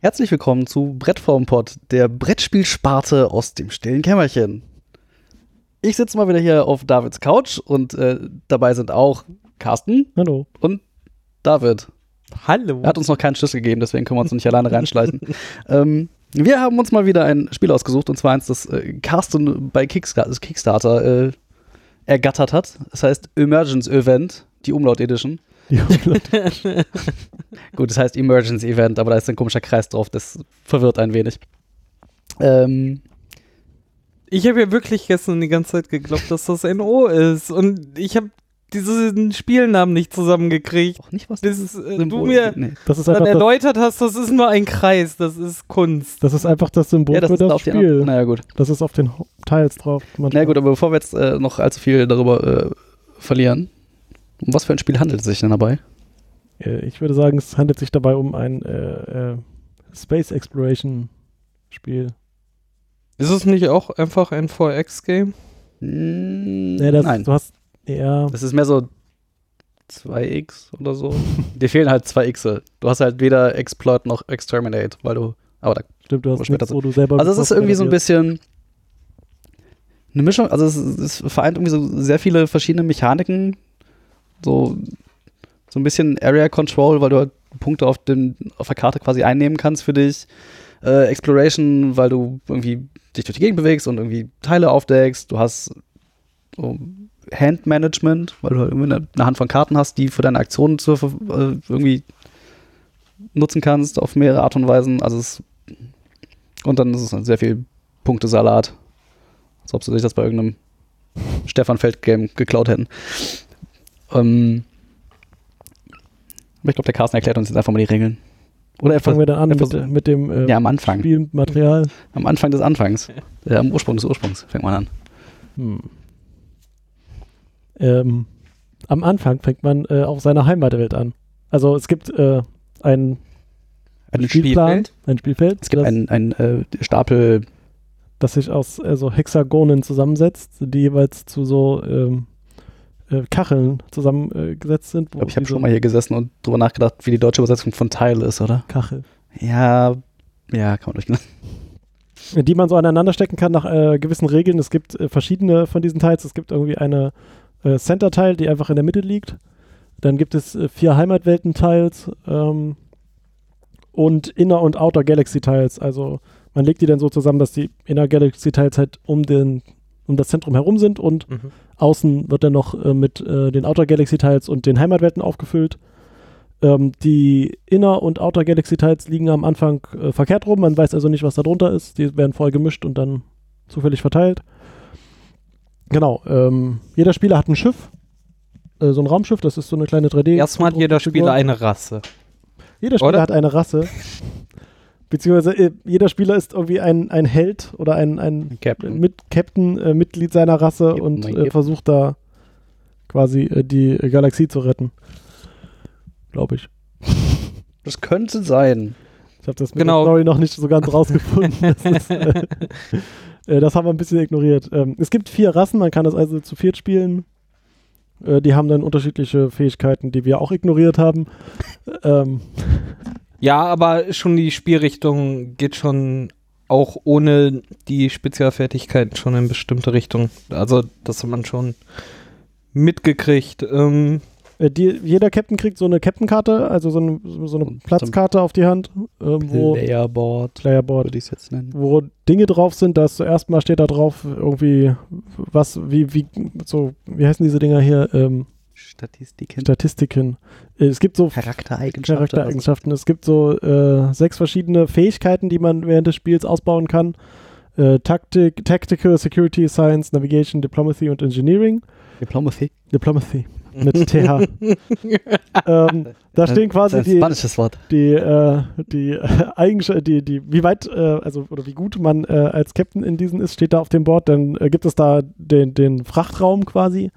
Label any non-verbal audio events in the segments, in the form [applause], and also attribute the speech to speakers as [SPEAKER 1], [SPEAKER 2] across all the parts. [SPEAKER 1] Herzlich willkommen zu Brettformpod, der Brettspielsparte aus dem stillen Kämmerchen. Ich sitze mal wieder hier auf Davids Couch und äh, dabei sind auch Carsten
[SPEAKER 2] Hallo.
[SPEAKER 1] und David.
[SPEAKER 2] Hallo.
[SPEAKER 1] Er hat uns noch keinen Schlüssel gegeben, deswegen können wir uns nicht alleine reinschleichen. ähm, wir haben uns mal wieder ein Spiel ausgesucht und zwar eins, das äh, Carsten bei Kickstarter, Kickstarter äh, ergattert hat. Das heißt Emergence Event, die Umlaut Edition.
[SPEAKER 2] Ja, [laughs]
[SPEAKER 1] Gut, das heißt Emergency Event, aber da ist ein komischer Kreis drauf, das verwirrt ein wenig. Ähm,
[SPEAKER 3] Ich habe ja wirklich gestern die ganze Zeit geglaubt, dass das NO ist. Und ich habe diesen Spielnamen nicht zusammengekriegt.
[SPEAKER 1] auch nicht was
[SPEAKER 3] Bis
[SPEAKER 1] das
[SPEAKER 3] äh, du
[SPEAKER 1] Symbol-
[SPEAKER 3] mir
[SPEAKER 1] nee.
[SPEAKER 2] das ist
[SPEAKER 3] dann
[SPEAKER 2] einfach das,
[SPEAKER 3] erläutert hast, das ist nur ein Kreis, das ist Kunst.
[SPEAKER 2] das ist einfach das Symbol
[SPEAKER 1] Ja, das
[SPEAKER 2] für
[SPEAKER 1] ist da
[SPEAKER 2] das
[SPEAKER 1] auf den anderen.
[SPEAKER 2] Spiel.
[SPEAKER 1] Naja, gut.
[SPEAKER 2] das ist auf den Ho- Tiles drauf.
[SPEAKER 1] Na gut, aber bevor wir jetzt äh, noch allzu viel darüber äh, verlieren, um was für ein Spiel handelt es sich denn dabei?
[SPEAKER 2] Äh, Ich würde sagen, es handelt sich dabei um ein äh, äh, Space Exploration Spiel.
[SPEAKER 3] Ist es nicht auch einfach ein 4X-Game?
[SPEAKER 1] Hm,
[SPEAKER 2] Nee, das,
[SPEAKER 1] Nein.
[SPEAKER 2] Du hast, ja,
[SPEAKER 1] Das ist mehr so 2x oder so. Dir fehlen halt 2x. Du hast halt weder Exploit noch Exterminate, weil du. Aber da
[SPEAKER 2] stimmt, du hast
[SPEAKER 1] später
[SPEAKER 2] nichts,
[SPEAKER 1] so.
[SPEAKER 2] wo du selber.
[SPEAKER 1] Also es ist
[SPEAKER 2] was
[SPEAKER 1] irgendwie so ein bisschen
[SPEAKER 2] generierst.
[SPEAKER 1] eine Mischung, also es, es vereint irgendwie so sehr viele verschiedene Mechaniken, so, so ein bisschen Area Control, weil du halt Punkte auf, den, auf der Karte quasi einnehmen kannst für dich, äh, Exploration, weil du irgendwie dich durch die Gegend bewegst und irgendwie Teile aufdeckst, du hast so Hand Management, weil du halt irgendwie eine, eine Hand von Karten hast, die für deine Aktionen zur, Ver- äh, irgendwie nutzen kannst auf mehrere Art und Weisen, also es und dann ist es ein sehr viel Punktesalat. Als ob sie sich das bei irgendeinem Stefan Feld-Game geklaut hätten. Ähm, aber ich glaube, der Carsten erklärt uns jetzt einfach mal die Regeln. Oder er
[SPEAKER 2] Fangen
[SPEAKER 1] ver-
[SPEAKER 2] wir dann an
[SPEAKER 1] etwas-
[SPEAKER 2] mit, mit dem äh,
[SPEAKER 1] ja, am Anfang.
[SPEAKER 2] Spielmaterial.
[SPEAKER 1] Am Anfang des Anfangs. Äh, am Ursprung des Ursprungs fängt man an.
[SPEAKER 2] Hm. Ähm, am Anfang fängt man äh, auf seiner Heimatwelt an. Also es gibt äh, einen
[SPEAKER 1] Ein
[SPEAKER 2] Spielplan,
[SPEAKER 3] Spielfeld?
[SPEAKER 2] ein Spielfeld.
[SPEAKER 1] Es gibt
[SPEAKER 2] das-
[SPEAKER 1] einen einen, äh, Stapel.
[SPEAKER 2] das sich aus äh, so Hexagonen zusammensetzt, die jeweils zu so ähm, äh, Kacheln zusammengesetzt sind.
[SPEAKER 1] Ich glaube, ich habe schon mal hier gesessen und drüber nachgedacht, wie die deutsche Übersetzung von Teil ist, oder?
[SPEAKER 2] Kachel.
[SPEAKER 1] Ja, ja, kann man durchgehen.
[SPEAKER 2] Die man so aneinander stecken kann nach äh, gewissen Regeln. Es gibt äh, verschiedene von diesen Teils. Es gibt irgendwie eine äh, Center-Teil, die einfach in der Mitte liegt. Dann gibt es äh, vier Heimatwelten-Teils ähm, und Inner- und Outer-Galaxy-Teils. Also man legt die dann so zusammen, dass die Inner-Galaxy-Teils halt um, den, um das Zentrum herum sind und
[SPEAKER 3] Mhm.
[SPEAKER 2] Außen wird dann noch äh, mit äh, den Outer Galaxy Tiles und den Heimatwelten aufgefüllt. Ähm, die Inner- und Outer Galaxy Tiles liegen am Anfang äh, verkehrt rum. Man weiß also nicht, was da drunter ist. Die werden voll gemischt und dann zufällig verteilt. Genau. Ähm, jeder Spieler hat ein Schiff. Äh, so ein Raumschiff. Das ist so eine kleine 3D.
[SPEAKER 3] Erstmal hat jeder Spieler eine Rasse.
[SPEAKER 2] Jeder Spieler
[SPEAKER 3] Oder?
[SPEAKER 2] hat eine Rasse. Beziehungsweise äh, jeder Spieler ist irgendwie ein, ein Held oder ein, ein
[SPEAKER 1] Captain.
[SPEAKER 2] mit Captain, äh, Mitglied seiner Rasse
[SPEAKER 1] Mhm. Captain,
[SPEAKER 2] und
[SPEAKER 1] mein
[SPEAKER 2] äh,
[SPEAKER 1] Captain.
[SPEAKER 2] versucht da quasi äh, die äh, Galaxie zu retten. Glaube ich.
[SPEAKER 1] Das könnte sein.
[SPEAKER 2] Ich habe das mit
[SPEAKER 3] Genau.
[SPEAKER 2] der Story noch nicht so ganz rausgefunden. das, ist, äh, äh, das haben wir ein bisschen ignoriert. Ähm, es gibt vier Rassen, man kann das also zu viert spielen. Äh, die haben dann unterschiedliche Fähigkeiten, die wir auch ignoriert haben. Ähm,
[SPEAKER 3] Ja, aber schon die Spielrichtung geht schon auch ohne die Spezialfertigkeiten schon in bestimmte Richtungen. Also, das hat man schon mitgekriegt. Ähm, [laughs]
[SPEAKER 2] Äh, Die, jeder Captain kriegt so eine Captain-Karte, also so eine, so eine
[SPEAKER 1] Und so
[SPEAKER 2] Platzkarte auf die Hand, ähm, wo
[SPEAKER 1] Playerboard,
[SPEAKER 2] Playerboard,
[SPEAKER 1] würde ich es jetzt nennen.
[SPEAKER 2] wo Dinge drauf sind. Da ist zuerst mal steht da drauf irgendwie was, wie wie so wie heißen diese Dinger hier ähm,
[SPEAKER 1] Statistiken.
[SPEAKER 2] Statistiken. Äh, Es gibt so
[SPEAKER 1] Charaktereigenschaften.
[SPEAKER 2] Charaktereigenschaften. Es gibt so äh, sechs verschiedene Fähigkeiten, die man während des Spiels ausbauen kann. Äh, Taktik, Tactical, Security, Science, Navigation, Diplomacy und Engineering.
[SPEAKER 1] Diplomacy.
[SPEAKER 2] Diplomacy mit TH. ähm, da stehen quasi
[SPEAKER 1] das ist ein
[SPEAKER 2] die,
[SPEAKER 1] spanisches Wort.
[SPEAKER 2] die, äh, die äh, Eigenschaften, die, die, wie weit, äh, also oder wie gut man äh, als Captain in diesen ist, steht da auf dem Board. Dann äh, gibt es da den, den Frachtraum quasi.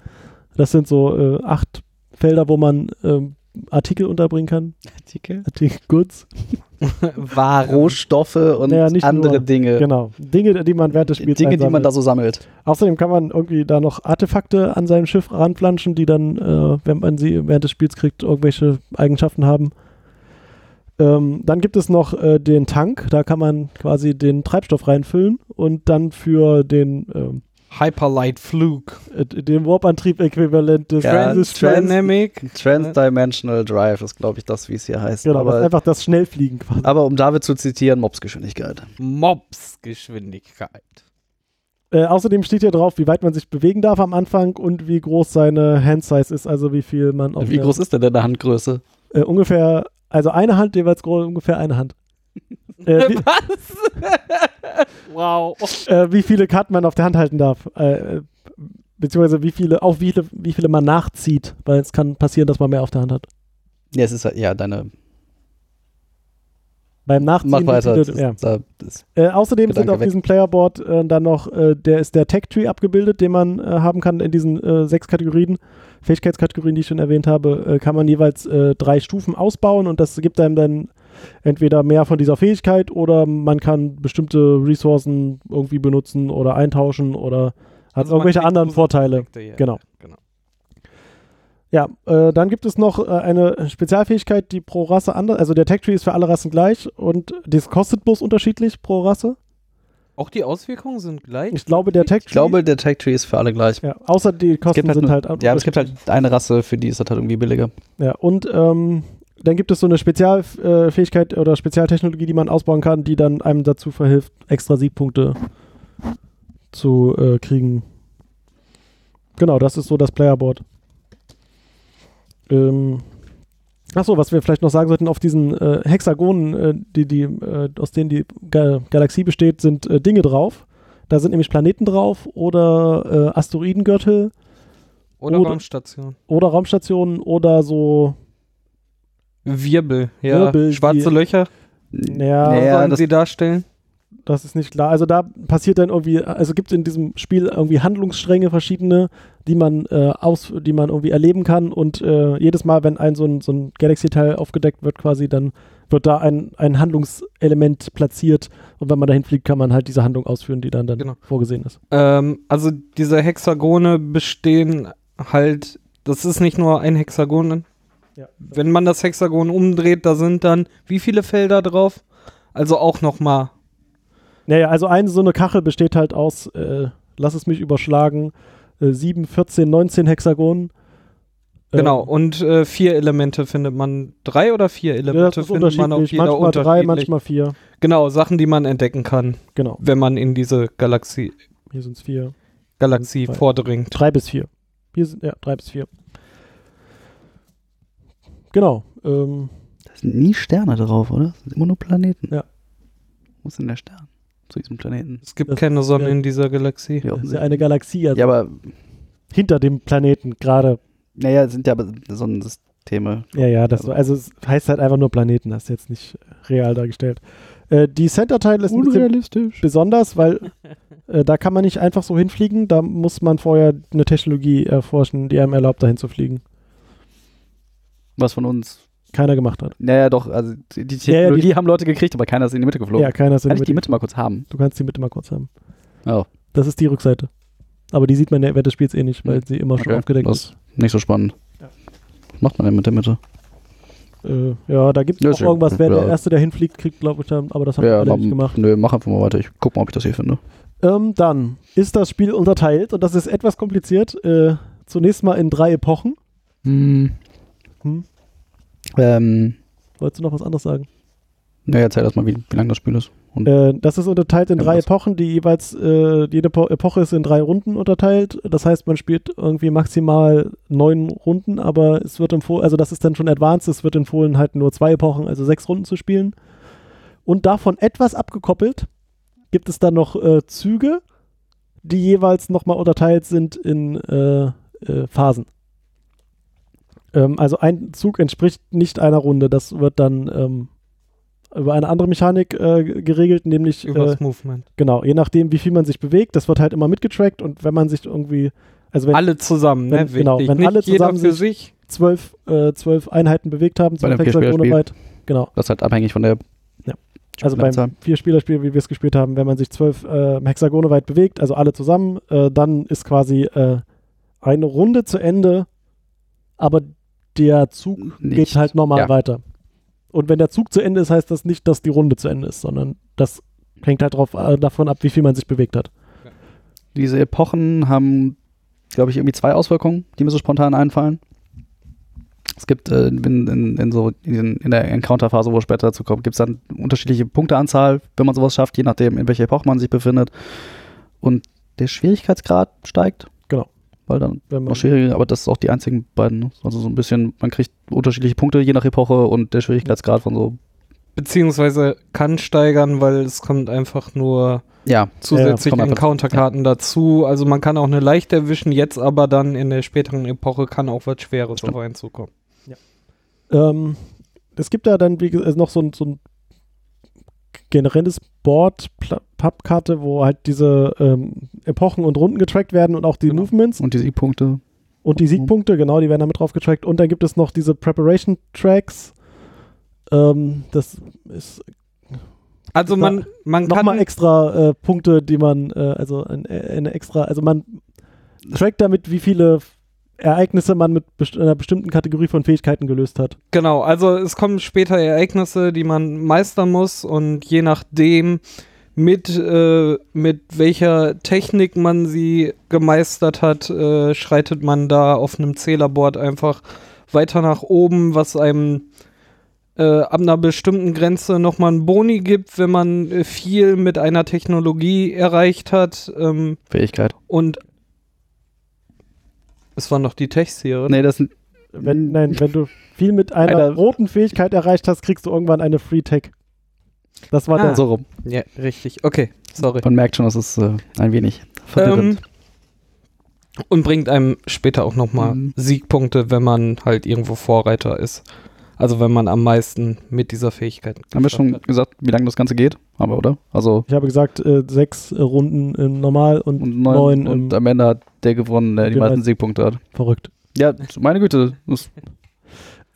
[SPEAKER 2] Das sind so äh, acht Felder, wo man ähm, Artikel unterbringen kann.
[SPEAKER 1] Artikel.
[SPEAKER 2] Artikel, Goods.
[SPEAKER 3] Waren.
[SPEAKER 1] Rohstoffe und
[SPEAKER 2] Naja, nicht
[SPEAKER 1] andere
[SPEAKER 2] nur.
[SPEAKER 1] Dinge.
[SPEAKER 2] Genau. Dinge, die man während des Spiels
[SPEAKER 1] Dinge, die man
[SPEAKER 2] einsammelt.
[SPEAKER 1] da so sammelt.
[SPEAKER 2] Außerdem kann man irgendwie da noch Artefakte an seinem Schiff ranflanschen, die dann, äh, wenn man sie während des Spiels kriegt, irgendwelche Eigenschaften haben. Ähm, dann gibt es noch äh, den Tank, da kann man quasi den Treibstoff reinfüllen und dann für den, ähm,
[SPEAKER 3] Hyperlight Fluke.
[SPEAKER 2] äh, den Warp-Antrieb-Äquivalent des
[SPEAKER 1] Ja, Trans-
[SPEAKER 2] Transis-
[SPEAKER 1] Trans-
[SPEAKER 3] Transdynamic.
[SPEAKER 1] Transdimensional Drive ist, glaube ich, das, wie es hier heißt.
[SPEAKER 2] Genau, was
[SPEAKER 1] aber,
[SPEAKER 2] einfach das Schnellfliegen quasi.
[SPEAKER 1] aber um David zu zitieren, Mobsgeschwindigkeit.
[SPEAKER 2] [laughs]
[SPEAKER 3] Mobs-Geschwindigkeit.
[SPEAKER 2] Äh, außerdem steht hier drauf, wie weit man sich bewegen darf am Anfang und wie groß seine Hand-Size ist, also wie viel man auf
[SPEAKER 1] Wie
[SPEAKER 2] der-
[SPEAKER 1] groß ist denn deine Handgröße?
[SPEAKER 2] äh, ungefähr, also eine Hand jeweils groß, ungefähr
[SPEAKER 1] [laughs]
[SPEAKER 2] eine Hand. äh, wie,
[SPEAKER 3] Wow.
[SPEAKER 2] äh, wie viele Karten man auf der Hand halten darf. Äh, äh, beziehungsweise wie viele, auch wie viele, wie viele man nachzieht, weil es kann passieren, dass man mehr auf der Hand hat.
[SPEAKER 1] Ja, es ist halt- ja deine.
[SPEAKER 2] Beim Nachziehen.
[SPEAKER 1] Mach
[SPEAKER 2] wie
[SPEAKER 1] weiter.
[SPEAKER 2] viele-
[SPEAKER 1] Das ist-
[SPEAKER 2] ja.
[SPEAKER 1] da- das-
[SPEAKER 2] äh, außerdem sind
[SPEAKER 1] Gedanke
[SPEAKER 2] auf
[SPEAKER 1] weg.
[SPEAKER 2] diesem Playerboard äh, dann noch, äh, der ist der Tech-Tree abgebildet, den man äh, haben kann in diesen äh, sechs Kategorien, Fähigkeitskategorien, die ich schon erwähnt habe, äh, kann man jeweils äh, drei Stufen ausbauen und das gibt einem dann entweder mehr von dieser Fähigkeit oder man kann bestimmte Ressourcen irgendwie benutzen oder eintauschen oder hat
[SPEAKER 3] Also man
[SPEAKER 2] irgendwelche
[SPEAKER 3] kriegt
[SPEAKER 2] anderen
[SPEAKER 3] zusätzliche
[SPEAKER 2] Vorteile.
[SPEAKER 3] Effekte, ja.
[SPEAKER 2] Genau.
[SPEAKER 3] genau.
[SPEAKER 2] Ja, äh, dann gibt es noch äh, eine Spezialfähigkeit, die pro Rasse anders, also der Tech-Tree ist für alle Rassen gleich und das kostet bloß unterschiedlich pro Rasse.
[SPEAKER 3] Auch die Auswirkungen sind gleich.
[SPEAKER 2] Ich glaube, der Tech-Tree
[SPEAKER 1] Ich glaube, der Tech Tree ist für alle gleich.
[SPEAKER 2] Ja, außer die Kosten
[SPEAKER 1] halt
[SPEAKER 2] sind
[SPEAKER 1] nur-
[SPEAKER 2] halt. ab-
[SPEAKER 1] Ja, aber es gibt halt eine Rasse, für die ist das halt irgendwie billiger.
[SPEAKER 2] Ja, und ähm, dann gibt es so eine Spezialfähigkeit oder Spezialtechnologie, die man ausbauen kann, die dann einem dazu verhilft, extra Siegpunkte zu äh, kriegen. Genau, das ist so das Playerboard. Ähm. Achso, was wir vielleicht noch sagen sollten, auf diesen äh, Hexagonen, äh, die, die, äh, aus denen die Ga Galaxie besteht, sind äh, Dinge drauf. Da sind nämlich Planeten drauf oder äh, Asteroidengürtel
[SPEAKER 3] Oder
[SPEAKER 2] Oder-
[SPEAKER 3] Raumstation.
[SPEAKER 2] oder Raumstationen oder so.
[SPEAKER 3] Wirbel, ja.
[SPEAKER 2] Wirbel,
[SPEAKER 3] Schwarze
[SPEAKER 2] die-
[SPEAKER 3] Löcher
[SPEAKER 2] Ja, also
[SPEAKER 1] Nee. Ja,
[SPEAKER 3] sollen
[SPEAKER 1] das-
[SPEAKER 3] sie darstellen.
[SPEAKER 2] das ist nicht klar. Also da passiert dann irgendwie, also gibt es in diesem Spiel irgendwie Handlungsstränge verschiedene, die man äh, aus, die man irgendwie erleben kann und äh, jedes Mal, wenn ein so ein, so ein Galaxy-Teil aufgedeckt wird, quasi, dann wird da ein, ein Handlungselement platziert und wenn man dahin fliegt, kann man halt diese Handlung ausführen, die dann dann
[SPEAKER 3] Genau.
[SPEAKER 2] vorgesehen ist.
[SPEAKER 3] Ähm, also diese Hexagone bestehen halt, das ist nicht nur ein Hexagon. Wenn man das Hexagon umdreht, da sind dann wie viele Felder drauf? Also auch nochmal.
[SPEAKER 2] Naja, also eine so eine Kachel besteht halt aus, äh, lass es mich überschlagen, äh, 7, 14, 19 Hexagonen. Ähm,
[SPEAKER 3] Genau, und äh, vier Elemente findet man. Drei oder vier
[SPEAKER 2] Ja, das
[SPEAKER 3] Elemente
[SPEAKER 2] ist
[SPEAKER 3] findet man auf
[SPEAKER 2] unterschiedlich.
[SPEAKER 3] jeder
[SPEAKER 2] Manchmal drei,
[SPEAKER 3] unterschiedlich.
[SPEAKER 2] manchmal vier.
[SPEAKER 3] Genau, Sachen, die man entdecken kann,
[SPEAKER 2] Genau,
[SPEAKER 3] wenn man in diese Galaxie,
[SPEAKER 2] hier sind es vier.
[SPEAKER 3] Galaxie
[SPEAKER 2] Zwei.
[SPEAKER 3] vordringt.
[SPEAKER 2] Drei bis vier. Hier sind, ja, drei bis vier. Genau. Ähm,
[SPEAKER 1] Da sind nie Sterne drauf, oder? Das sind immer nur Planeten.
[SPEAKER 2] Ja.
[SPEAKER 1] Wo ist denn der Stern? Zu diesem Planeten.
[SPEAKER 3] Es gibt
[SPEAKER 2] Das-
[SPEAKER 3] keine Sonne
[SPEAKER 2] ja.
[SPEAKER 3] in dieser Galaxie.
[SPEAKER 1] Ja,
[SPEAKER 2] das ist
[SPEAKER 1] offensichtlich.
[SPEAKER 2] ja eine Galaxie, also
[SPEAKER 1] ja aber,
[SPEAKER 2] hinter dem Planeten gerade.
[SPEAKER 1] naja, es sind ja aber Sonnensysteme.
[SPEAKER 2] Ja, ja, das so. Also es heißt halt einfach nur Planeten, das ist jetzt nicht real dargestellt. Äh, die Center-Teil ist ein bisschen
[SPEAKER 1] Unrealistisch. [laughs]
[SPEAKER 2] besonders, weil äh, da kann man nicht einfach so hinfliegen, da muss man vorher eine Technologie erforschen, die einem erlaubt, dahin zu fliegen.
[SPEAKER 1] Was von uns.
[SPEAKER 2] Keiner gemacht hat. Naja,
[SPEAKER 1] Naja, doch, also die die
[SPEAKER 2] Ja, ja,
[SPEAKER 1] Technologie haben Leute gekriegt, aber keiner ist in die Mitte geflogen.
[SPEAKER 2] Ja, keiner ist in
[SPEAKER 1] Kann
[SPEAKER 2] die
[SPEAKER 1] ich die
[SPEAKER 2] Mitte.
[SPEAKER 1] Mitte mal kurz haben?
[SPEAKER 2] Du kannst die Mitte mal kurz haben.
[SPEAKER 1] Oh,
[SPEAKER 2] Das ist die Rückseite. Aber die sieht man ja während des Spiels eh nicht, weil sie immer schon
[SPEAKER 1] Hm. Okay,
[SPEAKER 2] aufgedeckt
[SPEAKER 1] das-
[SPEAKER 2] ist.
[SPEAKER 1] nicht so spannend. Was macht man denn mit der Mitte?
[SPEAKER 2] Äh, ja, da gibt
[SPEAKER 1] Ja,
[SPEAKER 2] es auch
[SPEAKER 1] schön.
[SPEAKER 2] irgendwas. Wer
[SPEAKER 1] Ja.
[SPEAKER 2] der Erste, der hinfliegt, kriegt, glaube ich, dann, aber das haben wir leider nicht gemacht.
[SPEAKER 1] nö, mach einfach mal weiter. Ich guck mal, ob ich das hier finde.
[SPEAKER 2] Ähm, dann ist das Spiel unterteilt und das ist etwas kompliziert. Äh, zunächst mal in drei Epochen.
[SPEAKER 1] Hm.
[SPEAKER 2] Hm.
[SPEAKER 1] Ähm,
[SPEAKER 2] Wolltest du noch was anderes sagen?
[SPEAKER 1] naja, erzähl erst mal, wie, wie lang das Spiel ist. Und
[SPEAKER 2] Äh, das ist unterteilt in
[SPEAKER 1] Ja,
[SPEAKER 2] drei
[SPEAKER 1] was?
[SPEAKER 2] Epochen, die jeweils, äh, jede po Epoche ist in drei Runden unterteilt. Das heißt, man spielt irgendwie maximal neun Runden, aber es wird empfohlen, also das ist dann schon advanced, es wird empfohlen, halt nur zwei Epochen, also sechs Runden zu spielen. Und davon etwas abgekoppelt gibt es dann noch äh, Züge, die jeweils nochmal unterteilt sind in äh, äh, Phasen. Ähm, also ein Zug entspricht nicht einer Runde, das wird dann ähm, über eine andere Mechanik äh, geregelt, nämlich äh,
[SPEAKER 3] Übers Movement.
[SPEAKER 2] Genau, je nachdem, wie viel man sich bewegt, das wird halt immer mitgetrackt und wenn man sich irgendwie, also wenn
[SPEAKER 3] alle zusammen, ne?
[SPEAKER 2] wenn- genau,
[SPEAKER 3] Wichtig.
[SPEAKER 2] wenn
[SPEAKER 3] Nicht
[SPEAKER 2] alle
[SPEAKER 3] jeder
[SPEAKER 2] zusammen
[SPEAKER 3] für
[SPEAKER 2] sind-
[SPEAKER 3] sich.
[SPEAKER 2] zwölf, äh, zwölf Einheiten bewegt haben, zwölf
[SPEAKER 1] einem Vierspielerspiel.
[SPEAKER 2] weit, genau,
[SPEAKER 1] das ist halt abhängig von der
[SPEAKER 2] Ja. also
[SPEAKER 1] Spielanzahl.
[SPEAKER 2] beim Vierspielerspiel, wie wir es gespielt haben, wenn man sich zwölf äh, Hexagone weit bewegt, also alle zusammen, äh, dann ist quasi äh, eine Runde zu Ende, aber der Zug
[SPEAKER 1] Nicht.
[SPEAKER 2] geht halt normal
[SPEAKER 1] Ja.
[SPEAKER 2] weiter. Und wenn der Zug zu Ende ist, heißt das nicht, dass die Runde zu Ende ist, sondern das hängt halt drauf, äh, davon ab, wie viel man sich bewegt hat.
[SPEAKER 1] Diese Epochen haben, glaube ich, irgendwie zwei Auswirkungen, die mir so spontan einfallen. Es gibt äh, in, in, in, so, in, in der Encounter-Phase, wo wir später dazu kommen, gibt es dann unterschiedliche Punkteanzahl, wenn man sowas schafft, je nachdem, in welcher Epoche man sich befindet. Und der Schwierigkeitsgrad steigt.
[SPEAKER 2] Genau.
[SPEAKER 1] Weil dann
[SPEAKER 2] Wenn man,
[SPEAKER 1] noch schwieriger, aber das ist auch die einzigen beiden. ne? Also so ein bisschen, man kriegt unterschiedliche Punkte je nach Epoche und der Schwierigkeitsgrad von so.
[SPEAKER 3] Beziehungsweise kann steigern, weil es kommt einfach nur
[SPEAKER 1] Ja,
[SPEAKER 3] zusätzlich
[SPEAKER 1] kommt einfach-
[SPEAKER 3] Encounter-Karten dazu. Also man kann auch eine leichte erwischen, jetzt aber dann in der späteren Epoche kann auch was Schweres auf einen zukommen.
[SPEAKER 2] ähm, es gibt da dann wie, ge- also noch so ein, so ein generelles Board, Pla- Pappkarte, wo halt diese ähm, Epochen und Runden getrackt werden und auch die
[SPEAKER 3] Genau.
[SPEAKER 2] Movements.
[SPEAKER 1] und die Siegpunkte.
[SPEAKER 2] Und die Siegpunkte, genau, die werden damit drauf getrackt. Und dann gibt es noch diese Preparation Tracks. Ähm, das ist
[SPEAKER 3] Also man, man kann
[SPEAKER 2] nochmal extra äh, Punkte, die man, äh, also ein, äh, eine extra, also man trackt damit, wie viele Ereignisse man mit best einer bestimmten Kategorie von Fähigkeiten gelöst hat.
[SPEAKER 3] Genau, also es kommen später Ereignisse, die man meistern muss und je nachdem, mit, äh, mit welcher Technik man sie gemeistert hat, äh, schreitet man da auf einem Zählerboard einfach weiter nach oben, was einem äh, ab einer bestimmten Grenze nochmal einen Boni gibt, wenn man äh, viel mit einer Technologie erreicht hat. Ähm,
[SPEAKER 1] Fähigkeit.
[SPEAKER 3] und es waren noch die Techs hier, oder?
[SPEAKER 1] Nee, das sind.
[SPEAKER 2] Wenn, nein, wenn du viel mit einer
[SPEAKER 1] Einer-
[SPEAKER 2] roten Fähigkeit erreicht hast, kriegst du irgendwann eine Free Tech. Das war
[SPEAKER 3] Ah.
[SPEAKER 2] der
[SPEAKER 1] so rum.
[SPEAKER 3] Ja, richtig. Okay, sorry.
[SPEAKER 1] Man merkt schon, das ist äh, ein wenig
[SPEAKER 3] Ähm,
[SPEAKER 1] verwirrend.
[SPEAKER 3] und bringt einem später auch nochmal
[SPEAKER 1] Mhm.
[SPEAKER 3] Siegpunkte, wenn man halt irgendwo Vorreiter ist. Also wenn man am meisten mit dieser Fähigkeit
[SPEAKER 1] Haben wir
[SPEAKER 3] geschafft
[SPEAKER 1] schon
[SPEAKER 3] hat.
[SPEAKER 1] gesagt, wie lange das Ganze geht? Haben wir, oder? Also
[SPEAKER 2] Ich habe gesagt, äh, sechs äh, Runden im Normal und,
[SPEAKER 3] Hm.
[SPEAKER 1] und
[SPEAKER 2] neun
[SPEAKER 1] neun.
[SPEAKER 2] im
[SPEAKER 1] und am Ende hat der gewonnen, der die
[SPEAKER 2] Genau.
[SPEAKER 1] meisten Siegpunkte hat.
[SPEAKER 2] verrückt.
[SPEAKER 1] Ja, meine Güte. Das,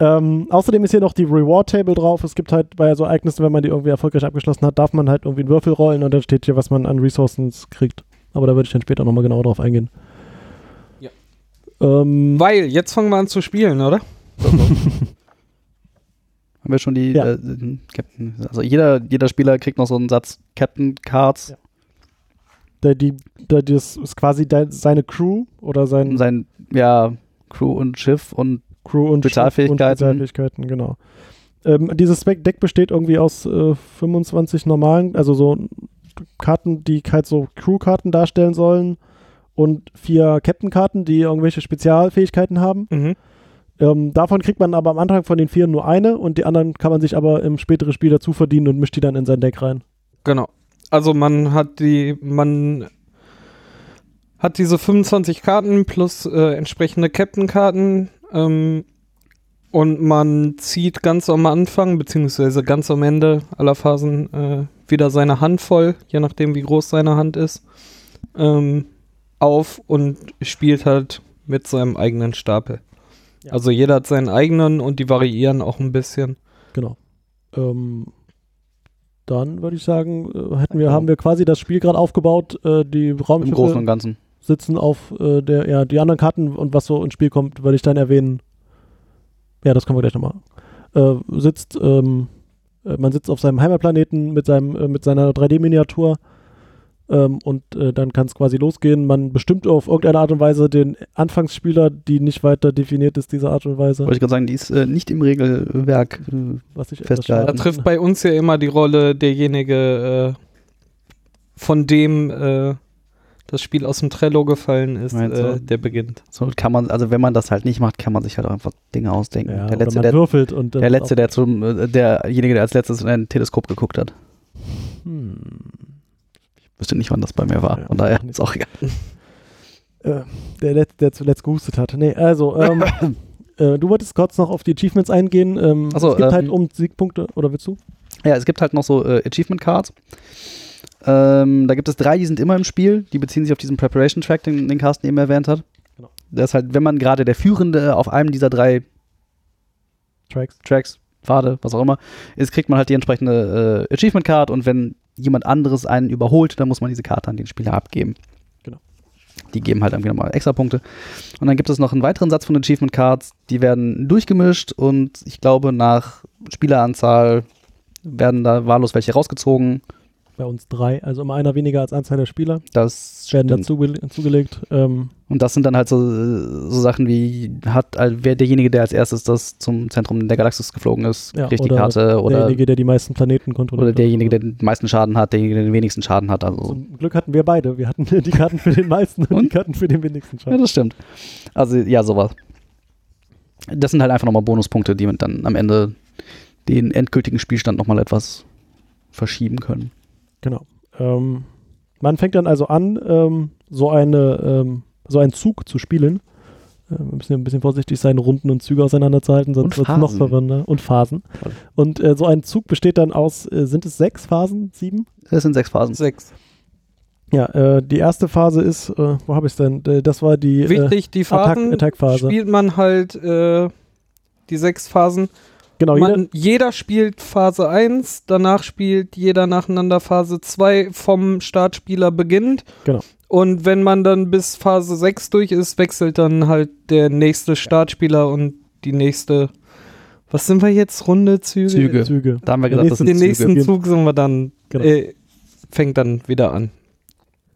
[SPEAKER 2] Ähm, außerdem ist hier noch die Reward Table drauf. Es gibt halt bei so Ereignissen, wenn man die irgendwie erfolgreich abgeschlossen hat, darf man halt irgendwie einen Würfel rollen und dann steht hier, was man an Ressourcen kriegt. Aber da würde ich dann später nochmal genau drauf eingehen.
[SPEAKER 3] Ja.
[SPEAKER 2] Ähm,
[SPEAKER 3] Weil, jetzt fangen wir an zu spielen, oder?
[SPEAKER 1] haben wir schon die
[SPEAKER 2] Ja.
[SPEAKER 1] äh, äh, Captain. Also jeder, jeder Spieler kriegt noch so einen Satz Captain Cards.
[SPEAKER 2] Ja. der, die, der, das ist quasi dein- seine Crew oder sein
[SPEAKER 1] um Sein, ja, Crew und Schiff und
[SPEAKER 2] Crew und
[SPEAKER 1] Spezialfähigkeiten.
[SPEAKER 2] Und Spezialfähigkeiten, genau. Ähm, dieses Spec- Deck besteht irgendwie aus äh, 25 normalen, also so Karten, die halt so Crew-Karten darstellen sollen und vier Captain-Karten, die irgendwelche Spezialfähigkeiten haben.
[SPEAKER 3] Mhm.
[SPEAKER 2] Ähm, davon kriegt man aber am Anfang von den vier nur eine und die anderen kann man sich aber im späteren Spiel dazu verdienen und mischt die dann in sein Deck rein.
[SPEAKER 3] Genau. Also man hat die, man hat diese 25 Karten plus äh, entsprechende Captain-Karten ähm, und man zieht ganz am Anfang beziehungsweise ganz am Ende aller Phasen äh, wieder seine Hand voll, je nachdem wie groß seine Hand ist, ähm, auf und spielt halt mit seinem eigenen Stapel.
[SPEAKER 2] Ja.
[SPEAKER 3] Also jeder hat seinen eigenen und die variieren auch ein bisschen.
[SPEAKER 2] Genau. Ähm, dann würde ich sagen, äh, hätten wir, haben wir quasi das Spiel gerade aufgebaut. Äh, die
[SPEAKER 1] genau. im Großen
[SPEAKER 2] Raumschiffe
[SPEAKER 1] und Ganzen.
[SPEAKER 2] sitzen auf äh, der, ja, die anderen Karten und was so ins Spiel kommt, würde ich dann erwähnen. Ja, das können wir gleich nochmal. Äh, sitzt, ähm, äh, man sitzt auf seinem Heimatplaneten mit seinem, äh, mit seiner 3D-Miniatur ähm, und äh, dann kann es quasi losgehen. Man bestimmt auf irgendeine Art und Weise den Anfangsspieler, die nicht weiter definiert ist, diese Art und Weise.
[SPEAKER 1] Wollte ich gerade sagen, die ist äh, nicht im Regelwerk. Äh,
[SPEAKER 2] Was ich
[SPEAKER 1] Festgehalten.
[SPEAKER 3] Da trifft bei uns ja immer die Rolle derjenige, äh, von dem äh, das Spiel aus dem Trello gefallen ist,
[SPEAKER 1] Meinst du?
[SPEAKER 3] äh, der beginnt.
[SPEAKER 1] so kann man, also wenn man das halt nicht macht, kann man sich halt auch einfach Dinge ausdenken.
[SPEAKER 2] Ja,
[SPEAKER 1] der
[SPEAKER 2] oder
[SPEAKER 1] letzte,
[SPEAKER 2] man
[SPEAKER 1] der,
[SPEAKER 2] würfelt und dann
[SPEAKER 1] der
[SPEAKER 2] ist
[SPEAKER 1] letzte, der zum, äh, derjenige, der als letztes in ein Teleskop geguckt hat.
[SPEAKER 2] auch- Hm.
[SPEAKER 1] Wüsste nicht, wann das bei mir war.
[SPEAKER 2] Ja.
[SPEAKER 1] Von daher ist auch egal.
[SPEAKER 2] Äh, der, Letz-, der zuletzt gehustet hat. Nee, also,
[SPEAKER 1] [laughs]
[SPEAKER 2] ähm, äh, du wolltest kurz noch auf die Achievements eingehen. Ähm,
[SPEAKER 1] Ach so,
[SPEAKER 2] es gibt
[SPEAKER 1] ähm,
[SPEAKER 2] halt um Siegpunkte, oder willst du?
[SPEAKER 1] Ja, es gibt halt noch so äh, Achievement Cards. Ähm, da gibt es drei, die sind immer im Spiel. Die beziehen sich auf diesen Preparation Track, den, den Carsten eben erwähnt hat.
[SPEAKER 2] Genau.
[SPEAKER 1] Das ist halt, wenn man gerade der Führende auf einem dieser drei
[SPEAKER 2] Tracks.
[SPEAKER 1] Tracks, Pfade, was auch immer, ist, kriegt man halt die entsprechende äh, Achievement Card und wenn jemand anderes einen überholt, dann muss man diese Karte an den Spieler abgeben.
[SPEAKER 2] Genau.
[SPEAKER 1] Die geben halt irgendwie nochmal extra Punkte. Und dann gibt es noch einen weiteren Satz von Achievement Cards, die werden durchgemischt und ich glaube, nach Spieleranzahl werden da wahllos welche rausgezogen.
[SPEAKER 2] Bei uns drei, also immer einer weniger als Anzahl der Spieler,
[SPEAKER 1] Das
[SPEAKER 2] werden
[SPEAKER 1] stimmt.
[SPEAKER 2] dazu zugelegt. Ähm,
[SPEAKER 1] Und das sind dann halt so, äh, so Sachen wie, hat äh, wer derjenige, der als erstes das zum Zentrum der Galaxis geflogen ist,
[SPEAKER 2] Ja,
[SPEAKER 1] kriegt die
[SPEAKER 2] oder
[SPEAKER 1] Karte oder,
[SPEAKER 2] derjenige, der die meisten Planeten kontrolliert.
[SPEAKER 1] oder derjenige, der den meisten Schaden hat, derjenige, der den wenigsten Schaden hat. Also.
[SPEAKER 2] Zum Glück hatten wir beide. Wir hatten [laughs] die Karten für den meisten und, die
[SPEAKER 1] Und?
[SPEAKER 2] Karten für den wenigsten
[SPEAKER 1] Ja,
[SPEAKER 2] Schaden.
[SPEAKER 1] das stimmt. Also ja, sowas. Das sind halt einfach nochmal Bonuspunkte, die dann am Ende den endgültigen Spielstand nochmal etwas verschieben können.
[SPEAKER 2] Genau. Ähm, man fängt dann also an, ähm, so, eine, ähm, so einen Zug zu spielen. Ähm, wir müssen ja ein bisschen vorsichtig sein, Runden und Züge auseinanderzuhalten,
[SPEAKER 1] Und
[SPEAKER 2] sonst wird es noch
[SPEAKER 1] Phasen.
[SPEAKER 2] verwirrender. Und Phasen.
[SPEAKER 1] Toll.
[SPEAKER 2] Und äh, so ein Zug besteht dann aus, äh, sind es sechs Phasen? Sieben?
[SPEAKER 1] Das sind sechs Phasen.
[SPEAKER 3] Sechs.
[SPEAKER 2] Ja, äh, die erste Phase ist, äh, wo habe ich es denn? Äh, Das war die äh,
[SPEAKER 3] Wichtig, die
[SPEAKER 2] Attack-
[SPEAKER 3] Phasen
[SPEAKER 2] Attack-Phase.
[SPEAKER 3] spielt man halt äh, die sechs Phasen.
[SPEAKER 2] genau, jeder,
[SPEAKER 3] man, jeder spielt Phase 1, danach spielt jeder nacheinander Phase 2 vom Startspieler beginnt.
[SPEAKER 2] Genau.
[SPEAKER 3] Und wenn man dann bis Phase 6 durch ist, wechselt dann halt der nächste Startspieler und die nächste. Was sind wir jetzt? Runde, Züge?
[SPEAKER 1] Züge.
[SPEAKER 2] Züge.
[SPEAKER 1] Da haben wir
[SPEAKER 2] Der
[SPEAKER 1] gesagt, das sind
[SPEAKER 2] nächste-
[SPEAKER 3] Den
[SPEAKER 1] Züge.
[SPEAKER 3] nächsten Zug sind wir dann.
[SPEAKER 2] Genau.
[SPEAKER 3] Äh, fängt dann wieder an.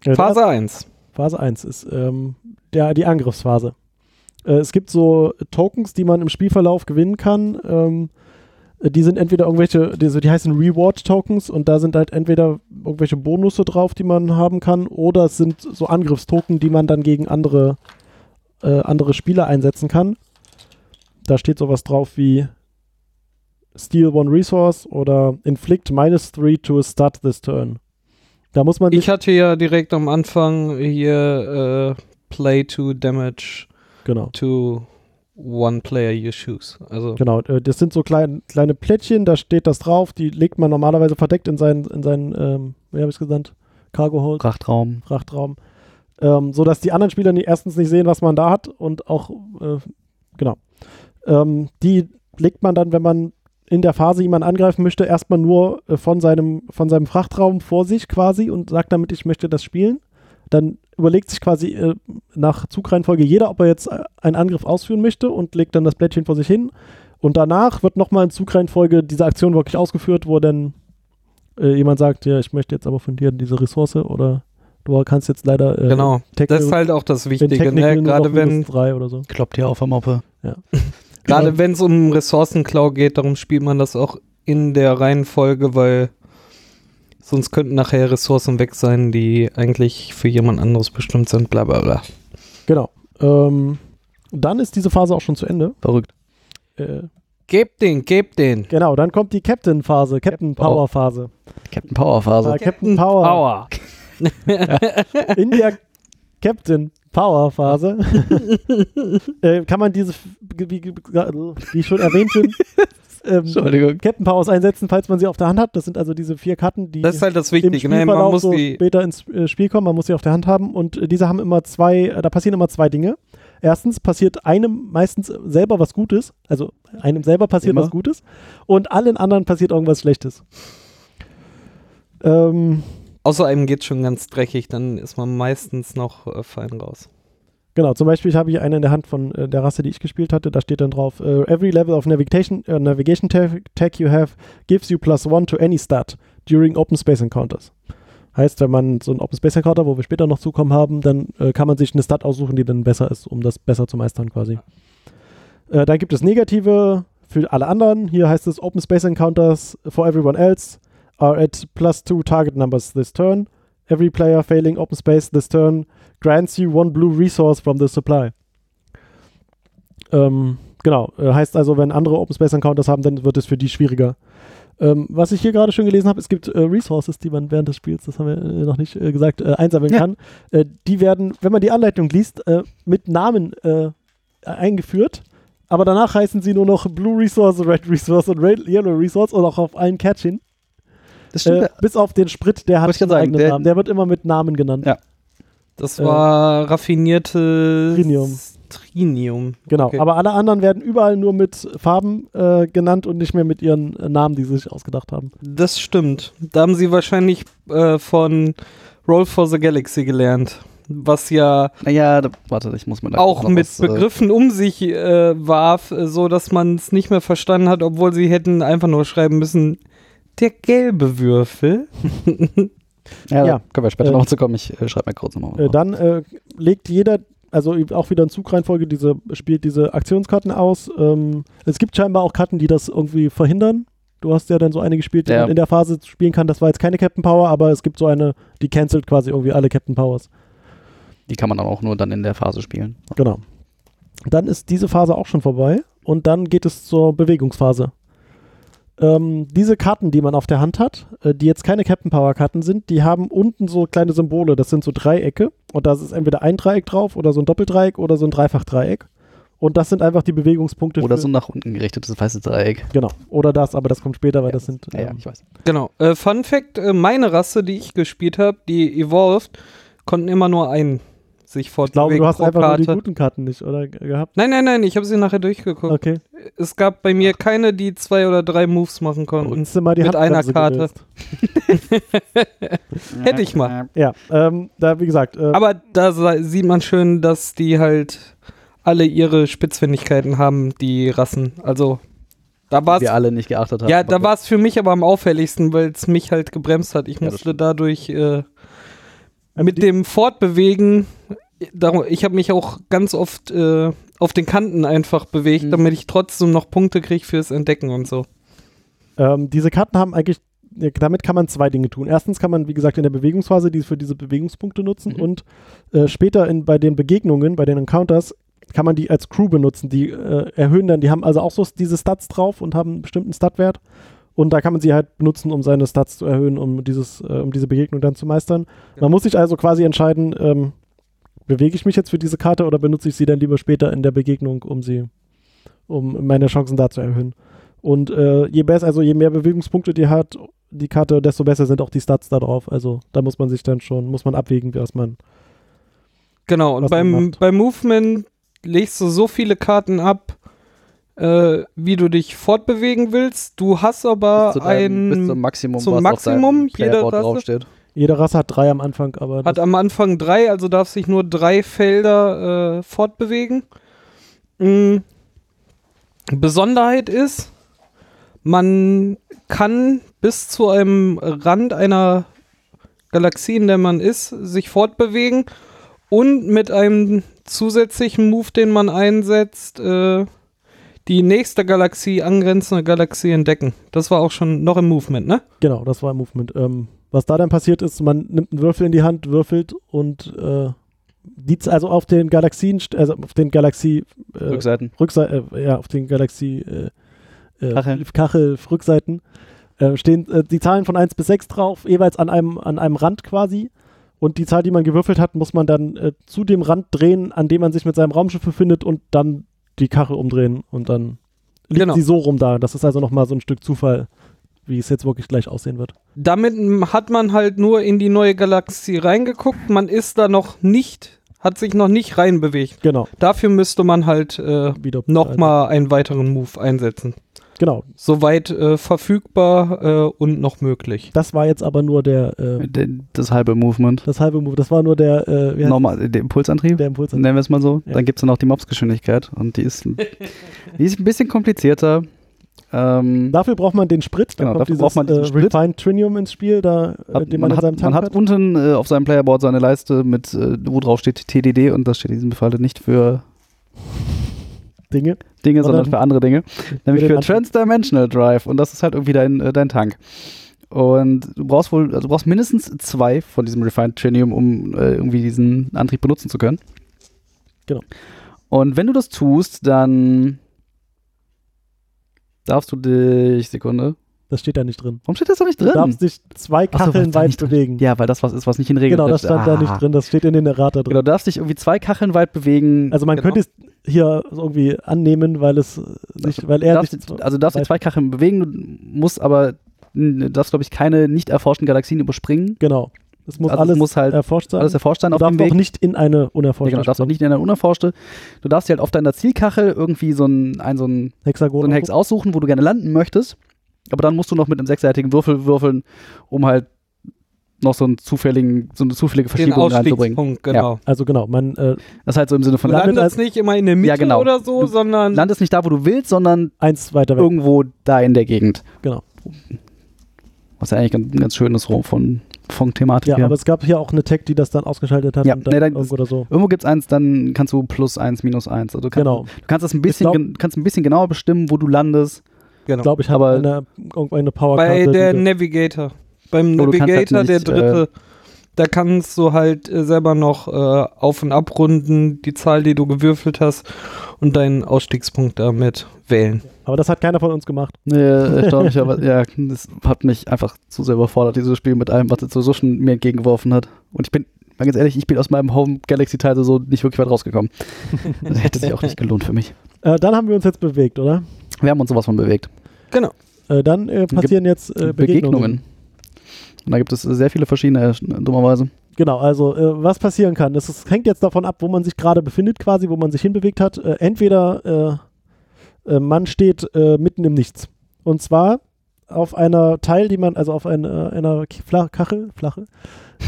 [SPEAKER 2] Ja, der
[SPEAKER 3] Phase 1.
[SPEAKER 2] Phase 1 ist ähm, der, die Angriffsphase. Äh, es gibt so Tokens, die man im Spielverlauf gewinnen kann. Ähm, die sind entweder irgendwelche, die, so- die heißen Reward-Tokens und da sind halt entweder irgendwelche Bonusse drauf, die man haben kann, oder es sind so Angriffstoken, die man dann gegen andere, äh, andere Spieler einsetzen kann. Da steht sowas drauf wie Steal one Resource oder Inflict minus three to a start this turn. Da muss man sich
[SPEAKER 3] Ich hatte ja direkt am Anfang hier äh, Play to Damage
[SPEAKER 2] genau.
[SPEAKER 3] to One Player You Choose. Also
[SPEAKER 2] Genau, äh, das sind so klein, kleine Plättchen, da steht das drauf, die legt man normalerweise verdeckt in seinen, in seinen ähm, wie habe ich es genannt, Cargo Hold,
[SPEAKER 1] Krachtraum.
[SPEAKER 2] Frachtraum, ähm, sodass die anderen Spieler nie, erstens nicht sehen, was man da hat und auch, äh, genau, ähm, die legt man dann, wenn man in der Phase jemanden angreifen möchte, erstmal nur äh, von, seinem, von seinem Frachtraum vor sich quasi und sagt damit, ich möchte das spielen. Dann überlegt sich quasi äh, nach Zugreihenfolge jeder, ob er jetzt äh, einen Angriff ausführen möchte und legt dann das Blättchen vor sich hin. Und danach wird nochmal in Zugreihenfolge diese Aktion wirklich ausgeführt, wo dann äh, jemand sagt, ja, ich möchte jetzt aber von dir diese Ressource oder du kannst jetzt leider äh,
[SPEAKER 3] Genau.
[SPEAKER 2] Technical-
[SPEAKER 3] Das ist halt auch das
[SPEAKER 2] in
[SPEAKER 3] Wichtige,
[SPEAKER 2] Technical
[SPEAKER 3] ne?
[SPEAKER 2] nur
[SPEAKER 3] gerade
[SPEAKER 2] noch
[SPEAKER 3] wenn
[SPEAKER 2] minus drei oder so.
[SPEAKER 1] Kloppt hier auf der Moppe.
[SPEAKER 2] Genau.
[SPEAKER 3] gerade wenn es um Ressourcenklau geht, darum spielt man das auch in der Reihenfolge, weil sonst könnten nachher Ressourcen weg sein, die eigentlich für jemand anderes bestimmt sind, bla bla bla.
[SPEAKER 2] Genau. Ähm, dann ist diese Phase auch schon zu Ende.
[SPEAKER 1] Verrückt.
[SPEAKER 2] Äh,
[SPEAKER 3] Gebt den, gebt den.
[SPEAKER 2] genau, dann kommt die Captain-Phase, Captain-Power-Phase.
[SPEAKER 1] Captain Power Phase.
[SPEAKER 2] Äh, Captain Power.
[SPEAKER 3] Aua.
[SPEAKER 2] In der Captain-Power-Phase äh, kann man diese, wie, wie, wie schon erwähnt, sind, ähm,
[SPEAKER 1] Entschuldigung.
[SPEAKER 2] Captain-Powers einsetzen, falls man sie auf der Hand hat. Das sind also diese vier Karten, die
[SPEAKER 3] Das ist halt das
[SPEAKER 2] im
[SPEAKER 3] Wichtige, ne? Man
[SPEAKER 2] Spielverlauf
[SPEAKER 3] muss
[SPEAKER 2] so
[SPEAKER 3] die.
[SPEAKER 2] später ins äh, Spiel kommen, man muss sie auf der Hand haben und äh, diese haben immer zwei, äh, da passieren immer zwei Dinge. Erstens passiert einem meistens selber was Gutes, also einem selber passiert
[SPEAKER 1] Immer.
[SPEAKER 2] was Gutes und allen anderen passiert irgendwas Schlechtes. Ähm,
[SPEAKER 3] Außer einem geht's schon ganz dreckig, dann ist man meistens noch äh, fein raus.
[SPEAKER 2] Genau, zum Beispiel habe ich eine in der Hand von äh, der Rasse, die ich gespielt hatte. Da steht dann drauf: äh, Every level of navigation, äh, navigation tag, tag you have gives you plus one to any stat during Open Space Encounters. Heißt, wenn man so einen Open Space Encounter, wo wir später noch zukommen haben, dann äh, kann man sich eine Stat aussuchen, die dann besser ist, um das besser zu meistern quasi. Äh, dann gibt es negative für alle anderen. Hier heißt es: Open Space Encounters for everyone else are at plus two target numbers this turn. Every player failing open space this turn grants you one blue resource from the supply. Ähm, genau, äh, heißt also, wenn andere Open Space Encounters haben, dann wird es für die schwieriger. Ähm, was ich hier gerade schon gelesen habe, es gibt äh, Resources, die man während des Spiels, das haben wir äh, noch nicht äh, gesagt, äh, einsammeln
[SPEAKER 3] Ja.
[SPEAKER 2] kann. Äh, die werden, wenn man die Anleitung liest, äh, mit Namen äh, eingeführt. Aber danach heißen sie nur noch Blue Resource, Red Resource und Red Yellow Resource und auch auf allen Catchin.
[SPEAKER 1] Das stimmt.
[SPEAKER 2] Äh, bis auf den Sprit, der hat
[SPEAKER 1] Wollte ich grad
[SPEAKER 2] einen
[SPEAKER 1] sagen,
[SPEAKER 2] eigenen
[SPEAKER 1] der-
[SPEAKER 2] Namen. Der wird immer mit Namen genannt.
[SPEAKER 3] Das
[SPEAKER 2] Äh,
[SPEAKER 3] war raffinierte
[SPEAKER 2] Trinium.
[SPEAKER 3] Trinium.
[SPEAKER 2] Genau,
[SPEAKER 3] Okay.
[SPEAKER 2] aber alle anderen werden überall nur mit Farben äh, genannt und nicht mehr mit ihren äh, Namen, die sie sich ausgedacht haben.
[SPEAKER 3] Das stimmt. Da haben sie wahrscheinlich äh, von Roll for the Galaxy gelernt. was ja
[SPEAKER 1] Naja, da, warte, ich muss mir da
[SPEAKER 3] auch
[SPEAKER 1] noch
[SPEAKER 3] mit
[SPEAKER 1] was, äh,
[SPEAKER 3] Begriffen um sich äh, warf, äh, so dass man es nicht mehr verstanden hat, obwohl sie hätten einfach nur schreiben müssen, der gelbe Würfel.
[SPEAKER 1] Ja,
[SPEAKER 2] Ja.
[SPEAKER 1] da können wir später
[SPEAKER 2] Äh,
[SPEAKER 1] noch zu kommen. Ich äh, schreibe mir kurz nochmal.
[SPEAKER 2] Äh, dann äh, legt jeder, also eben auch wieder in Zugreihenfolge, diese, spielt diese Aktionskarten aus. Ähm, es gibt scheinbar auch Karten, die das irgendwie verhindern. Du hast ja dann so eine gespielt, die
[SPEAKER 1] Ja.
[SPEAKER 2] man in der Phase spielen kann. Das war jetzt keine Captain Power, aber es gibt so eine, die cancelt quasi irgendwie alle Captain Powers.
[SPEAKER 1] Die kann man dann auch nur dann in der Phase spielen.
[SPEAKER 2] Genau. Dann ist diese Phase auch schon vorbei und dann geht es zur Bewegungsphase. Ähm, diese Karten, die man auf der Hand hat, äh, die jetzt keine Captain Power Karten sind, die haben unten so kleine Symbole. Das sind so Dreiecke und da ist entweder ein Dreieck drauf oder so ein Doppeldreieck oder so ein Dreifachdreieck. Und das sind einfach die Bewegungspunkte.
[SPEAKER 1] Oder
[SPEAKER 2] für-
[SPEAKER 1] so ein nach unten gerichtetes weißes Dreieck.
[SPEAKER 2] Genau. Oder das, aber das kommt später, weil das sind.
[SPEAKER 1] Ja, ja,
[SPEAKER 2] ähm,
[SPEAKER 1] ich weiß.
[SPEAKER 3] Genau. Äh, Fun Fact: äh, Meine Rasse, die ich gespielt habe, die Evolved, konnten immer nur einen sich
[SPEAKER 2] ich glaube,
[SPEAKER 3] fortbewegen
[SPEAKER 2] du hast
[SPEAKER 3] pro
[SPEAKER 2] einfach nur die
[SPEAKER 3] Karte.
[SPEAKER 2] guten Karten nicht, oder? Ge- Gehabt?
[SPEAKER 3] Nein, nein, nein, ich habe sie nachher durchgeguckt.
[SPEAKER 2] Okay.
[SPEAKER 3] Es gab bei mir keine, die zwei oder drei Moves machen konnten.
[SPEAKER 2] Uns mal die
[SPEAKER 3] Mit einer
[SPEAKER 2] Handbremse
[SPEAKER 3] Karte.
[SPEAKER 2] gelöst.
[SPEAKER 3] Hätte ich mal.
[SPEAKER 2] Ja, ähm, da, wie gesagt. Äh,
[SPEAKER 3] Aber da se- sieht man schön, dass die halt alle ihre Spitzfindigkeiten haben, die Rassen. Also, da war
[SPEAKER 1] Wir
[SPEAKER 3] es.
[SPEAKER 1] alle nicht geachtet haben.
[SPEAKER 3] Ja, da war es für mich aber am auffälligsten, weil es mich halt gebremst hat. Ich
[SPEAKER 1] Ja, das
[SPEAKER 3] musste
[SPEAKER 1] stimmt.
[SPEAKER 3] dadurch äh,
[SPEAKER 2] ähm,
[SPEAKER 3] mit
[SPEAKER 2] die-
[SPEAKER 3] dem Fortbewegen, darum, ich habe mich auch ganz oft äh, auf den Kanten einfach bewegt,
[SPEAKER 1] Mhm.
[SPEAKER 3] damit ich trotzdem noch Punkte kriege fürs Entdecken und so.
[SPEAKER 2] Ähm, diese Karten haben eigentlich, ja, damit kann man zwei Dinge tun. Erstens kann man, wie gesagt, in der Bewegungsphase die für diese Bewegungspunkte nutzen
[SPEAKER 1] Mhm.
[SPEAKER 2] und äh, später in, bei den Begegnungen, bei den Encounters, kann man die als Crew benutzen. Die äh, erhöhen dann, die haben also auch so diese Stats drauf und haben einen bestimmten Statwert. Und da kann man sie halt benutzen, um seine Stats zu erhöhen, um, dieses, äh, um diese Begegnung dann zu meistern. Man muss sich also quasi entscheiden, ähm, bewege ich mich jetzt für diese Karte oder benutze ich sie dann lieber später in der Begegnung, um sie, um meine Chancen da zu erhöhen. Und äh, je besser, also je mehr Bewegungspunkte die hat, die Karte, desto besser sind auch die Stats da drauf. Also da muss man sich dann schon, muss man abwägen, was man.
[SPEAKER 3] Genau, und
[SPEAKER 2] was man
[SPEAKER 3] beim,
[SPEAKER 2] macht.
[SPEAKER 3] beim Movement legst du so viele Karten ab, äh, wie du dich fortbewegen willst. Du hast aber
[SPEAKER 1] bis zu deinem, bis zum
[SPEAKER 3] ein.
[SPEAKER 1] Maximum,
[SPEAKER 3] zum
[SPEAKER 1] was
[SPEAKER 3] Maximum,
[SPEAKER 1] auf deinem Playerboard
[SPEAKER 3] jeder Rasse.
[SPEAKER 1] draufsteht.
[SPEAKER 2] Jede Rasse hat drei am Anfang, aber
[SPEAKER 3] Hat
[SPEAKER 2] das,
[SPEAKER 3] am Anfang drei, also darf sich nur drei Felder äh, fortbewegen. Mm. Besonderheit ist, man kann bis zu einem Rand einer Galaxie, in der man ist, sich fortbewegen und mit einem zusätzlichen Move, den man einsetzt, äh, die nächste Galaxie, angrenzende Galaxie entdecken. Das war auch schon noch im Movement, ne?
[SPEAKER 2] genau, das war ein Movement. Ähm, was da dann passiert ist, man nimmt einen Würfel in die Hand, würfelt und äh, die, also auf den Galaxien, st- also auf den Galaxie äh,
[SPEAKER 1] Rückseiten.
[SPEAKER 2] Rückseite, äh, ja, auf den Galaxie äh, äh,
[SPEAKER 1] Kachel.
[SPEAKER 2] Kachel Rückseiten äh, stehen äh, die Zahlen von 1 bis 6 drauf, jeweils an einem, an einem Rand quasi. Und die Zahl, die man gewürfelt hat, muss man dann äh, zu dem Rand drehen, an dem man sich mit seinem Raumschiff befindet und dann die Kachel umdrehen und dann liegt
[SPEAKER 3] Genau.
[SPEAKER 2] sie so rum da. Das ist also nochmal so ein Stück Zufall, wie es jetzt wirklich gleich aussehen wird.
[SPEAKER 3] damit m, hat man halt nur in die neue Galaxie reingeguckt. Man ist da noch nicht, hat sich noch nicht reinbewegt.
[SPEAKER 2] Genau.
[SPEAKER 3] Dafür müsste man halt äh,
[SPEAKER 2] Wieder
[SPEAKER 3] nochmal einen weiteren Move einsetzen.
[SPEAKER 2] Genau.
[SPEAKER 3] Soweit äh, verfügbar äh, und noch möglich.
[SPEAKER 2] Das war jetzt aber nur der, äh,
[SPEAKER 1] D- Das halbe Movement.
[SPEAKER 2] das halbe Move. Das war nur der, äh, wie heißt
[SPEAKER 1] Nochmal, der Impulsantrieb,
[SPEAKER 2] der Impuls.
[SPEAKER 1] nennen wir es mal so.
[SPEAKER 2] Ja.
[SPEAKER 1] Dann gibt es noch die Mobsgeschwindigkeit und die ist, die ist ein bisschen komplizierter. Ähm,
[SPEAKER 2] Dafür braucht man den Sprit. Da
[SPEAKER 1] Genau,
[SPEAKER 2] kommt
[SPEAKER 1] dafür
[SPEAKER 2] dieses,
[SPEAKER 1] braucht man diesen
[SPEAKER 2] äh,
[SPEAKER 1] Sprit.
[SPEAKER 2] Refined Trinium ins Spiel, da, äh,
[SPEAKER 1] hat,
[SPEAKER 2] den man,
[SPEAKER 1] man,
[SPEAKER 2] in seinem
[SPEAKER 1] hat, man
[SPEAKER 2] Tank
[SPEAKER 1] hat
[SPEAKER 2] hat.
[SPEAKER 1] unten äh, auf seinem Playerboard seine Leiste mit, äh, wo drauf steht TDD und das steht in diesem Fall nicht für
[SPEAKER 2] Dinge.
[SPEAKER 1] Dinge,
[SPEAKER 2] Sondern-
[SPEAKER 1] sondern für andere Dinge. Nämlich
[SPEAKER 2] den
[SPEAKER 1] für
[SPEAKER 2] Antrieb.
[SPEAKER 1] Transdimensional Drive. Und das ist halt irgendwie dein, äh, dein Tank. Und du brauchst wohl, also du brauchst mindestens zwei von diesem Refined Trinium, um äh, irgendwie diesen Antrieb benutzen zu können.
[SPEAKER 2] Genau.
[SPEAKER 1] Und wenn du das tust, dann darfst du dich, Sekunde,
[SPEAKER 2] Das steht da nicht drin.
[SPEAKER 1] warum steht das da nicht drin?
[SPEAKER 2] Du darfst dich zwei
[SPEAKER 1] Ach so,
[SPEAKER 2] Kacheln
[SPEAKER 1] was da
[SPEAKER 2] weit
[SPEAKER 1] nicht drin
[SPEAKER 2] bewegen.
[SPEAKER 1] ja, weil das was ist, was nicht in Regeln
[SPEAKER 2] genau, das
[SPEAKER 1] steht.
[SPEAKER 2] stand da nicht drin. Das steht in den Errater drin.
[SPEAKER 1] Genau, du darfst dich irgendwie zwei Kacheln weit bewegen.
[SPEAKER 2] Also man
[SPEAKER 3] Genau.
[SPEAKER 2] könnte es hier irgendwie annehmen, weil es nicht, weil er
[SPEAKER 1] darfst,
[SPEAKER 2] sich
[SPEAKER 1] du- also du darfst die
[SPEAKER 2] weit-
[SPEAKER 1] zwei Kacheln bewegen, du musst aber, n- darfst glaube ich keine nicht erforschten Galaxien überspringen.
[SPEAKER 2] genau. Es muss
[SPEAKER 1] Also es
[SPEAKER 2] alles
[SPEAKER 1] muss halt
[SPEAKER 2] erforscht sein.
[SPEAKER 1] Alles erforscht sein
[SPEAKER 2] du
[SPEAKER 1] auf dem
[SPEAKER 2] darfst auch
[SPEAKER 1] Weg.
[SPEAKER 2] nicht in eine
[SPEAKER 1] Ja,
[SPEAKER 2] unerforschte
[SPEAKER 1] genau, du darfst auch
[SPEAKER 2] springen.
[SPEAKER 1] nicht in eine unerforschte. Du darfst dir halt auf deiner Zielkachel irgendwie so ein, ein, so ein,
[SPEAKER 2] Hexagon.
[SPEAKER 1] so ein Hex aussuchen, wo du gerne landen möchtest. Aber dann musst du noch mit einem sechsseitigen Würfel würfeln, um halt noch so, einen zufälligen, so eine zufällige
[SPEAKER 3] Den
[SPEAKER 1] Verschiebung reinzubringen.
[SPEAKER 3] Ausstiegspunkt, genau.
[SPEAKER 2] Also genau, man äh,
[SPEAKER 1] Das ist halt so im Sinne von
[SPEAKER 3] Du
[SPEAKER 2] Landet
[SPEAKER 3] landest
[SPEAKER 2] als-
[SPEAKER 3] nicht immer in der Mitte
[SPEAKER 1] Ja, genau.
[SPEAKER 3] oder so,
[SPEAKER 1] Du-
[SPEAKER 3] sondern
[SPEAKER 1] Land ist nicht da, wo du willst, sondern
[SPEAKER 2] eins weiter weg.
[SPEAKER 1] irgendwo da in der Gegend.
[SPEAKER 2] Genau.
[SPEAKER 1] Was ja eigentlich ganz- ein ganz schönes Rom von Funk-Thematik
[SPEAKER 2] Ja,
[SPEAKER 1] her.
[SPEAKER 2] aber es gab hier auch eine Tech, die das dann ausgeschaltet hat
[SPEAKER 1] Ja,
[SPEAKER 2] und dann
[SPEAKER 1] nee, dann-
[SPEAKER 2] irgendwo oder so.
[SPEAKER 1] Irgendwo gibt es eins, dann kannst du plus eins, minus eins. Also du kannst,
[SPEAKER 2] Genau.
[SPEAKER 1] du kannst das ein bisschen,
[SPEAKER 2] glaub-
[SPEAKER 1] gen- kannst ein bisschen genauer bestimmen, wo du landest.
[SPEAKER 3] genau.
[SPEAKER 2] Glaube ich, hat
[SPEAKER 1] Aber-
[SPEAKER 2] einer irgendeine Powerkarte.
[SPEAKER 3] bei der
[SPEAKER 2] die-
[SPEAKER 3] Navigator. Beim
[SPEAKER 1] Oh, du kannst
[SPEAKER 3] Navigator,
[SPEAKER 1] halt nicht,
[SPEAKER 3] der dritte, da kannst du halt äh, selber noch äh, auf- und abrunden, die Zahl, die du gewürfelt hast, und deinen Ausstiegspunkt damit wählen.
[SPEAKER 2] aber das hat keiner von uns gemacht.
[SPEAKER 1] Nee, erstaunlicherweise, ja, das hat mich einfach zu sehr überfordert, dieses Spiel mit allem, was es so schon mir entgegengeworfen hat. Und ich bin, mal ganz ehrlich, ich bin aus meinem Home Galaxy-Teil so- so nicht wirklich weit rausgekommen. Das hätte sich auch nicht gelohnt für mich.
[SPEAKER 2] Äh, dann haben wir uns jetzt bewegt, oder?
[SPEAKER 1] Wir haben uns sowas von bewegt.
[SPEAKER 3] Genau.
[SPEAKER 2] Äh, dann äh, passieren jetzt äh, Begegnungen.
[SPEAKER 1] Begegnungen. Und da gibt es sehr viele verschiedene, äh, dummerweise.
[SPEAKER 2] Genau, also äh, was passieren kann, das, ist- hängt jetzt davon ab, wo man sich gerade befindet, quasi, wo man sich hinbewegt hat. Äh, entweder äh, äh, man steht äh, mitten im Nichts. Und zwar auf einer Teil, die man, also auf ein, äh, einer K- Fla Kachel, flache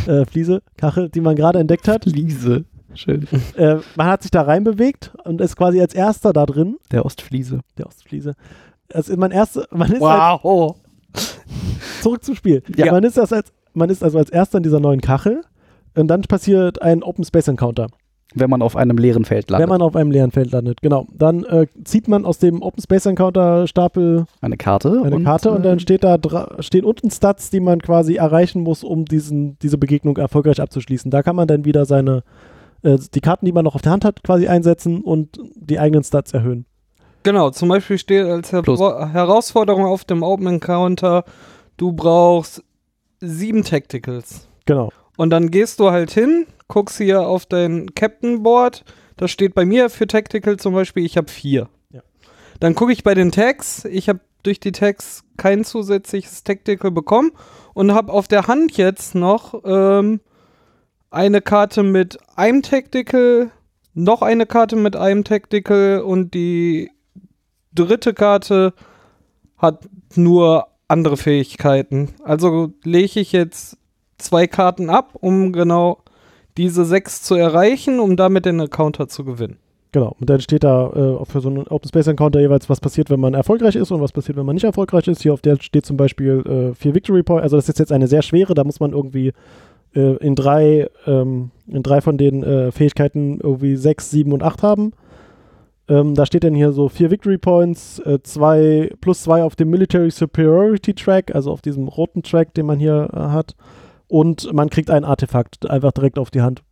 [SPEAKER 2] äh, Fliese, Kachel, die man gerade entdeckt
[SPEAKER 1] [laughs]
[SPEAKER 2] hat.
[SPEAKER 1] Fliese. Schön.
[SPEAKER 2] Äh, man hat sich da reinbewegt und ist quasi als erster da drin,
[SPEAKER 1] Der Ostfliese.
[SPEAKER 2] der Ostfliese. Also man, erste, man ist als
[SPEAKER 3] Wow.
[SPEAKER 2] zurück zum Spiel.
[SPEAKER 1] Ja.
[SPEAKER 2] Man, ist das als, man ist also als erster in dieser neuen Kachel und dann passiert ein Open Space Encounter.
[SPEAKER 1] Wenn man auf einem leeren Feld landet.
[SPEAKER 2] Wenn man auf einem leeren Feld landet, genau. Dann äh, zieht man aus dem Open Space Encounter Stapel
[SPEAKER 1] eine Karte.
[SPEAKER 2] eine
[SPEAKER 1] und,
[SPEAKER 2] Karte und
[SPEAKER 1] äh,
[SPEAKER 2] dann steht da dra- stehen unten Stats, die man quasi erreichen muss, um diesen, diese Begegnung erfolgreich abzuschließen. Da kann man dann wieder seine äh, die Karten, die man noch auf der Hand hat, quasi einsetzen und die eigenen Stats erhöhen.
[SPEAKER 3] Genau, zum Beispiel steht als Her
[SPEAKER 1] Plus.
[SPEAKER 3] Herausforderung auf dem Open Encounter, du brauchst sieben Tacticals.
[SPEAKER 2] Genau.
[SPEAKER 3] Und dann gehst du halt hin, guckst hier auf dein Captain Board. Das steht bei mir für Tactical zum Beispiel, ich habe vier.
[SPEAKER 2] Ja.
[SPEAKER 3] Dann gucke ich bei den Tags. Ich habe durch die Tags kein zusätzliches Tactical bekommen und habe auf der Hand jetzt noch ähm, eine Karte mit einem Tactical, noch eine Karte mit einem Tactical und die dritte Karte hat nur andere Fähigkeiten. Also lege ich jetzt zwei Karten ab, um genau diese sechs zu erreichen, um damit den Encounter zu gewinnen.
[SPEAKER 2] Genau. Und dann steht da äh, für so einen Open Space Encounter jeweils, was passiert, wenn man erfolgreich ist und was passiert, wenn man nicht erfolgreich ist. Hier auf der steht zum Beispiel äh, vier Victory Points. Also das ist jetzt eine sehr schwere. Da muss man irgendwie äh, in drei ähm, in drei von den äh, Fähigkeiten irgendwie sechs, sieben und acht haben. Ähm, da steht dann hier so vier Victory Points, äh, zwei plus zwei auf dem Military Superiority Track, also auf diesem roten Track, den man hier äh, hat. Und man kriegt ein Artefakt einfach direkt auf die Hand.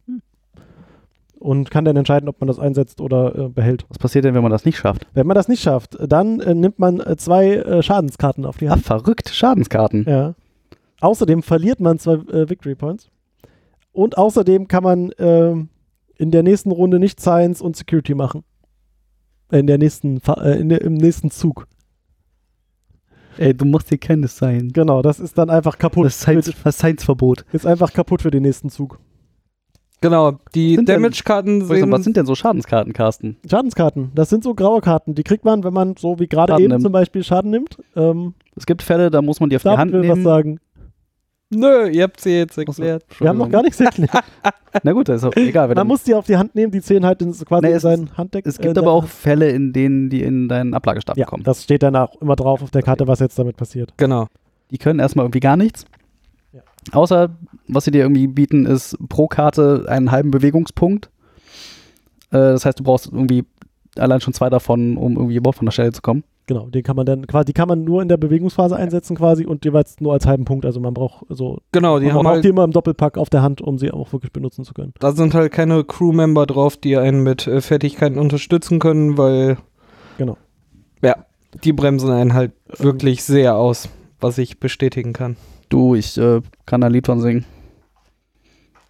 [SPEAKER 2] Und kann dann entscheiden, ob man das einsetzt oder äh, behält.
[SPEAKER 1] Was passiert denn, wenn man das nicht schafft?
[SPEAKER 2] Wenn man das nicht schafft, dann äh, nimmt man äh, zwei äh, Schadenskarten auf die
[SPEAKER 1] Ah,
[SPEAKER 2] Hand.
[SPEAKER 1] verrückt. Schadenskarten.
[SPEAKER 2] Ja. Außerdem verliert man zwei äh, Victory Points. Und außerdem kann man ähm, in der nächsten Runde nicht Science und Security machen. Äh, In der nächsten, Fa- äh, in der, im nächsten Zug.
[SPEAKER 1] Ey, du musst dir Kenntnis sein.
[SPEAKER 2] Genau, das ist dann einfach kaputt.
[SPEAKER 1] Das Science- das Science-Verbot.
[SPEAKER 2] Ist einfach kaputt für den nächsten Zug.
[SPEAKER 3] Genau, die
[SPEAKER 1] Sind denn-
[SPEAKER 3] Damage-Karten
[SPEAKER 1] Sag ich mal, Was
[SPEAKER 3] sehen.
[SPEAKER 1] sind denn so Schadenskarten, Carsten?
[SPEAKER 2] Schadenskarten, das sind so graue Karten. Die kriegt man, wenn man so wie gerade
[SPEAKER 1] Schaden
[SPEAKER 2] eben
[SPEAKER 1] nimmt.
[SPEAKER 2] zum Beispiel Schaden nimmt. Ähm,
[SPEAKER 1] Es gibt Fälle, da muss man die auf die
[SPEAKER 2] da
[SPEAKER 1] Hand
[SPEAKER 2] will was
[SPEAKER 1] nehmen.
[SPEAKER 2] sagen.
[SPEAKER 3] Nö, ihr habt sie jetzt
[SPEAKER 1] Achso,
[SPEAKER 3] erklärt.
[SPEAKER 2] Wir haben noch
[SPEAKER 1] Entschuldigung.
[SPEAKER 2] gar nichts erklärt.
[SPEAKER 1] [laughs] Na gut, das ist auch egal. wenn
[SPEAKER 2] Man
[SPEAKER 1] dann-
[SPEAKER 2] muss die auf die Hand nehmen, die zählen halt in, quasi
[SPEAKER 1] Nee,
[SPEAKER 2] in
[SPEAKER 1] es-
[SPEAKER 2] seinen Handdeck.
[SPEAKER 1] es
[SPEAKER 2] äh,
[SPEAKER 1] gibt
[SPEAKER 2] in
[SPEAKER 1] aber
[SPEAKER 2] seinen-
[SPEAKER 1] auch Fälle, in denen die in deinen Ablagestapel
[SPEAKER 2] Ja,
[SPEAKER 1] kommen.
[SPEAKER 2] das steht danach immer drauf auf der Karte, was jetzt damit passiert.
[SPEAKER 3] Genau.
[SPEAKER 1] Die können erstmal irgendwie gar nichts.
[SPEAKER 2] Ja.
[SPEAKER 1] Außer, was sie dir irgendwie bieten, ist pro Karte einen halben Bewegungspunkt. Äh, das heißt, du brauchst irgendwie allein schon zwei davon, um irgendwie überhaupt von der Stelle zu kommen.
[SPEAKER 2] Genau, den kann man dann quasi, die kann man nur in der Bewegungsphase einsetzen quasi und jeweils nur als halben Punkt. Also man braucht so,
[SPEAKER 3] Genau, die
[SPEAKER 2] man
[SPEAKER 3] haben
[SPEAKER 2] braucht die
[SPEAKER 3] halt,
[SPEAKER 2] immer im Doppelpack auf der Hand, um sie auch wirklich benutzen zu können.
[SPEAKER 3] da sind halt keine Crewmember drauf, die einen mit äh, Fertigkeiten unterstützen können, weil.
[SPEAKER 2] Genau. Ähm.
[SPEAKER 3] Ja, die bremsen einen halt wirklich sehr aus, was ich bestätigen kann.
[SPEAKER 1] Du, ich äh, kann ein Lied von singen.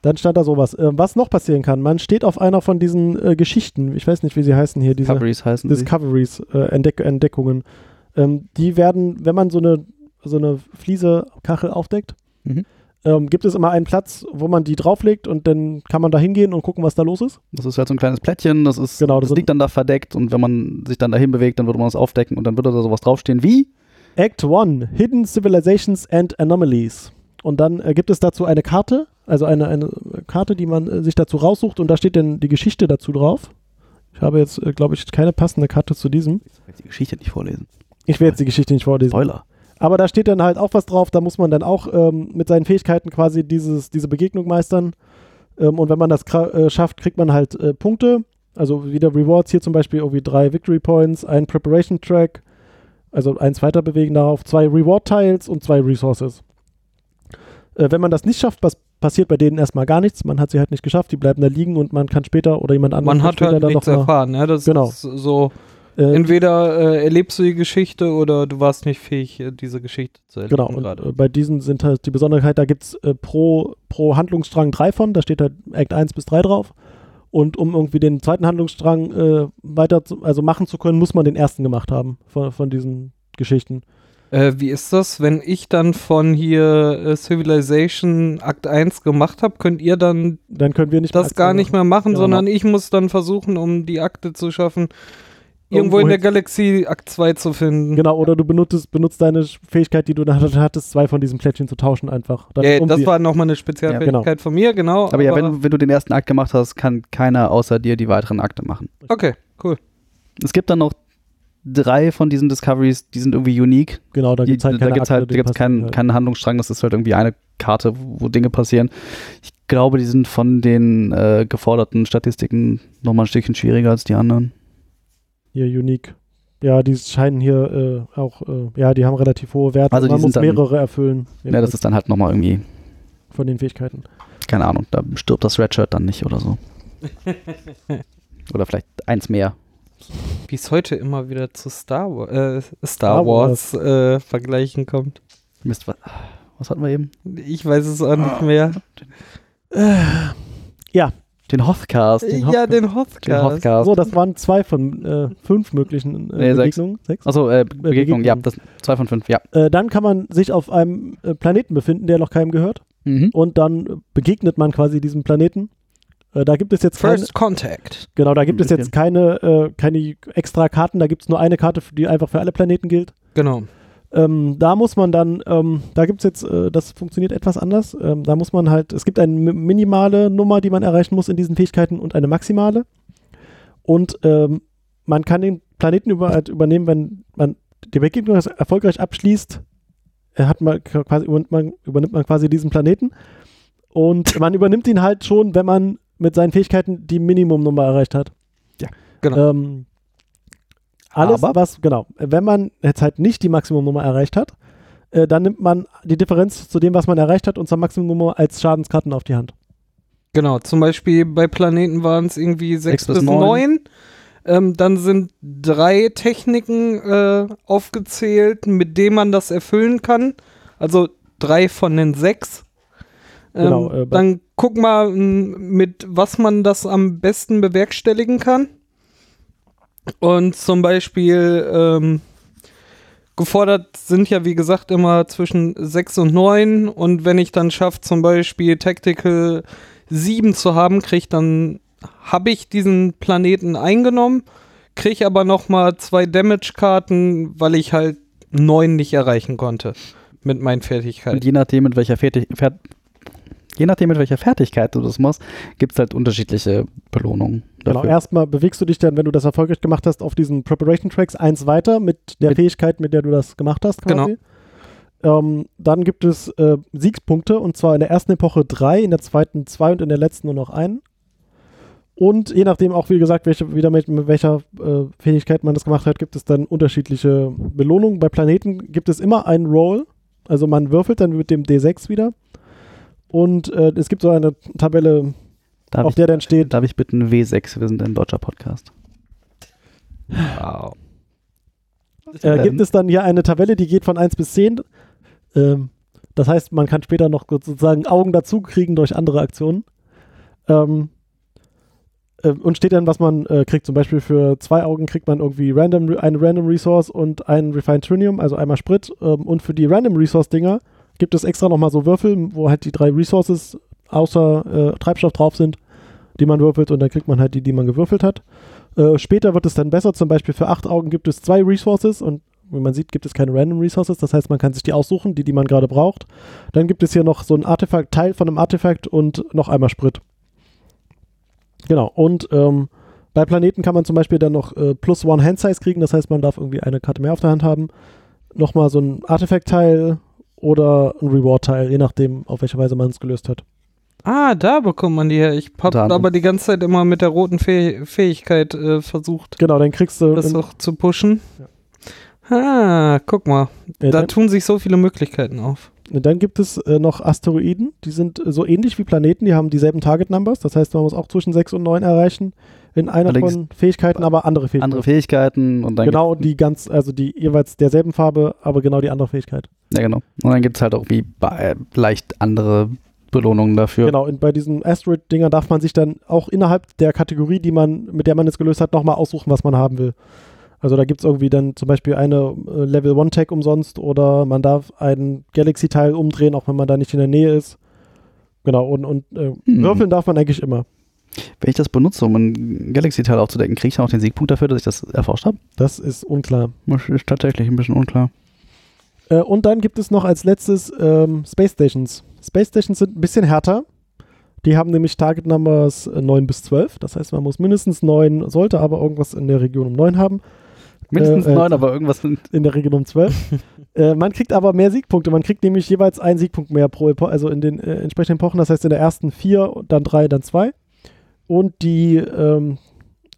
[SPEAKER 2] Dann stand da sowas. Äh, was noch passieren kann, man steht auf einer von diesen äh, Geschichten, ich weiß nicht, wie sie heißen hier, diese
[SPEAKER 1] Coveries heißen sie.
[SPEAKER 2] Discoveries, äh, Entdeck Entdeckungen. Ähm, die werden, wenn man so eine, so eine Fliese, Kachel aufdeckt,
[SPEAKER 1] Mhm.
[SPEAKER 2] ähm, gibt es immer einen Platz, wo man die drauflegt und dann kann man da hingehen und gucken, was da los ist.
[SPEAKER 1] Das ist halt so ein kleines Plättchen, das, ist,
[SPEAKER 2] Genau, das
[SPEAKER 1] das
[SPEAKER 2] sind-
[SPEAKER 1] liegt dann da verdeckt und wenn man sich dann dahin bewegt, dann würde man das aufdecken und dann würde da sowas draufstehen wie
[SPEAKER 2] Act 1, Hidden Civilizations and Anomalies. Und dann äh, gibt es dazu eine Karte, also eine, eine Karte, die man äh, sich dazu raussucht und da steht dann die Geschichte dazu drauf. Ich habe jetzt, äh, glaube ich, keine passende Karte zu diesem.
[SPEAKER 1] die Geschichte nicht vorlesen.
[SPEAKER 2] Ich werde jetzt die Geschichte nicht vorlesen.
[SPEAKER 1] Spoiler.
[SPEAKER 2] Aber da steht dann halt auch was drauf, da muss man dann auch ähm, mit seinen Fähigkeiten quasi dieses, diese Begegnung meistern. Ähm, und wenn man das kra- äh, schafft, kriegt man halt äh, Punkte. Also wieder Rewards, hier zum Beispiel irgendwie drei Victory Points, ein Preparation Track, also eins weiter bewegen darauf, zwei Reward Tiles und zwei Resources. Äh, wenn man das nicht schafft, was passiert bei denen erstmal gar nichts. Man hat sie halt nicht geschafft, die bleiben da liegen und man kann später oder jemand anderes
[SPEAKER 3] Man
[SPEAKER 2] kann
[SPEAKER 3] hat
[SPEAKER 2] später
[SPEAKER 3] halt
[SPEAKER 2] dann
[SPEAKER 3] nichts
[SPEAKER 2] noch mal,
[SPEAKER 3] erfahren. Ne? Das
[SPEAKER 2] Genau.
[SPEAKER 3] ist so,
[SPEAKER 2] äh,
[SPEAKER 3] entweder äh, erlebst du die Geschichte oder du warst nicht fähig, äh, diese Geschichte zu erleben
[SPEAKER 2] Genau, und
[SPEAKER 3] gerade.
[SPEAKER 2] äh, bei diesen sind halt die Besonderheit, da gibt es äh, pro, pro Handlungsstrang drei von, da steht halt Act 1 bis 3 drauf. Und um irgendwie den zweiten Handlungsstrang äh, weiter, zu, also machen zu können, muss man den ersten gemacht haben von, von diesen Geschichten.
[SPEAKER 3] Äh, wie ist das, wenn ich dann von hier äh, Civilization Akt 1 gemacht habe, könnt ihr dann
[SPEAKER 2] Dann können wir nicht
[SPEAKER 3] das
[SPEAKER 2] Aktien
[SPEAKER 3] gar nicht mehr machen,
[SPEAKER 2] Genau.
[SPEAKER 3] sondern ich muss dann versuchen, um die Akte zu schaffen,
[SPEAKER 2] Irgendwo
[SPEAKER 3] irgendwo in der
[SPEAKER 2] hin-
[SPEAKER 3] Galaxie Akt 2 zu finden.
[SPEAKER 2] Genau, oder du benutzt, benutzt deine Sch- Fähigkeit, die du dann hattest, zwei von diesen Plättchen zu tauschen einfach. Dann,
[SPEAKER 3] Ja,
[SPEAKER 2] um
[SPEAKER 3] das
[SPEAKER 2] sie-
[SPEAKER 3] war nochmal eine Spezialfähigkeit
[SPEAKER 2] Ja,
[SPEAKER 3] von mir,
[SPEAKER 2] Oh,
[SPEAKER 3] genau.
[SPEAKER 1] Aber ja, wenn, wenn du den ersten Akt gemacht hast, kann keiner außer dir die weiteren Akte machen.
[SPEAKER 3] Okay, cool.
[SPEAKER 1] Es gibt dann noch drei von diesen Discoveries, die sind irgendwie unique.
[SPEAKER 2] genau, da
[SPEAKER 1] Die-
[SPEAKER 2] gibt es halt
[SPEAKER 1] da
[SPEAKER 2] keine
[SPEAKER 1] gibt's
[SPEAKER 2] Akte,
[SPEAKER 1] halt, da
[SPEAKER 2] die
[SPEAKER 1] gibt's
[SPEAKER 2] passieren
[SPEAKER 1] keinen,
[SPEAKER 2] halt.
[SPEAKER 1] keinen Handlungsstrang, das ist halt irgendwie eine Karte, wo Dinge passieren. Ich glaube, die sind von den äh, geforderten Statistiken nochmal ein Stückchen schwieriger als die anderen.
[SPEAKER 2] Hier, Unique. Ja, die scheinen hier äh, auch, äh, ja, die haben relativ hohe Werte.
[SPEAKER 1] Also die
[SPEAKER 2] man
[SPEAKER 1] sind
[SPEAKER 2] muss
[SPEAKER 1] dann-
[SPEAKER 2] mehrere erfüllen.
[SPEAKER 1] Ja, das ist dann halt nochmal irgendwie,
[SPEAKER 2] von den Fähigkeiten.
[SPEAKER 1] keine Ahnung, da stirbt das Redshirt dann nicht oder [laughs] so. oder vielleicht eins mehr.
[SPEAKER 3] Wie es heute immer wieder zu Star, Wa äh, Star,
[SPEAKER 2] Star
[SPEAKER 3] Wars, Äh, vergleichen kommt.
[SPEAKER 1] Mist, was, was hatten wir eben?
[SPEAKER 3] Ich weiß es auch nicht mehr.
[SPEAKER 1] Den Hothcast.
[SPEAKER 2] Den
[SPEAKER 3] ja,
[SPEAKER 2] Hothcast.
[SPEAKER 3] den Hothcast.
[SPEAKER 1] Den Hothcast.
[SPEAKER 2] So, das waren zwei von äh, fünf möglichen äh,
[SPEAKER 1] Nee, sechs.
[SPEAKER 2] Begegnungen. Sechs.
[SPEAKER 1] Achso, äh, Begegnung,
[SPEAKER 2] Begegnung.
[SPEAKER 1] ja, das, zwei von fünf, ja.
[SPEAKER 2] Äh, dann kann man sich auf einem äh, Planeten befinden, der noch keinem gehört.
[SPEAKER 1] Mhm.
[SPEAKER 2] Und dann äh, begegnet man quasi diesem Planeten. Äh, da gibt es jetzt keine,
[SPEAKER 3] First Contact.
[SPEAKER 2] genau, da gibt
[SPEAKER 1] Ein
[SPEAKER 2] es jetzt
[SPEAKER 1] bisschen.
[SPEAKER 2] keine, äh, keine extra Karten, da gibt es nur eine Karte, die einfach für alle Planeten gilt.
[SPEAKER 3] Genau.
[SPEAKER 2] Ähm, da muss man dann, ähm, da gibt es jetzt, äh, das funktioniert etwas anders. Ähm, da muss man halt, es gibt eine mi- minimale Nummer, die man erreichen muss in diesen Fähigkeiten und eine maximale. Und ähm, man kann den Planeten über, halt übernehmen, wenn man die Begegnung das erfolgreich abschließt, äh, hat man k- quasi, übernimmt man, übernimmt man quasi diesen Planeten. Und man übernimmt ihn halt schon, wenn man mit seinen Fähigkeiten die Minimumnummer erreicht hat.
[SPEAKER 1] Ja,
[SPEAKER 3] genau.
[SPEAKER 2] Ähm, alles,
[SPEAKER 1] Aber-
[SPEAKER 2] was, genau, wenn man jetzt halt nicht die Maximumnummer erreicht hat, äh, dann nimmt man die Differenz zu dem, was man erreicht hat und zur Maximumnummer als Schadenskarten auf die Hand.
[SPEAKER 3] Genau, zum Beispiel bei Planeten waren es irgendwie 6
[SPEAKER 1] Sechs bis
[SPEAKER 3] bis 9. Ähm, dann sind drei Techniken äh, aufgezählt, mit denen man das erfüllen kann. Also drei von den sechs. Ähm,
[SPEAKER 2] Genau,
[SPEAKER 3] genau,
[SPEAKER 2] äh, bei-
[SPEAKER 3] dann guck mal, m, mit was man das am besten bewerkstelligen kann. Und zum Beispiel ähm, gefordert sind ja, wie gesagt, immer zwischen 6 und 9. Und wenn ich dann schaffe, zum Beispiel Tactical 7 zu haben, kriege ich dann, habe ich diesen Planeten eingenommen, kriege aber nochmal zwei Damage-Karten, weil ich halt 9 nicht erreichen konnte mit meinen
[SPEAKER 1] Und
[SPEAKER 3] Fertigkeiten.
[SPEAKER 1] je nachdem, mit welcher Fertig Fer je nachdem, mit welcher Fertigkeit du das machst, gibt es halt unterschiedliche Belohnungen.
[SPEAKER 2] Genau,
[SPEAKER 1] Dafür.
[SPEAKER 2] erstmal bewegst du dich dann, wenn du das erfolgreich gemacht hast, auf diesen Preparation Tracks eins weiter mit der
[SPEAKER 1] Mit-
[SPEAKER 2] Fähigkeit, mit der du das gemacht hast. Quasi.
[SPEAKER 3] Genau.
[SPEAKER 2] Genau. Ähm, dann gibt es äh, Siegspunkte und zwar in der ersten Epoche drei, in der zweiten zwei und in der letzten nur noch einen. Und je nachdem auch, wie gesagt, welche, wieder mit, mit welcher äh, Fähigkeit man das gemacht hat, gibt es dann unterschiedliche Belohnungen. Bei Planeten gibt es immer einen Roll. Also man würfelt dann mit dem D6 wieder. Und äh, es gibt so eine Tabelle,
[SPEAKER 1] Darf,
[SPEAKER 2] auf
[SPEAKER 1] ich,
[SPEAKER 2] der dann steht,
[SPEAKER 1] darf ich bitten W6, wir sind ein deutscher Podcast.
[SPEAKER 3] Wow.
[SPEAKER 2] äh,
[SPEAKER 1] Ähm,
[SPEAKER 2] gibt es dann hier eine Tabelle, die geht von 1 bis 10. Ähm, das heißt, man kann später noch sozusagen Augen dazu kriegen durch andere Aktionen. Ähm, äh, und steht dann, was man äh, kriegt. Zum Beispiel für zwei Augen kriegt man irgendwie random, eine Random Resource und ein Refined Trinium, also einmal Sprit. Ähm, und für die Random Resource-Dinger gibt es extra nochmal so Würfel, wo halt die drei Resources außer äh, Treibstoff drauf sind, die man würfelt. Und dann kriegt man halt die, die man gewürfelt hat. Äh, später wird es dann besser. Zum Beispiel für acht Augen gibt es zwei Resources und wie man sieht, gibt es keine Random Resources. Das heißt, man kann sich die aussuchen, die, die man gerade braucht. Dann gibt es hier noch so ein Artefakt, Teil von einem Artefakt und noch einmal Sprit. Genau. Und ähm, bei Planeten kann man zum Beispiel dann noch äh, plus One Hand Size kriegen. Das heißt, man darf irgendwie eine Karte mehr auf der Hand haben. Nochmal so ein Artefakt-Teil oder ein Reward-Teil, je nachdem, auf welche Weise man es gelöst hat.
[SPEAKER 3] Ah, da bekommt man die her. Ich hab
[SPEAKER 1] Da-
[SPEAKER 3] aber die ganze Zeit immer mit der roten Fäh Fähigkeit äh, versucht,
[SPEAKER 2] Genau, dann kriegst du.
[SPEAKER 3] das
[SPEAKER 2] in,
[SPEAKER 3] auch zu pushen. Ah, guck mal.
[SPEAKER 2] äh,
[SPEAKER 3] Da
[SPEAKER 2] dann,
[SPEAKER 3] tun sich so viele Möglichkeiten auf.
[SPEAKER 2] dann gibt es äh, noch Asteroiden. Die sind äh, so ähnlich wie Planeten. Die haben dieselben Target-Numbers. Das heißt, man muss auch zwischen 6 und 9 erreichen. In einer
[SPEAKER 1] Allerdings-
[SPEAKER 2] von Fähigkeiten, aber andere Fähigkeiten.
[SPEAKER 1] Andere Fähigkeiten und dann
[SPEAKER 2] genau die ganz, also die jeweils derselben Farbe, aber genau die andere Fähigkeit.
[SPEAKER 1] Ja, genau. Und dann gibt es halt auch wie bei, leicht andere Belohnungen dafür.
[SPEAKER 2] Genau, und bei diesen Asteroid-Dingern darf man sich dann auch innerhalb der Kategorie, die man, mit der man es gelöst hat, nochmal aussuchen, was man haben will. Also da gibt es irgendwie dann zum Beispiel eine äh, Level 1 Tag umsonst oder man darf einen Galaxy-Teil umdrehen, auch wenn man da nicht in der Nähe ist. Genau, und, und äh,
[SPEAKER 1] Hm.
[SPEAKER 2] würfeln darf man eigentlich immer.
[SPEAKER 1] Wenn ich das benutze, um ein Galaxy-Teil aufzudecken, kriege ich dann auch den Siegpunkt dafür, dass ich das erforscht habe?
[SPEAKER 2] Das ist unklar.
[SPEAKER 1] Das ist tatsächlich ein bisschen unklar.
[SPEAKER 2] Äh, und dann gibt es noch als letztes ähm, Space Stations. Space Stations sind ein bisschen härter. Die haben nämlich Target Numbers äh, 9 bis 12. Das heißt, man muss mindestens 9, sollte aber irgendwas in der Region um 9 haben.
[SPEAKER 1] Mindestens
[SPEAKER 2] Äh, äh,
[SPEAKER 1] neun, aber irgendwas sind.
[SPEAKER 2] In der Region um 12. äh, man kriegt aber mehr Siegpunkte. Man kriegt nämlich jeweils einen Siegpunkt mehr pro Epo also in den äh, entsprechenden Epochen. Das heißt, in der ersten 4, dann 3, dann 2. Und die, ähm,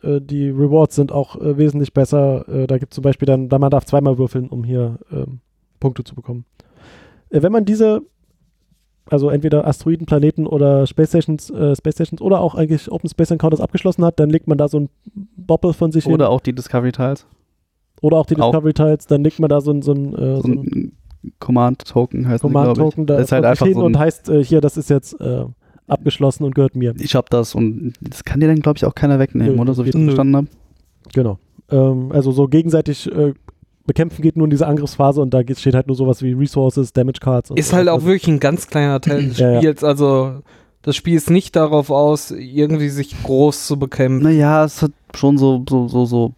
[SPEAKER 2] äh, die Rewards sind auch äh, wesentlich besser. Äh, da gibt es zum Beispiel dann, da man darf zweimal würfeln, um hier ähm, Punkte zu bekommen. Äh, wenn man diese, also entweder Asteroiden, Planeten oder Space Stations, äh, Space Stations oder auch eigentlich Open Space Encounters abgeschlossen hat, dann legt man da so ein Boppel von sich hin.
[SPEAKER 1] Oder auch die Discovery-Tiles.
[SPEAKER 2] Oder auch die
[SPEAKER 1] auch-
[SPEAKER 2] Discovery Tiles, dann legt man da so ein, so ein, äh, so
[SPEAKER 1] So
[SPEAKER 2] ein
[SPEAKER 1] ein Command-Token heißt glaube ich.
[SPEAKER 2] Command-Token da
[SPEAKER 1] Das ist halt
[SPEAKER 2] plötzlich
[SPEAKER 1] einfach
[SPEAKER 2] hin
[SPEAKER 1] so
[SPEAKER 2] und
[SPEAKER 1] ein,
[SPEAKER 2] heißt äh, hier, das ist jetzt äh, abgeschlossen und gehört mir.
[SPEAKER 1] ich hab das und das kann dir dann, glaube ich, auch keiner wegnehmen,
[SPEAKER 2] Nö,
[SPEAKER 1] oder? So wie ich
[SPEAKER 3] nö.
[SPEAKER 1] das verstanden habe.
[SPEAKER 2] Genau. Ähm, also so gegenseitig äh, bekämpfen geht nur in diese Angriffsphase und da geht, steht halt nur sowas wie Resources, Damage Cards und
[SPEAKER 3] Ist
[SPEAKER 2] so
[SPEAKER 3] halt auch
[SPEAKER 2] weiter.
[SPEAKER 3] wirklich ein ganz kleiner Teil des
[SPEAKER 2] Ja, ja.
[SPEAKER 3] Spiels. Also, das Spiel ist nicht darauf aus, irgendwie sich groß zu bekämpfen.
[SPEAKER 1] Naja, es hat schon so, so, so, so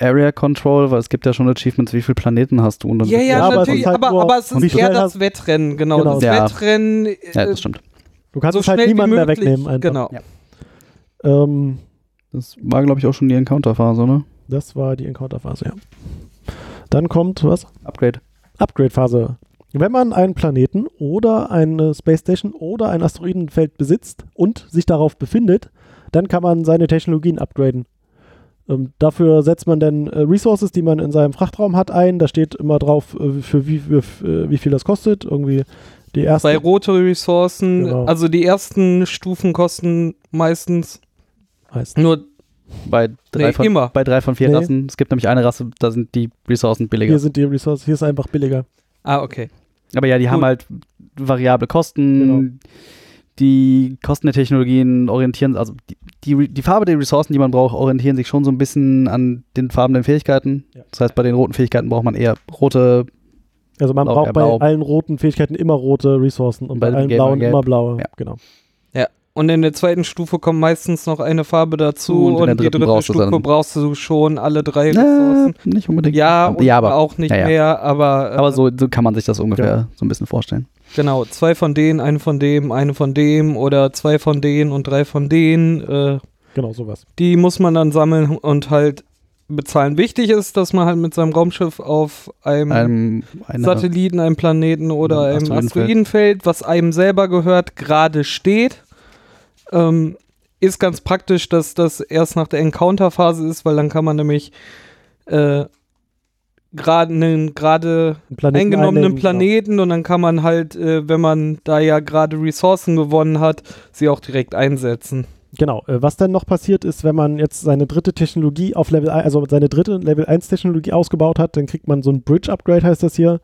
[SPEAKER 1] Area Control, weil es gibt ja schon Achievements, wie viele Planeten hast du und dann
[SPEAKER 3] Ja,
[SPEAKER 1] wird-
[SPEAKER 3] ja,
[SPEAKER 2] Ja, aber es
[SPEAKER 3] natürlich,
[SPEAKER 2] ist halt
[SPEAKER 3] aber,
[SPEAKER 2] nur-
[SPEAKER 3] aber es
[SPEAKER 1] und
[SPEAKER 3] ist
[SPEAKER 1] wie
[SPEAKER 3] eher
[SPEAKER 2] schnell
[SPEAKER 3] das Wettrennen, genau.
[SPEAKER 2] Genau.
[SPEAKER 3] Das
[SPEAKER 1] Ja.
[SPEAKER 3] Wettrennen äh,
[SPEAKER 1] ja, das stimmt.
[SPEAKER 2] Du kannst
[SPEAKER 3] so
[SPEAKER 2] es halt
[SPEAKER 3] schnell wie
[SPEAKER 2] niemandem mehr
[SPEAKER 3] möglich.
[SPEAKER 2] wegnehmen. Einfach.
[SPEAKER 3] Genau.
[SPEAKER 2] Ähm,
[SPEAKER 1] Das war, glaube ich, auch schon die Encounter-Phase, ne?
[SPEAKER 2] das war die Encounter-Phase, ja. Dann kommt was?
[SPEAKER 1] Upgrade.
[SPEAKER 2] Upgrade-Phase. Wenn man einen Planeten oder eine Space Station oder ein Asteroidenfeld besitzt und sich darauf befindet, dann kann man seine Technologien upgraden. Ähm, dafür setzt man dann äh, Resources, die man in seinem Frachtraum hat, ein. Da steht immer drauf, äh, für wie, für, äh, wie viel das kostet. Irgendwie die erste.
[SPEAKER 3] Bei rote Ressourcen,
[SPEAKER 2] Genau.
[SPEAKER 3] also die ersten Stufen kosten meistens
[SPEAKER 1] Hm,
[SPEAKER 2] heißt.
[SPEAKER 3] nur
[SPEAKER 1] Bei drei,
[SPEAKER 3] Nee,
[SPEAKER 1] von,
[SPEAKER 3] immer.
[SPEAKER 1] bei drei von vier
[SPEAKER 2] Nee.
[SPEAKER 1] Rassen. Es gibt nämlich eine Rasse, da sind die Ressourcen billiger.
[SPEAKER 2] Hier sind die Resources, hier ist einfach billiger.
[SPEAKER 3] Ah, okay.
[SPEAKER 1] Aber ja, die haben
[SPEAKER 3] Gut.
[SPEAKER 1] halt variable Kosten.
[SPEAKER 2] Genau.
[SPEAKER 1] Die Kosten der Technologien orientieren, also die, die, Re- die Farbe der Ressourcen, die man braucht, orientieren sich schon so ein bisschen an den Farben der Fähigkeiten.
[SPEAKER 2] Ja.
[SPEAKER 1] Das heißt, bei den roten Fähigkeiten braucht man eher rote.
[SPEAKER 2] Also man
[SPEAKER 1] Blau,
[SPEAKER 2] braucht
[SPEAKER 1] ja,
[SPEAKER 2] bei
[SPEAKER 1] blau.
[SPEAKER 2] allen roten Fähigkeiten immer rote Ressourcen und bei,
[SPEAKER 1] Bei den
[SPEAKER 2] allen
[SPEAKER 1] gelben
[SPEAKER 2] blauen
[SPEAKER 1] gelb.
[SPEAKER 2] immer blaue.
[SPEAKER 1] Ja.
[SPEAKER 2] Genau.
[SPEAKER 3] Und in der zweiten Stufe kommt meistens noch eine Farbe dazu
[SPEAKER 1] Und in
[SPEAKER 3] und,
[SPEAKER 1] der
[SPEAKER 3] die
[SPEAKER 1] dritten
[SPEAKER 3] dritte
[SPEAKER 1] brauchst du
[SPEAKER 3] Stufe
[SPEAKER 1] dann-
[SPEAKER 3] brauchst du schon alle drei
[SPEAKER 1] Äh,
[SPEAKER 3] Ressourcen.
[SPEAKER 1] nicht unbedingt.
[SPEAKER 3] Ja, und
[SPEAKER 1] ja aber,
[SPEAKER 3] auch nicht
[SPEAKER 1] ja, ja.
[SPEAKER 3] mehr, aber, äh,
[SPEAKER 1] aber so, so kann man sich das ungefähr so ein bisschen vorstellen.
[SPEAKER 3] genau, zwei von denen, eine von dem, eine von dem oder zwei von denen und drei von denen. Äh,
[SPEAKER 2] Genau, sowas.
[SPEAKER 3] die muss man dann sammeln und halt bezahlen. Wichtig ist, dass man halt mit seinem Raumschiff auf einem
[SPEAKER 1] Einem, einer-
[SPEAKER 3] Mhm. Satelliten, einem Planeten oder
[SPEAKER 1] Oder ein
[SPEAKER 3] einem
[SPEAKER 1] Asteroidenfeld.
[SPEAKER 3] Asteroidenfeld, was einem selber gehört, gerade steht. Ähm, ist ganz praktisch, dass das erst nach der Encounter-Phase ist, weil dann kann man nämlich äh, gerade einen gerade
[SPEAKER 2] Einen Planeten
[SPEAKER 3] eingenommenen
[SPEAKER 2] einnehmen, genau.
[SPEAKER 3] Planeten und dann kann man halt, äh, wenn man da ja gerade Ressourcen gewonnen hat, sie auch direkt einsetzen.
[SPEAKER 2] Genau, äh, was dann noch passiert ist, wenn man jetzt seine dritte Technologie auf Level 1, also seine dritte Level 1 Technologie ausgebaut hat, dann kriegt man so ein Bridge Upgrade, heißt das hier.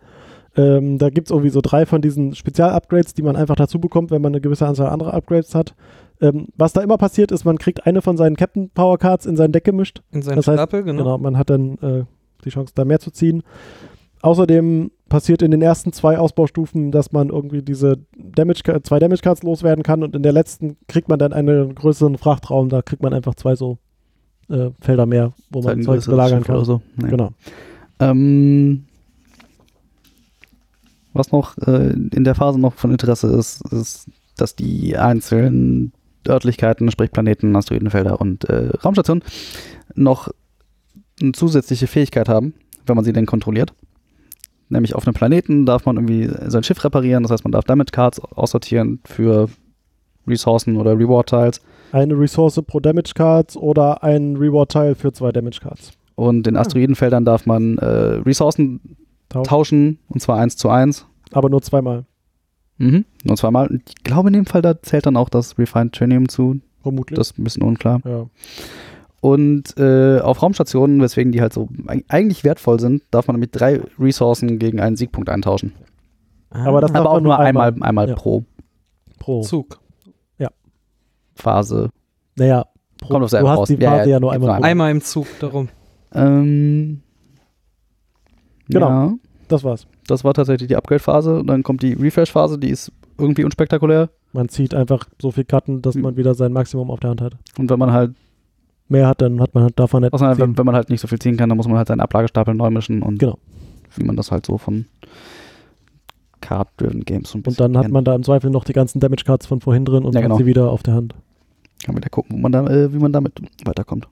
[SPEAKER 2] Ähm, da gibt es irgendwie so drei von diesen Spezial-Upgrades, die man einfach dazu bekommt, wenn man eine gewisse Anzahl anderer Upgrades hat. Ähm, was da immer passiert ist, man kriegt eine von seinen Captain Power Cards in sein Deck gemischt
[SPEAKER 3] In seinen
[SPEAKER 2] Das heißt,
[SPEAKER 3] Stapel, genau.
[SPEAKER 2] Genau, man hat dann äh, die Chance, da mehr zu ziehen. Außerdem passiert in den ersten zwei Ausbaustufen, dass man irgendwie diese Damage, zwei Damage Cards loswerden kann und in der letzten kriegt man dann einen größeren Frachtraum, da kriegt man einfach zwei so äh, Felder mehr, wo man
[SPEAKER 1] Ein
[SPEAKER 2] Zeug
[SPEAKER 1] größeres
[SPEAKER 2] belagern
[SPEAKER 1] Schiff oder
[SPEAKER 2] kann.
[SPEAKER 1] So. Ja.
[SPEAKER 2] Genau.
[SPEAKER 1] Ähm, was noch äh, in der Phase noch von Interesse ist, ist, dass die einzelnen Örtlichkeiten, sprich Planeten, Asteroidenfelder und äh, Raumstationen, noch eine zusätzliche Fähigkeit haben, wenn man sie denn kontrolliert. Nämlich auf einem Planeten darf man irgendwie sein Schiff reparieren, das heißt, man darf Damage Cards aussortieren für Ressourcen oder Reward Tiles.
[SPEAKER 2] Eine Ressource pro Damage Cards oder ein Reward-Teil für zwei Damage Cards.
[SPEAKER 1] Und in
[SPEAKER 2] Ah.
[SPEAKER 1] Asteroidenfeldern darf man äh, Ressourcen
[SPEAKER 2] Tau-
[SPEAKER 1] tauschen, und zwar eins zu eins.
[SPEAKER 2] Aber nur zweimal,
[SPEAKER 1] Mhm. Nur zweimal. Und Ich glaube, in dem Fall da zählt dann auch das Refined Trinium zu.
[SPEAKER 2] vermutlich.
[SPEAKER 1] Das ist ein bisschen unklar.
[SPEAKER 2] ja.
[SPEAKER 1] Und äh, auf Raumstationen, weswegen die halt so eig- eigentlich wertvoll sind, darf man nämlich drei Ressourcen gegen einen Siegpunkt eintauschen. Ah.
[SPEAKER 2] Aber das darf
[SPEAKER 1] Aber auch
[SPEAKER 2] man
[SPEAKER 1] nur einmal, einmal,
[SPEAKER 2] Ja.
[SPEAKER 1] pro
[SPEAKER 2] pro.
[SPEAKER 3] Zug.
[SPEAKER 1] Phase.
[SPEAKER 2] Naja, pro.
[SPEAKER 1] Kommt auf
[SPEAKER 2] du
[SPEAKER 1] selber
[SPEAKER 2] hast
[SPEAKER 1] raus.
[SPEAKER 2] die
[SPEAKER 1] Ja,
[SPEAKER 2] Phase ja,
[SPEAKER 1] ja,
[SPEAKER 2] nur
[SPEAKER 1] gibt's
[SPEAKER 2] einmal
[SPEAKER 1] nur
[SPEAKER 2] pro.
[SPEAKER 3] Einmal im Zug darum.
[SPEAKER 1] Ähm,
[SPEAKER 2] Genau.
[SPEAKER 1] Ja,
[SPEAKER 2] Das war's.
[SPEAKER 1] das war tatsächlich die Upgrade-Phase. Und dann kommt die Refresh-Phase, die ist irgendwie unspektakulär.
[SPEAKER 2] Man zieht einfach so viel Karten, dass
[SPEAKER 1] Hm.
[SPEAKER 2] man wieder sein Maximum auf der Hand hat.
[SPEAKER 1] Und wenn man halt,
[SPEAKER 2] Mehr hat, dann hat man halt davon nicht.
[SPEAKER 1] außer wenn,
[SPEAKER 2] ziehen.
[SPEAKER 1] wenn man halt nicht so viel ziehen kann, dann muss man halt seinen Ablagestapel neu mischen und
[SPEAKER 2] Genau.
[SPEAKER 1] wie man das halt so von Card-Driven Games so ein bisschen
[SPEAKER 2] Und dann hat
[SPEAKER 1] kennt.
[SPEAKER 2] man da im Zweifel noch die ganzen Damage Cards von vorhin drin und
[SPEAKER 1] Ja,
[SPEAKER 2] hat
[SPEAKER 1] genau.
[SPEAKER 2] sie wieder auf der Hand.
[SPEAKER 1] kann wieder gucken, wo man da, äh, wie man damit weiterkommt.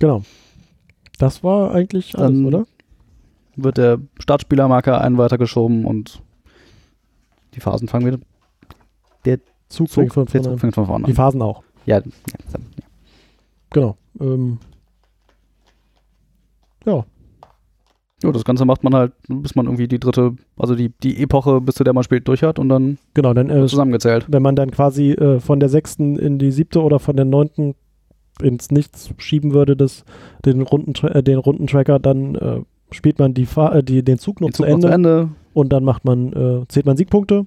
[SPEAKER 2] Genau. Das war eigentlich alles,
[SPEAKER 1] Dann-
[SPEAKER 2] oder?
[SPEAKER 1] wird der Startspielermarker einen weitergeschoben und die Phasen fangen wieder.
[SPEAKER 2] Zug,
[SPEAKER 1] Zug,
[SPEAKER 2] fängt von
[SPEAKER 1] der
[SPEAKER 2] vorne
[SPEAKER 1] Zug
[SPEAKER 2] an.
[SPEAKER 1] fängt von vorne
[SPEAKER 2] Die
[SPEAKER 1] an.
[SPEAKER 2] Phasen auch.
[SPEAKER 1] Ja, ja,
[SPEAKER 2] Genau. Ähm, ja,
[SPEAKER 1] ja, das Ganze macht man halt, bis man irgendwie die dritte, also die, die Epoche, bis zu der man spielt, durch hat und dann
[SPEAKER 2] genau. Dann, äh,
[SPEAKER 1] zusammengezählt.
[SPEAKER 2] wenn man dann quasi äh, von der sechsten in die siebte oder von der neunten ins Nichts schieben würde, das, den, Runden, äh, den Rundentracker, dann äh, spielt man die, Fa- äh, die, den Zug noch
[SPEAKER 1] Die Zug
[SPEAKER 2] zu
[SPEAKER 1] noch
[SPEAKER 2] Ende.
[SPEAKER 1] zu Ende.
[SPEAKER 2] Und dann macht man, äh, zählt man Siegpunkte.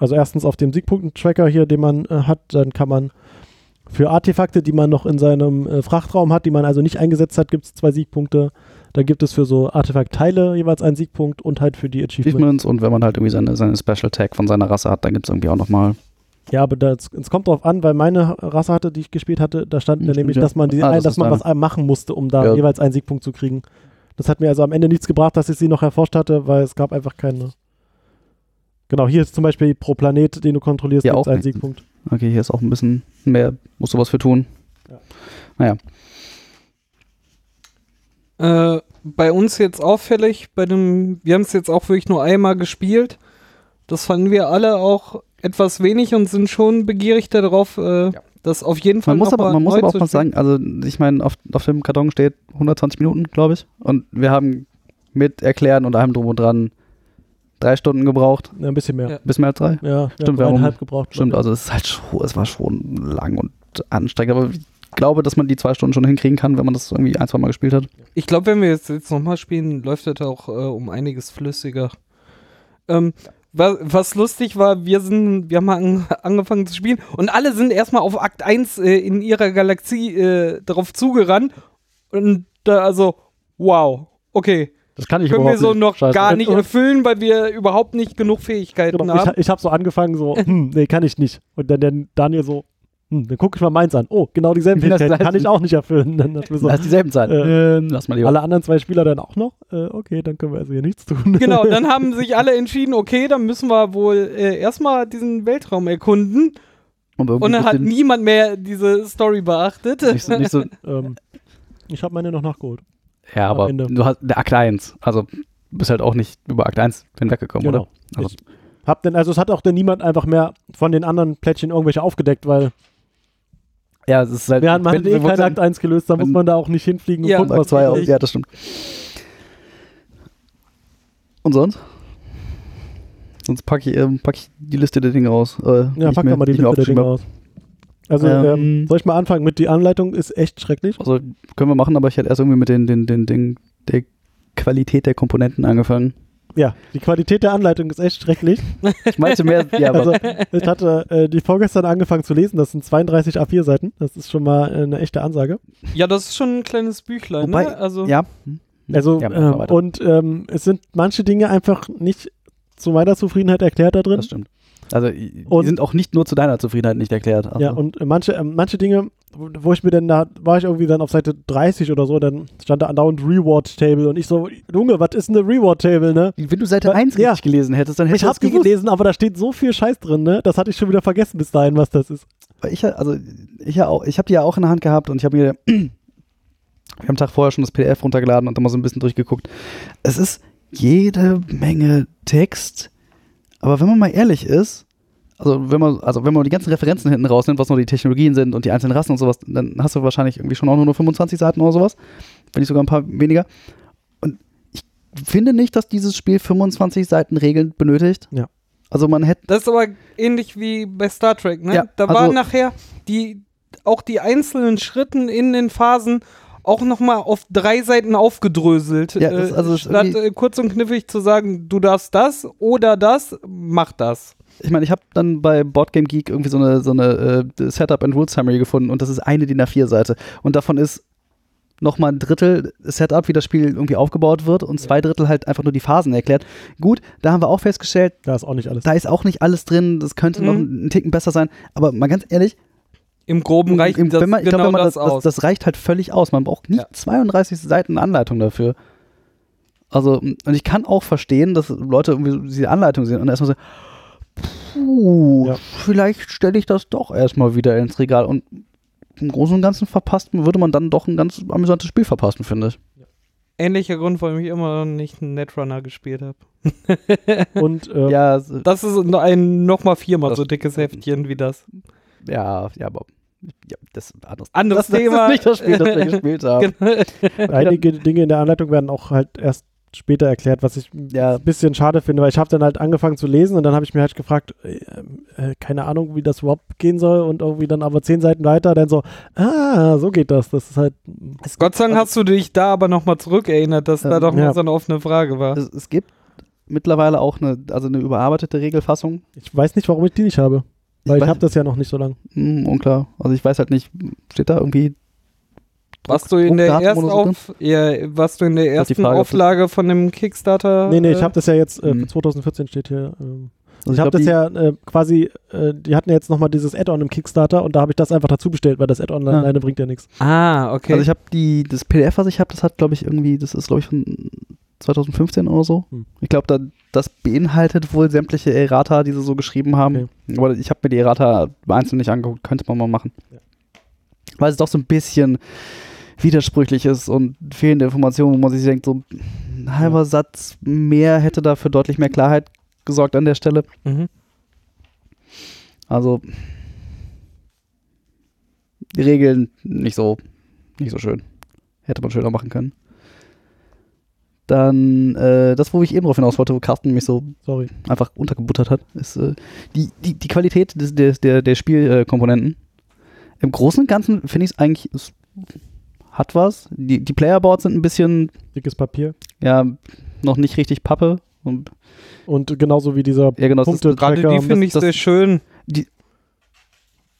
[SPEAKER 2] Also erstens auf dem Siegpunkten-Tracker hier, den man äh, hat, dann kann man für Artefakte, die man noch in seinem äh, Frachtraum hat, die man also nicht eingesetzt hat, gibt es zwei Siegpunkte. Dann gibt es für so Artefaktteile jeweils einen Siegpunkt und halt für die Achievements.
[SPEAKER 1] Achievements und wenn man halt irgendwie seine, seine Special Tag von seiner Rasse hat, dann gibt es irgendwie auch nochmal.
[SPEAKER 2] Ja, aber das- es kommt drauf an, weil meine Rasse hatte, die ich gespielt hatte, da stand
[SPEAKER 1] Hm,
[SPEAKER 2] da
[SPEAKER 1] stimmt,
[SPEAKER 2] nämlich,
[SPEAKER 1] ja.
[SPEAKER 2] dass man, die, äh,
[SPEAKER 1] Ah, das
[SPEAKER 2] dass
[SPEAKER 1] ist
[SPEAKER 2] man
[SPEAKER 1] da.
[SPEAKER 2] was machen musste, um da
[SPEAKER 1] Ja.
[SPEAKER 2] jeweils einen Siegpunkt zu kriegen. Das hat mir also am Ende nichts gebracht, dass ich sie noch erforscht hatte, weil es gab einfach keine. Genau, hier ist zum Beispiel pro Planet, den du kontrollierst,
[SPEAKER 1] Ja,
[SPEAKER 2] gibt's
[SPEAKER 1] auch
[SPEAKER 2] einen
[SPEAKER 1] nicht.
[SPEAKER 2] Siegpunkt.
[SPEAKER 1] Okay, hier ist auch ein bisschen mehr, musst du was für tun.
[SPEAKER 3] Äh, bei uns jetzt auffällig, bei dem, wir haben es jetzt auch wirklich nur einmal gespielt. Das fanden wir alle auch etwas wenig und sind schon begierig darauf, äh, das auf jeden Fall
[SPEAKER 1] Man muss
[SPEAKER 3] noch
[SPEAKER 1] aber,
[SPEAKER 3] mal
[SPEAKER 1] man muss
[SPEAKER 3] neu
[SPEAKER 1] aber auch
[SPEAKER 3] zu
[SPEAKER 1] mal
[SPEAKER 3] spielen.
[SPEAKER 1] sagen, also ich meine, auf, auf dem Karton steht 120 Minuten, glaube ich. Und wir haben mit Erklären und allem drum und dran drei Stunden gebraucht.
[SPEAKER 2] Ja, ein bisschen mehr.
[SPEAKER 3] Ja.
[SPEAKER 2] Ja,
[SPEAKER 1] Bis mehr als drei?
[SPEAKER 2] ja,
[SPEAKER 1] Stimmt, wir haben-
[SPEAKER 2] dreieinhalb gebraucht.
[SPEAKER 1] Stimmt, also es ist halt schon, es war schon lang und anstrengend. Aber ich glaube, dass man die zwei Stunden schon hinkriegen kann, wenn man das irgendwie ein, zwei Mal gespielt hat.
[SPEAKER 3] Ich glaube, wenn wir jetzt, jetzt nochmal spielen, läuft das auch äh, um einiges flüssiger. Ähm, wa was lustig war, wir sind, wir haben an angefangen zu spielen und alle sind erstmal auf Akt 1 äh, in ihrer Galaxie äh, darauf zugerannt und da also, wow, okay.
[SPEAKER 1] Das kann ich
[SPEAKER 3] können wir so noch gar
[SPEAKER 2] Und-
[SPEAKER 3] nicht
[SPEAKER 2] und-
[SPEAKER 3] erfüllen, weil wir überhaupt nicht genug Fähigkeiten
[SPEAKER 2] Genau,
[SPEAKER 3] haben.
[SPEAKER 2] ich ich habe so angefangen, so, hm, nee, kann ich nicht. Und dann der Daniel so, hm, dann gucke ich mal meins an. Oh, genau dieselben
[SPEAKER 1] Das
[SPEAKER 2] Fähigkeiten
[SPEAKER 1] heißt-
[SPEAKER 2] kann ich auch nicht erfüllen. Dann hatten wir so,
[SPEAKER 1] Lass dieselben sein.
[SPEAKER 2] Äh,
[SPEAKER 1] Ähm, lass mal lieber.
[SPEAKER 2] alle anderen zwei Spieler dann auch noch. Äh, okay, dann können wir also hier nichts tun.
[SPEAKER 1] [laughs]
[SPEAKER 3] Genau, dann haben sich alle entschieden, okay, dann müssen wir wohl äh, erstmal diesen Weltraum erkunden.
[SPEAKER 1] Und, irgendwie
[SPEAKER 3] Und dann hat
[SPEAKER 1] den-
[SPEAKER 3] niemand mehr diese Story beachtet.
[SPEAKER 1] [laughs] nicht so, nicht so,
[SPEAKER 2] [laughs] ähm, ich habe meine noch nachgeholt.
[SPEAKER 1] ja,
[SPEAKER 2] Am
[SPEAKER 1] aber
[SPEAKER 2] Ende.
[SPEAKER 1] du hast der Akt 1. Also bist halt auch nicht über Akt 1 hinweggekommen,
[SPEAKER 2] Genau.
[SPEAKER 1] oder? Also-
[SPEAKER 2] ich hab denn, also es hat auch dann niemand einfach mehr von den anderen Plättchen irgendwelche aufgedeckt, weil
[SPEAKER 1] Ja, es ist halt.
[SPEAKER 2] wir haben
[SPEAKER 1] wenn-
[SPEAKER 2] man hat eh
[SPEAKER 1] wenn-
[SPEAKER 2] keinen Akt 1 gelöst, da muss
[SPEAKER 1] wenn-
[SPEAKER 2] man da auch nicht hinfliegen
[SPEAKER 3] Ja,
[SPEAKER 2] gucken,
[SPEAKER 1] Akt
[SPEAKER 2] was
[SPEAKER 1] 2
[SPEAKER 2] weiß
[SPEAKER 1] auch.
[SPEAKER 2] ich.
[SPEAKER 1] Ja, das stimmt. Und sonst? Sonst packe ich, ähm, pack ich die Liste der Dinge aus. Äh,
[SPEAKER 2] Ja,
[SPEAKER 1] ich
[SPEAKER 2] pack
[SPEAKER 1] mir-
[SPEAKER 2] doch mal die
[SPEAKER 1] ich mir
[SPEAKER 2] Liste der Dinge
[SPEAKER 1] aufgeschrieben
[SPEAKER 2] aus. Also,
[SPEAKER 1] Ähm,
[SPEAKER 2] ähm, soll ich mal anfangen mit? Die Anleitung ist echt schrecklich.
[SPEAKER 1] hab. Also können wir machen, aber ich hätte erst irgendwie mit den, den, den, den der Qualität der Komponenten angefangen.
[SPEAKER 2] Ja, die Qualität der Anleitung ist echt schrecklich.
[SPEAKER 1] Ich meinte
[SPEAKER 2] [laughs]
[SPEAKER 1] mehr, ja, aber
[SPEAKER 2] Also, ich hatte äh, die vorgestern angefangen zu lesen. Das sind 32 A4-Seiten. Das ist schon mal äh, eine echte Ansage.
[SPEAKER 3] Ja, das ist schon ein kleines Büchlein.
[SPEAKER 1] Wobei,
[SPEAKER 3] ne? also,
[SPEAKER 1] ja.
[SPEAKER 2] Also,
[SPEAKER 1] Hm. Ja, mach mal
[SPEAKER 2] ähm,
[SPEAKER 1] weiter.
[SPEAKER 2] und ähm, es sind manche Dinge einfach nicht zu meiner Zufriedenheit erklärt da drin.
[SPEAKER 1] Das stimmt. Also i- die
[SPEAKER 2] Und-
[SPEAKER 1] sind auch nicht nur zu deiner Zufriedenheit nicht erklärt. Also,
[SPEAKER 2] Ja, und äh, manche, ähm, manche Dinge wo ich mir dann, da war ich irgendwie dann auf Seite 30 oder so, dann stand da andauernd Reward Table und ich so, Junge, was ist eine Reward Table, ne?
[SPEAKER 1] Wenn du Seite
[SPEAKER 2] Weil-
[SPEAKER 1] 1
[SPEAKER 2] ja.
[SPEAKER 1] richtig gelesen hättest, dann hättest
[SPEAKER 2] Ich
[SPEAKER 1] du
[SPEAKER 2] hab
[SPEAKER 1] das
[SPEAKER 2] die
[SPEAKER 1] gewusst.
[SPEAKER 2] gelesen, aber da steht so viel Scheiß drin, ne? Das hatte ich schon wieder vergessen bis dahin, was das ist.
[SPEAKER 1] Weil ich ja, also ich ja auch, ich habe die ja auch in der Hand gehabt und ich habe mir [clears throat] ich am Tag vorher schon das PDF runtergeladen und dann mal so ein bisschen durchgeguckt. Es ist jede Menge Text, aber wenn man mal ehrlich ist, also wenn man, also wenn man die ganzen Referenzen hinten rausnimmt, was nur die Technologien sind und die einzelnen Rassen und sowas, dann hast du wahrscheinlich irgendwie schon auch nur noch 25 Seiten oder sowas, wenn nicht sogar ein paar weniger. Und ich finde nicht, dass dieses Spiel 25 Seiten Regeln benötigt.
[SPEAKER 2] Ja.
[SPEAKER 1] Also man hätte
[SPEAKER 3] Das ist aber ähnlich wie bei Star Trek, ne?
[SPEAKER 1] Ja,
[SPEAKER 3] da
[SPEAKER 1] also-
[SPEAKER 3] waren nachher die, auch die einzelnen Schritten in den Phasen auch nochmal auf drei Seiten aufgedröselt.
[SPEAKER 1] Ja, das- also
[SPEAKER 3] äh,
[SPEAKER 1] das ist
[SPEAKER 3] statt
[SPEAKER 1] irgendwie-
[SPEAKER 3] äh, kurz und knifflig zu sagen, du darfst das oder das, mach das.
[SPEAKER 1] Ich meine, ich habe dann bei Boardgame Geek irgendwie so eine, so eine äh, Setup and Rule Summary gefunden und das ist eine DIN A4-Seite. Und davon ist nochmal ein Drittel Setup, wie das Spiel irgendwie aufgebaut wird und zwei Drittel halt einfach nur die Phasen erklärt. Gut, da haben wir auch festgestellt,
[SPEAKER 2] Da ist auch nicht
[SPEAKER 1] [laughs]
[SPEAKER 2] alles.
[SPEAKER 1] da ist auch nicht alles drin, das könnte noch
[SPEAKER 3] Mhm.
[SPEAKER 1] einen Ticken besser sein, aber mal ganz ehrlich,
[SPEAKER 3] Im Groben reicht
[SPEAKER 1] im-
[SPEAKER 3] das
[SPEAKER 1] wenn man, ich
[SPEAKER 3] genau
[SPEAKER 1] glaub, wenn man
[SPEAKER 3] das, aus.
[SPEAKER 1] das, das reicht halt völlig aus. Man braucht nicht
[SPEAKER 3] Ja.
[SPEAKER 1] 32 Seiten Anleitung dafür. Also, und ich kann auch verstehen, dass Leute irgendwie so diese Anleitung sehen und erstmal so, puh,
[SPEAKER 2] Ja.
[SPEAKER 1] vielleicht stelle ich das doch erstmal wieder ins Regal. Und im Großen und Ganzen verpasst, würde man dann doch ein ganz amüsantes Spiel verpassen, finde ich.
[SPEAKER 3] Ähnlicher Grund, warum ich immer noch nicht einen Netrunner gespielt habe.
[SPEAKER 2] Und äh,
[SPEAKER 1] Ja, s-
[SPEAKER 3] Das ist ein- ein nochmal viermal
[SPEAKER 1] Das-
[SPEAKER 3] so dickes Heftchen wie das.
[SPEAKER 1] ja, ja, aber ja, das ist anders.
[SPEAKER 3] Anderes
[SPEAKER 1] das,
[SPEAKER 3] Thema. Genau.
[SPEAKER 1] Das ist nicht das Spiel,
[SPEAKER 3] [laughs]
[SPEAKER 1] das wir gespielt haben. [laughs]
[SPEAKER 2] einige Dinge in der Anleitung werden auch halt erst später erklärt, was ich ein
[SPEAKER 1] Ja,
[SPEAKER 2] bisschen schade finde, weil ich habe dann halt angefangen zu lesen und dann habe ich mir halt gefragt, äh, äh, keine Ahnung, wie das überhaupt gehen soll und irgendwie dann aber zehn Seiten weiter dann so, ah, so geht das. Das ist halt,
[SPEAKER 3] Gott sei Dank hast du dich da aber nochmal zurückerinnert, dass da
[SPEAKER 1] Also Ähm, Also
[SPEAKER 3] doch noch
[SPEAKER 2] ja.
[SPEAKER 3] so eine offene Frage war.
[SPEAKER 1] es, es gibt mittlerweile auch eine, also eine überarbeitete Regelfassung.
[SPEAKER 2] ich weiß nicht, warum ich die nicht habe,
[SPEAKER 1] Ich
[SPEAKER 2] weil ich,
[SPEAKER 1] weiß-
[SPEAKER 2] habe das ja noch nicht so lange.
[SPEAKER 1] Hm, unklar. Also ich weiß halt nicht, steht da irgendwie.
[SPEAKER 3] Was du in der
[SPEAKER 1] Druckdatum
[SPEAKER 3] ersten,
[SPEAKER 1] oder so drin?
[SPEAKER 3] auf, ja, was du in der
[SPEAKER 1] Das ist die
[SPEAKER 3] ersten
[SPEAKER 1] Frage, ob das-
[SPEAKER 3] Auflage von dem Kickstarter.
[SPEAKER 2] Nee, nee, ich habe das ja jetzt, äh,
[SPEAKER 1] Mhm.
[SPEAKER 2] für 2014 steht hier, ähm,
[SPEAKER 1] Also
[SPEAKER 2] ich habe
[SPEAKER 1] glaub,
[SPEAKER 2] das
[SPEAKER 1] die-
[SPEAKER 2] ja äh, quasi, äh, die hatten ja jetzt nochmal dieses Add-on im Kickstarter und da habe ich das einfach dazu bestellt, weil das Add-on
[SPEAKER 1] Ja.
[SPEAKER 2] alleine bringt ja nichts.
[SPEAKER 3] Ah, okay.
[SPEAKER 1] Also ich habe die, das PDF, was ich habe, das hat, glaube ich, irgendwie, das ist, glaube ich, von 2015 oder so.
[SPEAKER 2] Hm.
[SPEAKER 1] Ich glaube, da, das beinhaltet wohl sämtliche Errata, die sie so geschrieben haben. Aber ich habe mir die Errata einzeln nicht angeguckt, könnte man mal machen.
[SPEAKER 2] Ja.
[SPEAKER 1] Weil es doch so ein bisschen widersprüchlich ist und fehlende Informationen, wo man sich denkt, so ein halber Satz mehr hätte dafür deutlich mehr Klarheit gesorgt an der Stelle.
[SPEAKER 3] mhm.
[SPEAKER 1] Also die Regeln nicht so, nicht so schön. Hätte man schöner machen können. Dann äh, das, wo ich eben drauf hinaus wollte, wo Carsten mich so
[SPEAKER 2] Sorry.
[SPEAKER 1] einfach untergebuttert hat, ist äh, die, die, die Qualität des, des, der, der Spielkomponenten. Im Großen und Ganzen finde ich es eigentlich, es hat was. Die, die Playerboards sind ein bisschen,
[SPEAKER 2] dickes Papier.
[SPEAKER 1] ja, noch nicht richtig Pappe. Und,
[SPEAKER 2] Und genauso wie dieser
[SPEAKER 1] ja, genau, es ist-
[SPEAKER 3] Gerade die
[SPEAKER 2] Punktetracker.
[SPEAKER 3] finde ich
[SPEAKER 1] das-
[SPEAKER 3] sehr schön.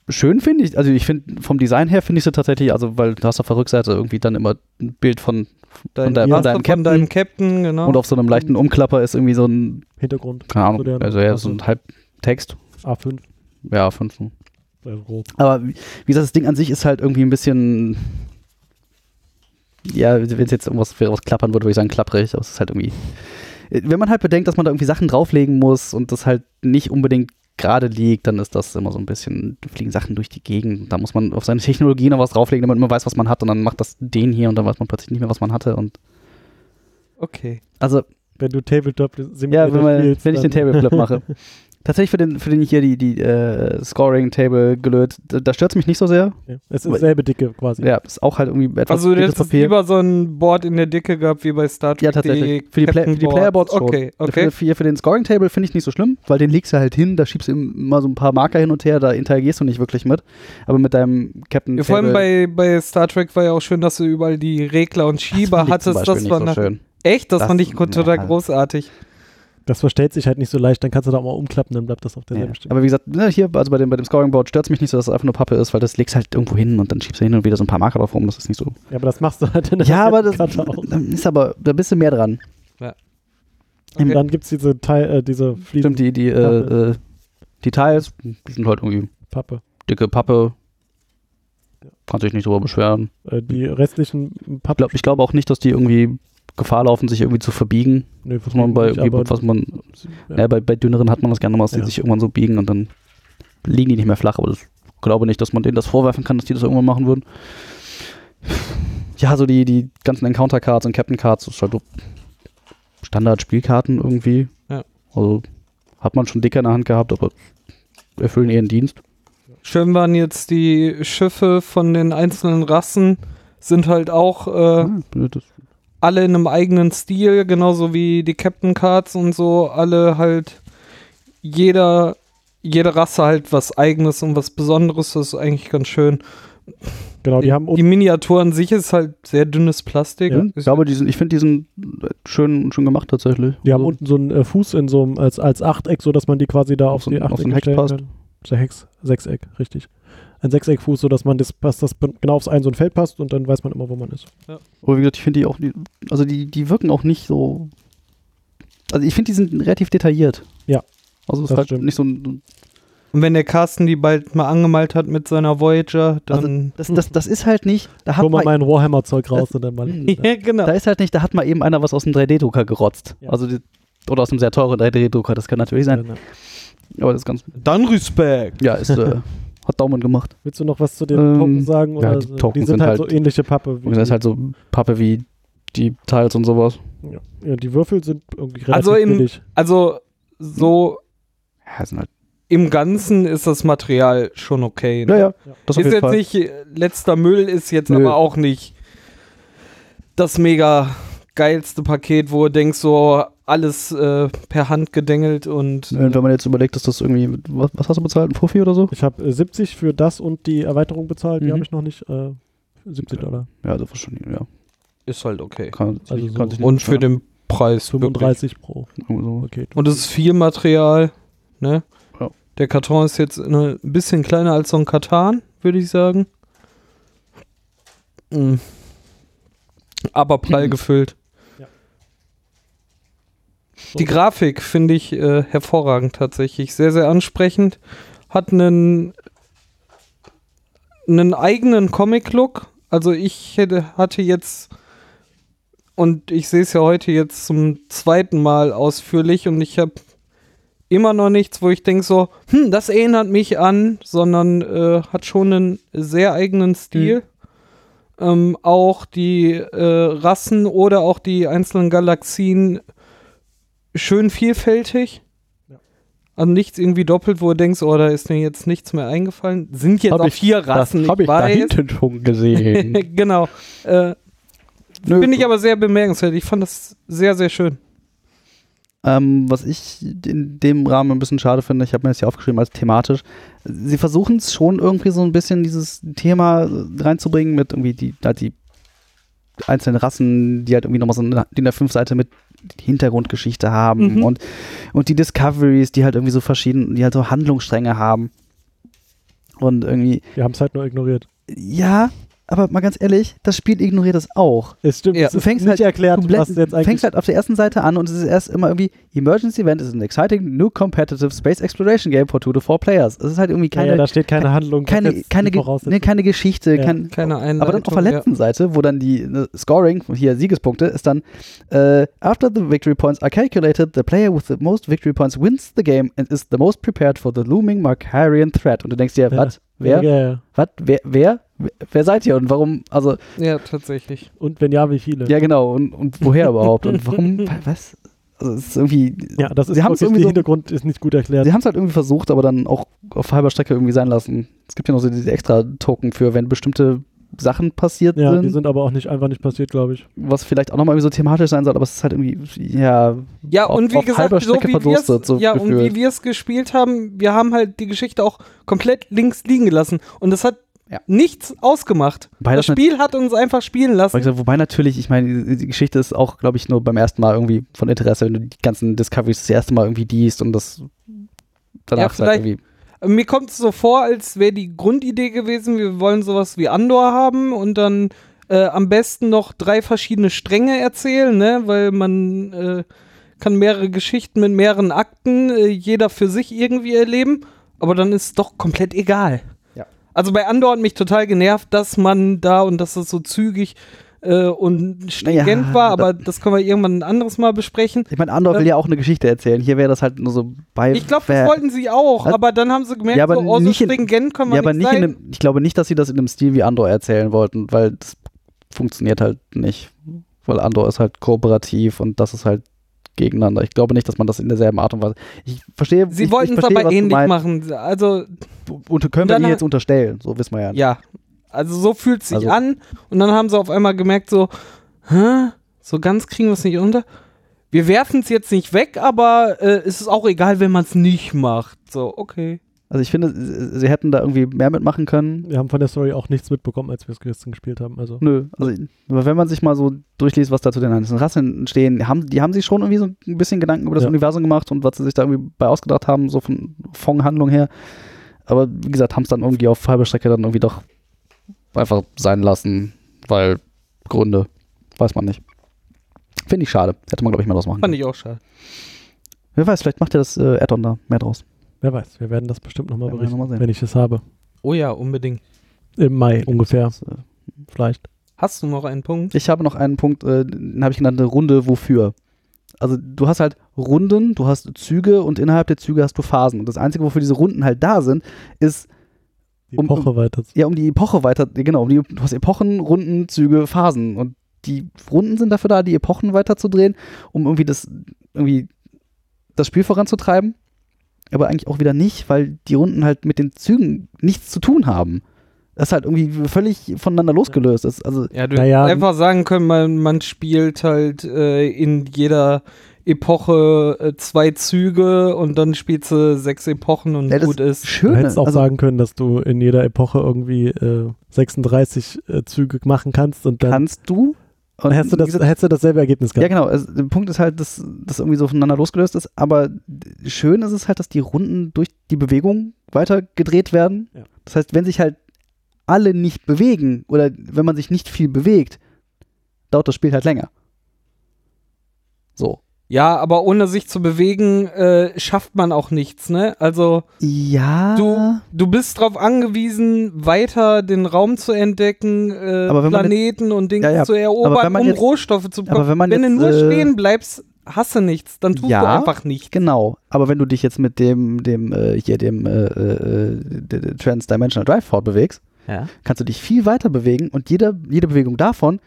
[SPEAKER 1] schön finde ich, also ich finde, vom Design her finde ich sie tatsächlich, also weil du hast auf der Rückseite irgendwie dann immer ein Bild von, von, deinem- von
[SPEAKER 3] Master
[SPEAKER 1] deinem Captain
[SPEAKER 3] Von deinem Captain, genau.
[SPEAKER 1] und auf so einem leichten Umklapper ist irgendwie so ein,
[SPEAKER 2] Hintergrund
[SPEAKER 1] keine
[SPEAKER 2] So
[SPEAKER 1] Ahnung,
[SPEAKER 2] der-
[SPEAKER 1] also ja, so ein Halbtext.
[SPEAKER 2] A5.
[SPEAKER 1] Ja, fünf.
[SPEAKER 2] Also grob.
[SPEAKER 1] Aber wie wie gesagt, das Ding an sich ist halt irgendwie ein bisschen, ja, wenn es jetzt irgendwas für was klappern würde, würde ich sagen klapprig, aber es ist halt irgendwie, wenn man halt bedenkt, dass man da irgendwie Sachen drauflegen muss und das halt nicht unbedingt gerade liegt, dann ist das immer so ein bisschen, da fliegen Sachen durch die Gegend. Da muss man auf seine Technologie noch was drauflegen, damit man weiß, was man hat und dann macht das den hier und dann weiß man plötzlich nicht mehr, was man hatte und
[SPEAKER 3] okay.
[SPEAKER 1] also
[SPEAKER 2] Wenn du Tabletop
[SPEAKER 1] ja,
[SPEAKER 2] Simulator
[SPEAKER 1] wenn, man,
[SPEAKER 2] spielst,
[SPEAKER 1] wenn ich den
[SPEAKER 2] dann-
[SPEAKER 1] Tableflip mache. Tatsächlich für den, für den hier die, die äh, Scoring-Table gelöt, da, da stört es mich nicht so sehr.
[SPEAKER 2] Ja, es ist selbe Dicke quasi.
[SPEAKER 1] Ja, ist auch halt irgendwie etwas
[SPEAKER 3] Also du
[SPEAKER 1] dickes
[SPEAKER 3] hättest lieber so ein Board in der Dicke gehabt wie bei Star Trek.
[SPEAKER 1] Ja, tatsächlich. für die, Play für die
[SPEAKER 3] Captain-Boards.
[SPEAKER 1] Playerboards schon.
[SPEAKER 3] Okay,
[SPEAKER 1] Für,
[SPEAKER 3] okay.
[SPEAKER 1] für, für den Scoring-Table finde ich nicht so schlimm, weil den legst du halt hin, da schiebst du immer so ein paar Marker hin und her, da interagierst du nicht wirklich mit. Aber mit deinem Captain
[SPEAKER 3] Ja, vor allem
[SPEAKER 1] Table-
[SPEAKER 3] bei, bei Star Trek war ja auch schön, dass du überall die Regler und
[SPEAKER 1] das
[SPEAKER 3] Schieber
[SPEAKER 1] fand ich zum Beispiel
[SPEAKER 3] hattest. Das war
[SPEAKER 1] nicht
[SPEAKER 3] nach-
[SPEAKER 1] so schön.
[SPEAKER 3] echt, das,
[SPEAKER 1] Das-
[SPEAKER 3] fand ich total
[SPEAKER 1] ja.
[SPEAKER 3] großartig.
[SPEAKER 2] Das verstellt sich halt nicht so leicht, dann kannst du da auch mal umklappen, dann bleibt das auf
[SPEAKER 1] Ja.
[SPEAKER 2] derselben Stelle.
[SPEAKER 1] Aber wie gesagt, ne, hier, also bei dem, bei dem Scoring-Board stört es mich nicht so, dass es einfach nur Pappe ist, weil das legst halt irgendwo hin und dann schiebst du hin und wieder so ein paar Marker drauf rum, das ist nicht so.
[SPEAKER 2] Ja, aber das machst du halt in der
[SPEAKER 1] Ja, aber das
[SPEAKER 2] Karte
[SPEAKER 1] [laughs]
[SPEAKER 2] auch.
[SPEAKER 1] dann ist aber, da bist du mehr dran.
[SPEAKER 2] Und
[SPEAKER 3] Okay.
[SPEAKER 2] dann gibt es diese Teil, äh, diese Fliesen
[SPEAKER 1] Stimmt, die, die, äh, äh, die Tiles, die sind halt irgendwie
[SPEAKER 2] Pappe.
[SPEAKER 1] dicke Pappe. Kann sich nicht drüber beschweren.
[SPEAKER 2] Äh, die restlichen
[SPEAKER 1] Ich glaube ich glaub auch nicht, dass die irgendwie Gefahr laufen, sich irgendwie zu verbiegen.
[SPEAKER 2] nee,
[SPEAKER 1] Was man bei,
[SPEAKER 2] Hm, nicht, aber-
[SPEAKER 1] was man,
[SPEAKER 2] ja.
[SPEAKER 1] ja. bei, bei dünneren hat man das gerne mal, dass die
[SPEAKER 2] Ja.
[SPEAKER 1] sich irgendwann so biegen und dann liegen die nicht mehr flach. Aber das- ich glaube nicht, dass man denen das vorwerfen kann, dass die das irgendwann machen würden. Ja, so die, die ganzen Encounter-Cards und Captain-Cards, das ist halt so Standard-Spielkarten irgendwie.
[SPEAKER 3] Ja.
[SPEAKER 1] Also hat man schon dicker in der Hand gehabt, aber erfüllen ihren Dienst.
[SPEAKER 3] Schön waren jetzt die Schiffe von den einzelnen Rassen, sind halt auch äh,
[SPEAKER 1] Ja, Ah, das,
[SPEAKER 3] alle in einem eigenen Stil, genauso wie die Captain Cards und so, alle halt jeder, jede Rasse halt was eigenes und was Besonderes, das ist eigentlich ganz schön.
[SPEAKER 2] Genau, die haben
[SPEAKER 3] Die Miniatur an sich ist halt sehr dünnes Plastik.
[SPEAKER 2] Ja,
[SPEAKER 1] ich
[SPEAKER 3] Ist-
[SPEAKER 1] glaube, die sind, ich finde, die sind schön, schön gemacht tatsächlich.
[SPEAKER 2] Die haben
[SPEAKER 1] Also,
[SPEAKER 2] unten so einen äh, Fuß in so einem, als, als Achteck, so dass man die quasi da
[SPEAKER 1] Auf
[SPEAKER 2] auf,
[SPEAKER 1] so
[SPEAKER 2] die
[SPEAKER 1] ein- auf so ein
[SPEAKER 2] Achtecke
[SPEAKER 1] Heck
[SPEAKER 2] stellen
[SPEAKER 1] passt.
[SPEAKER 2] kann. So Hex, Sechseck, richtig. Ein Sechseckfuß, so dass man das passt, das genau aufs ein so ein Feld passt und dann weiß man immer, wo man ist.
[SPEAKER 1] Aber wie gesagt, ich finde die auch, die, also die, die wirken auch nicht so. Also ich finde, die sind relativ detailliert.
[SPEAKER 2] Ja,
[SPEAKER 1] Also es ist
[SPEAKER 2] das
[SPEAKER 1] halt
[SPEAKER 2] stimmt.
[SPEAKER 1] nicht so ein.
[SPEAKER 3] Und wenn der Carsten die bald mal angemalt hat mit seiner Voyager, dann.
[SPEAKER 1] Das, das, das ist halt nicht. Da hat
[SPEAKER 2] Hol mal
[SPEAKER 1] mal,
[SPEAKER 2] mein Warhammer-Zeug raus und
[SPEAKER 1] [laughs]
[SPEAKER 2] dann mal.
[SPEAKER 3] [laughs] ja, genau.
[SPEAKER 1] da ist halt nicht, da hat mal eben einer was aus einem 3D-Drucker gerotzt.
[SPEAKER 2] Ja.
[SPEAKER 1] Also die, oder aus einem sehr teuren 3D-Drucker, das kann natürlich sein.
[SPEAKER 2] Dann, äh,
[SPEAKER 1] Aber das ist ganz.
[SPEAKER 3] Dann Respekt.
[SPEAKER 1] Ja, ist, äh, hat Daumen gemacht.
[SPEAKER 2] Willst du noch was zu den
[SPEAKER 1] Ähm,
[SPEAKER 2] Token sagen?
[SPEAKER 1] ja,
[SPEAKER 2] Oder
[SPEAKER 1] die Token
[SPEAKER 2] sind,
[SPEAKER 1] sind
[SPEAKER 2] halt so
[SPEAKER 1] halt-
[SPEAKER 2] ähnliche Pappe.
[SPEAKER 1] Und das ist halt so Pappe wie die Teils und sowas.
[SPEAKER 2] ja. Ja, die Würfel sind irgendwie relativ
[SPEAKER 3] Also im-
[SPEAKER 2] billig.
[SPEAKER 3] Also, so
[SPEAKER 1] Ja, sind halt.
[SPEAKER 3] im Ganzen ist das Material schon okay. ne?
[SPEAKER 1] Ja, ja. Das auf jeden
[SPEAKER 3] ist jetzt
[SPEAKER 1] Fall.
[SPEAKER 3] nicht äh, letzter Müll, ist jetzt
[SPEAKER 1] Nö.
[SPEAKER 3] aber auch nicht das mega geilste Paket, wo du denkst, so alles äh, per Hand gedengelt und
[SPEAKER 1] Und wenn man jetzt überlegt, dass das irgendwie. Was, was hast du bezahlt? Ein Fuffi oder so?
[SPEAKER 2] Ich habe äh, 70 für das und die Erweiterung bezahlt, die
[SPEAKER 1] Mhm.
[SPEAKER 2] habe ich noch nicht. Äh, 70 Dollar.
[SPEAKER 1] Ja, das war schon. Ja.
[SPEAKER 3] ist halt okay.
[SPEAKER 1] Kann,
[SPEAKER 2] Also
[SPEAKER 1] kann
[SPEAKER 2] so-
[SPEAKER 1] sich nicht
[SPEAKER 3] Und für
[SPEAKER 1] beschweren.
[SPEAKER 3] den Preis. wirklich.
[SPEAKER 2] 35 pro
[SPEAKER 1] Irgendwie so.
[SPEAKER 2] Paket.
[SPEAKER 3] Und es ist viel Material, ne?
[SPEAKER 1] Ja.
[SPEAKER 3] Der Karton ist jetzt ne- ein bisschen kleiner als so ein Katan, würde ich sagen. Mm. Aber
[SPEAKER 1] [clears throat]
[SPEAKER 3] prall
[SPEAKER 1] Mhm.
[SPEAKER 3] gefüllt.
[SPEAKER 2] Ja.
[SPEAKER 3] Die Grafik finde ich äh, hervorragend tatsächlich. Sehr, sehr ansprechend. Hat einen, einen eigenen Comic-Look. Also ich hätte, hatte jetzt und ich sehe es ja heute jetzt zum zweiten Mal ausführlich und ich habe immer noch nichts, wo ich denke so, hm, das erinnert mich an, sondern äh, hat schon einen sehr eigenen Stil. Ähm, auch die äh, Rassen oder auch die einzelnen Galaxien schön vielfältig.
[SPEAKER 2] Ja.
[SPEAKER 3] Also nichts irgendwie doppelt, wo du denkst, oh, da ist mir jetzt nichts mehr eingefallen. Sind jetzt
[SPEAKER 1] Hab
[SPEAKER 3] auch
[SPEAKER 1] ich-
[SPEAKER 3] vier Rassen,
[SPEAKER 1] das habe ich da
[SPEAKER 3] [laughs]
[SPEAKER 1] hinten schon gesehen.
[SPEAKER 3] genau. Äh,
[SPEAKER 1] Nö.
[SPEAKER 3] Finde ich aber sehr bemerkenswert. Ich fand das sehr, sehr schön.
[SPEAKER 1] Ähm, was ich in dem Rahmen ein bisschen schade finde, ich habe mir das hier aufgeschrieben als thematisch. Sie versuchen es schon irgendwie so ein bisschen dieses Thema äh, reinzubringen mit irgendwie die, halt die einzelnen Rassen, die halt irgendwie nochmal so eine- die in der Fünfseite mit Hintergrundgeschichte haben
[SPEAKER 3] Mhm.
[SPEAKER 1] und, und die Discoveries, die halt irgendwie so verschiedene, die halt so Handlungsstränge haben. Und irgendwie,
[SPEAKER 2] Wir haben es halt nur ignoriert.
[SPEAKER 1] ja, aber mal ganz ehrlich, das Spiel ignoriert das auch.
[SPEAKER 2] Es stimmt,
[SPEAKER 3] Ja.
[SPEAKER 2] es
[SPEAKER 1] Du
[SPEAKER 2] ist
[SPEAKER 1] fängst
[SPEAKER 2] nicht
[SPEAKER 1] halt
[SPEAKER 2] erklärt,
[SPEAKER 1] komplett,
[SPEAKER 2] was jetzt eigentlich
[SPEAKER 1] fängst halt auf der ersten Seite an und es ist erst immer irgendwie Emergency Event is an exciting new competitive space exploration game for two to four players. Es ist halt irgendwie
[SPEAKER 2] Ja,
[SPEAKER 1] keine
[SPEAKER 2] ja, da steht keine Handlung, was
[SPEAKER 1] keine
[SPEAKER 2] jetzt
[SPEAKER 1] keine
[SPEAKER 2] die
[SPEAKER 1] Ge- ne, nee,
[SPEAKER 2] Voraussetzung.
[SPEAKER 1] keine Geschichte,
[SPEAKER 2] Ja.
[SPEAKER 1] kein
[SPEAKER 3] Keine Einladung.
[SPEAKER 1] aber dann auf der letzten Seite, wo dann die ne, Scoring, hier Siegespunkte, ist dann äh, After the victory points are calculated, the player with the most victory points wins the game and is the most prepared for the looming Markarian threat. Und du denkst dir,
[SPEAKER 2] Ja.
[SPEAKER 1] was? Wer?
[SPEAKER 2] Ja, ja, ja.
[SPEAKER 1] Was? Wer? Wer? Wer seid ihr und warum? Also
[SPEAKER 3] ja. ja, tatsächlich.
[SPEAKER 2] Und wenn ja, wie viele?
[SPEAKER 1] Ja, genau. Und, und woher überhaupt? Und [laughs] warum? wa- Was? Also, es ist irgendwie.
[SPEAKER 2] Ja, das ist
[SPEAKER 1] Sie haben's
[SPEAKER 2] wirklich,
[SPEAKER 1] irgendwie
[SPEAKER 2] der
[SPEAKER 1] so-
[SPEAKER 2] Hintergrund ist nicht gut erklärt.
[SPEAKER 1] Sie haben es halt irgendwie versucht, aber dann auch auf halber Strecke irgendwie sein lassen. Es gibt ja noch so diese extra Token für, wenn bestimmte Sachen passiert
[SPEAKER 2] Ja, die
[SPEAKER 1] sind,
[SPEAKER 2] sind aber auch nicht einfach nicht passiert, glaube ich.
[SPEAKER 1] was vielleicht auch nochmal irgendwie so thematisch sein soll, aber es ist halt irgendwie, ja,
[SPEAKER 3] Ja,
[SPEAKER 1] Auf-
[SPEAKER 3] und wie
[SPEAKER 1] auf
[SPEAKER 3] gesagt,
[SPEAKER 1] halber
[SPEAKER 3] so
[SPEAKER 1] Strecke
[SPEAKER 3] wie
[SPEAKER 1] verdurstet,
[SPEAKER 3] wir's,
[SPEAKER 1] so
[SPEAKER 3] ja, und
[SPEAKER 1] gefühlt.
[SPEAKER 3] wie wir es gespielt haben, wir haben halt die Geschichte auch komplett links liegen gelassen. Und das hat
[SPEAKER 1] Ja.
[SPEAKER 3] nichts ausgemacht.
[SPEAKER 1] Wobei
[SPEAKER 3] das
[SPEAKER 1] das nat-
[SPEAKER 3] Spiel hat uns einfach spielen
[SPEAKER 1] Weil
[SPEAKER 3] lassen.
[SPEAKER 1] gesagt, wobei natürlich, ich meine, die- die Geschichte ist auch, glaube ich, nur beim ersten Mal irgendwie von Interesse, wenn du die ganzen Discoveries das erste Mal irgendwie liest und das danach halt
[SPEAKER 3] vielleicht-
[SPEAKER 1] irgendwie.
[SPEAKER 3] Mir kommt es so vor, als wäre die Grundidee gewesen, wir wollen sowas wie Andor haben und dann äh, am besten noch drei verschiedene Stränge erzählen, ne? weil man äh, kann mehrere Geschichten mit mehreren Akten, äh, jeder für sich irgendwie erleben, aber dann ist es doch komplett egal.
[SPEAKER 1] Ja.
[SPEAKER 3] Also bei Andor hat mich total genervt, dass man da und dass das so zügig äh, und stringent
[SPEAKER 1] Naja,
[SPEAKER 3] war,
[SPEAKER 1] da-
[SPEAKER 3] aber das können wir irgendwann ein anderes Mal besprechen.
[SPEAKER 1] Ich meine, Andor will ja auch eine Geschichte erzählen. Hier wäre das halt nur so bei.
[SPEAKER 3] Ich glaube,
[SPEAKER 1] wer-
[SPEAKER 3] das wollten sie auch,
[SPEAKER 1] Was?
[SPEAKER 3] aber dann haben sie gemerkt,
[SPEAKER 1] Ja, aber
[SPEAKER 3] so, oh, so
[SPEAKER 1] nicht in-
[SPEAKER 3] stringent können wir
[SPEAKER 1] ja, aber nicht
[SPEAKER 3] sein.
[SPEAKER 1] in einem, ich glaube nicht, dass sie das in einem Stil wie Andor erzählen wollten, weil das funktioniert halt nicht. Weil Andor ist halt kooperativ und das ist halt gegeneinander. Ich glaube nicht, dass man das in derselben Art und Weise. Ich verstehe,
[SPEAKER 3] Sie
[SPEAKER 1] ich,
[SPEAKER 3] wollten
[SPEAKER 1] ich
[SPEAKER 3] es
[SPEAKER 1] verstehe,
[SPEAKER 3] aber
[SPEAKER 1] was du
[SPEAKER 3] ähnlich
[SPEAKER 1] meinst.
[SPEAKER 3] machen. Also,
[SPEAKER 1] Und können wir
[SPEAKER 3] Dann
[SPEAKER 1] ihr
[SPEAKER 3] ha-
[SPEAKER 1] jetzt unterstellen, so wissen wir ja. nicht.
[SPEAKER 3] ja. Also, so fühlt es sich
[SPEAKER 1] Also-
[SPEAKER 3] an. Und dann haben sie auf einmal gemerkt, so, hä? So ganz kriegen wir es nicht unter. Wir werfen es jetzt nicht weg, aber äh, es ist auch egal, wenn man es nicht macht. So, okay.
[SPEAKER 1] Also ich finde, sie sie hätten da irgendwie mehr mitmachen können.
[SPEAKER 2] Wir haben von der Story auch nichts mitbekommen, als wir es gestern gespielt haben. Also
[SPEAKER 1] Nö, also aber wenn man sich mal so durchliest, was da zu den einzelnen Rassen stehen, haben, die haben sich schon irgendwie so ein bisschen Gedanken über das
[SPEAKER 2] Ja.
[SPEAKER 1] Universum gemacht und was sie sich da irgendwie bei ausgedacht haben, so von, von Handlung her. Aber wie gesagt, haben es dann irgendwie auf halber Strecke dann irgendwie doch einfach sein lassen, weil Gründe, weiß man nicht. Finde ich schade. Hätte man, glaube ich, mal draus machen
[SPEAKER 3] Fand
[SPEAKER 1] können.
[SPEAKER 3] ich auch schade.
[SPEAKER 1] Wer weiß, vielleicht macht ja das äh, Add-on da mehr draus.
[SPEAKER 2] wer weiß, wir werden das bestimmt nochmal
[SPEAKER 1] Werden wir
[SPEAKER 2] berichten,
[SPEAKER 1] noch mal sehen.
[SPEAKER 2] wenn ich es habe.
[SPEAKER 3] Oh ja, unbedingt.
[SPEAKER 2] Im Mai ungefähr,
[SPEAKER 1] Das, äh,
[SPEAKER 2] vielleicht.
[SPEAKER 3] Hast du noch einen Punkt?
[SPEAKER 1] Ich habe noch einen Punkt, äh, den habe ich genannt, eine Runde wofür. Also du hast halt Runden, du hast Züge und innerhalb der Züge hast du Phasen. Und das Einzige, wofür diese Runden halt da sind, ist
[SPEAKER 2] Die
[SPEAKER 1] Um-
[SPEAKER 2] Woche weiter.
[SPEAKER 1] ja um die Epoche weiter, genau, um die, du hast Epochen, Runden, Züge, Phasen. Und die Runden sind dafür da, die Epochen weiterzudrehen, um irgendwie das, irgendwie das Spiel voranzutreiben. Aber eigentlich auch wieder nicht, weil die Runden halt mit den Zügen nichts zu tun haben. Das ist halt irgendwie völlig voneinander losgelöst. ist. also
[SPEAKER 3] Ja, du
[SPEAKER 2] Naja,
[SPEAKER 3] hättest einfach sagen können, man, man spielt halt äh, in jeder Epoche äh, zwei Züge und dann spielst du sechs Epochen und
[SPEAKER 1] Ja, das
[SPEAKER 3] gut ist.
[SPEAKER 2] Du
[SPEAKER 1] schön.
[SPEAKER 2] hättest auch
[SPEAKER 1] also,
[SPEAKER 2] sagen können, dass du in jeder Epoche irgendwie äh, 36 äh, Züge machen kannst und dann
[SPEAKER 1] kannst du. Und
[SPEAKER 2] dann hättest, du
[SPEAKER 1] wie
[SPEAKER 2] das,
[SPEAKER 1] gesagt,
[SPEAKER 2] hättest du dasselbe Ergebnis
[SPEAKER 1] ja,
[SPEAKER 2] gehabt.
[SPEAKER 1] genau. Also, der Punkt ist halt, dass das irgendwie so voneinander losgelöst ist. Aber d- schön ist es halt, dass die Runden durch die Bewegung weiter gedreht werden.
[SPEAKER 2] Ja.
[SPEAKER 1] Das heißt, wenn sich halt alle nicht bewegen oder wenn man sich nicht viel bewegt, dauert das Spiel halt länger. So.
[SPEAKER 3] Ja, aber ohne sich zu bewegen, äh, schafft man auch nichts, ne? Also
[SPEAKER 1] Ja.
[SPEAKER 3] du, du bist darauf angewiesen, weiter den Raum zu entdecken, äh,
[SPEAKER 1] Aber wenn man
[SPEAKER 3] Planeten und Dinge
[SPEAKER 1] Ja, ja.
[SPEAKER 3] zu
[SPEAKER 1] Aber wenn
[SPEAKER 3] erobern,
[SPEAKER 1] man
[SPEAKER 3] um
[SPEAKER 1] jetzt-
[SPEAKER 3] Rohstoffe zu bekommen.
[SPEAKER 1] aber wenn man
[SPEAKER 3] du
[SPEAKER 1] jetzt,
[SPEAKER 3] nur
[SPEAKER 1] äh,
[SPEAKER 3] stehen bleibst, hast du nichts. Dann tust du
[SPEAKER 1] Ja.
[SPEAKER 3] einfach nichts.
[SPEAKER 1] Genau, aber wenn du dich jetzt mit dem, dem, äh, hier, dem äh, äh, d- d- Trans-Dimensional Drive fortbewegst,
[SPEAKER 3] Ja.
[SPEAKER 1] kannst du dich viel weiter bewegen und jede, jede Bewegung davon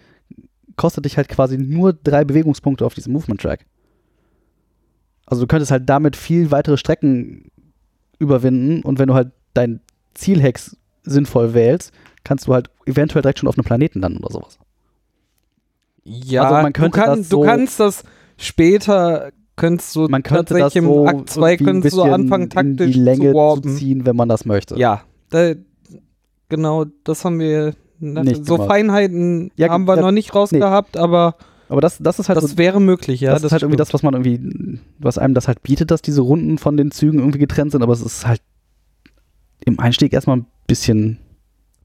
[SPEAKER 1] kostet dich halt quasi nur drei Bewegungspunkte auf diesem Movement-Track. Also du könntest halt damit viel weitere Strecken überwinden und wenn du halt dein Zielhex sinnvoll wählst, kannst du halt eventuell direkt schon auf einem Planeten landen oder sowas.
[SPEAKER 3] Ja,
[SPEAKER 1] Also man könnte
[SPEAKER 3] du, kann,
[SPEAKER 1] das so-
[SPEAKER 3] du kannst das später, könntest du
[SPEAKER 1] Man könnte das
[SPEAKER 3] tatsächlich im
[SPEAKER 1] so
[SPEAKER 3] Akt
[SPEAKER 1] irgendwie
[SPEAKER 3] 2
[SPEAKER 1] ein
[SPEAKER 3] könntest du
[SPEAKER 1] bisschen
[SPEAKER 3] anfangen,
[SPEAKER 1] in die
[SPEAKER 3] taktisch
[SPEAKER 1] Länge
[SPEAKER 3] zu
[SPEAKER 1] zu,
[SPEAKER 3] warpen.
[SPEAKER 1] ziehen, wenn man das möchte.
[SPEAKER 3] ja, da, genau, das haben wir ne,
[SPEAKER 1] Nicht
[SPEAKER 3] so
[SPEAKER 1] gemacht.
[SPEAKER 3] Feinheiten
[SPEAKER 1] Ja,
[SPEAKER 3] haben wir
[SPEAKER 1] ja,
[SPEAKER 3] noch nicht rausgehabt, aber
[SPEAKER 1] Aber das, das ist halt so
[SPEAKER 3] das wäre möglich, ja.
[SPEAKER 1] das, ist halt irgendwie das, was man irgendwie, was einem das halt bietet, dass diese Runden von den Zügen irgendwie getrennt sind, aber es ist halt im Einstieg erstmal ein bisschen.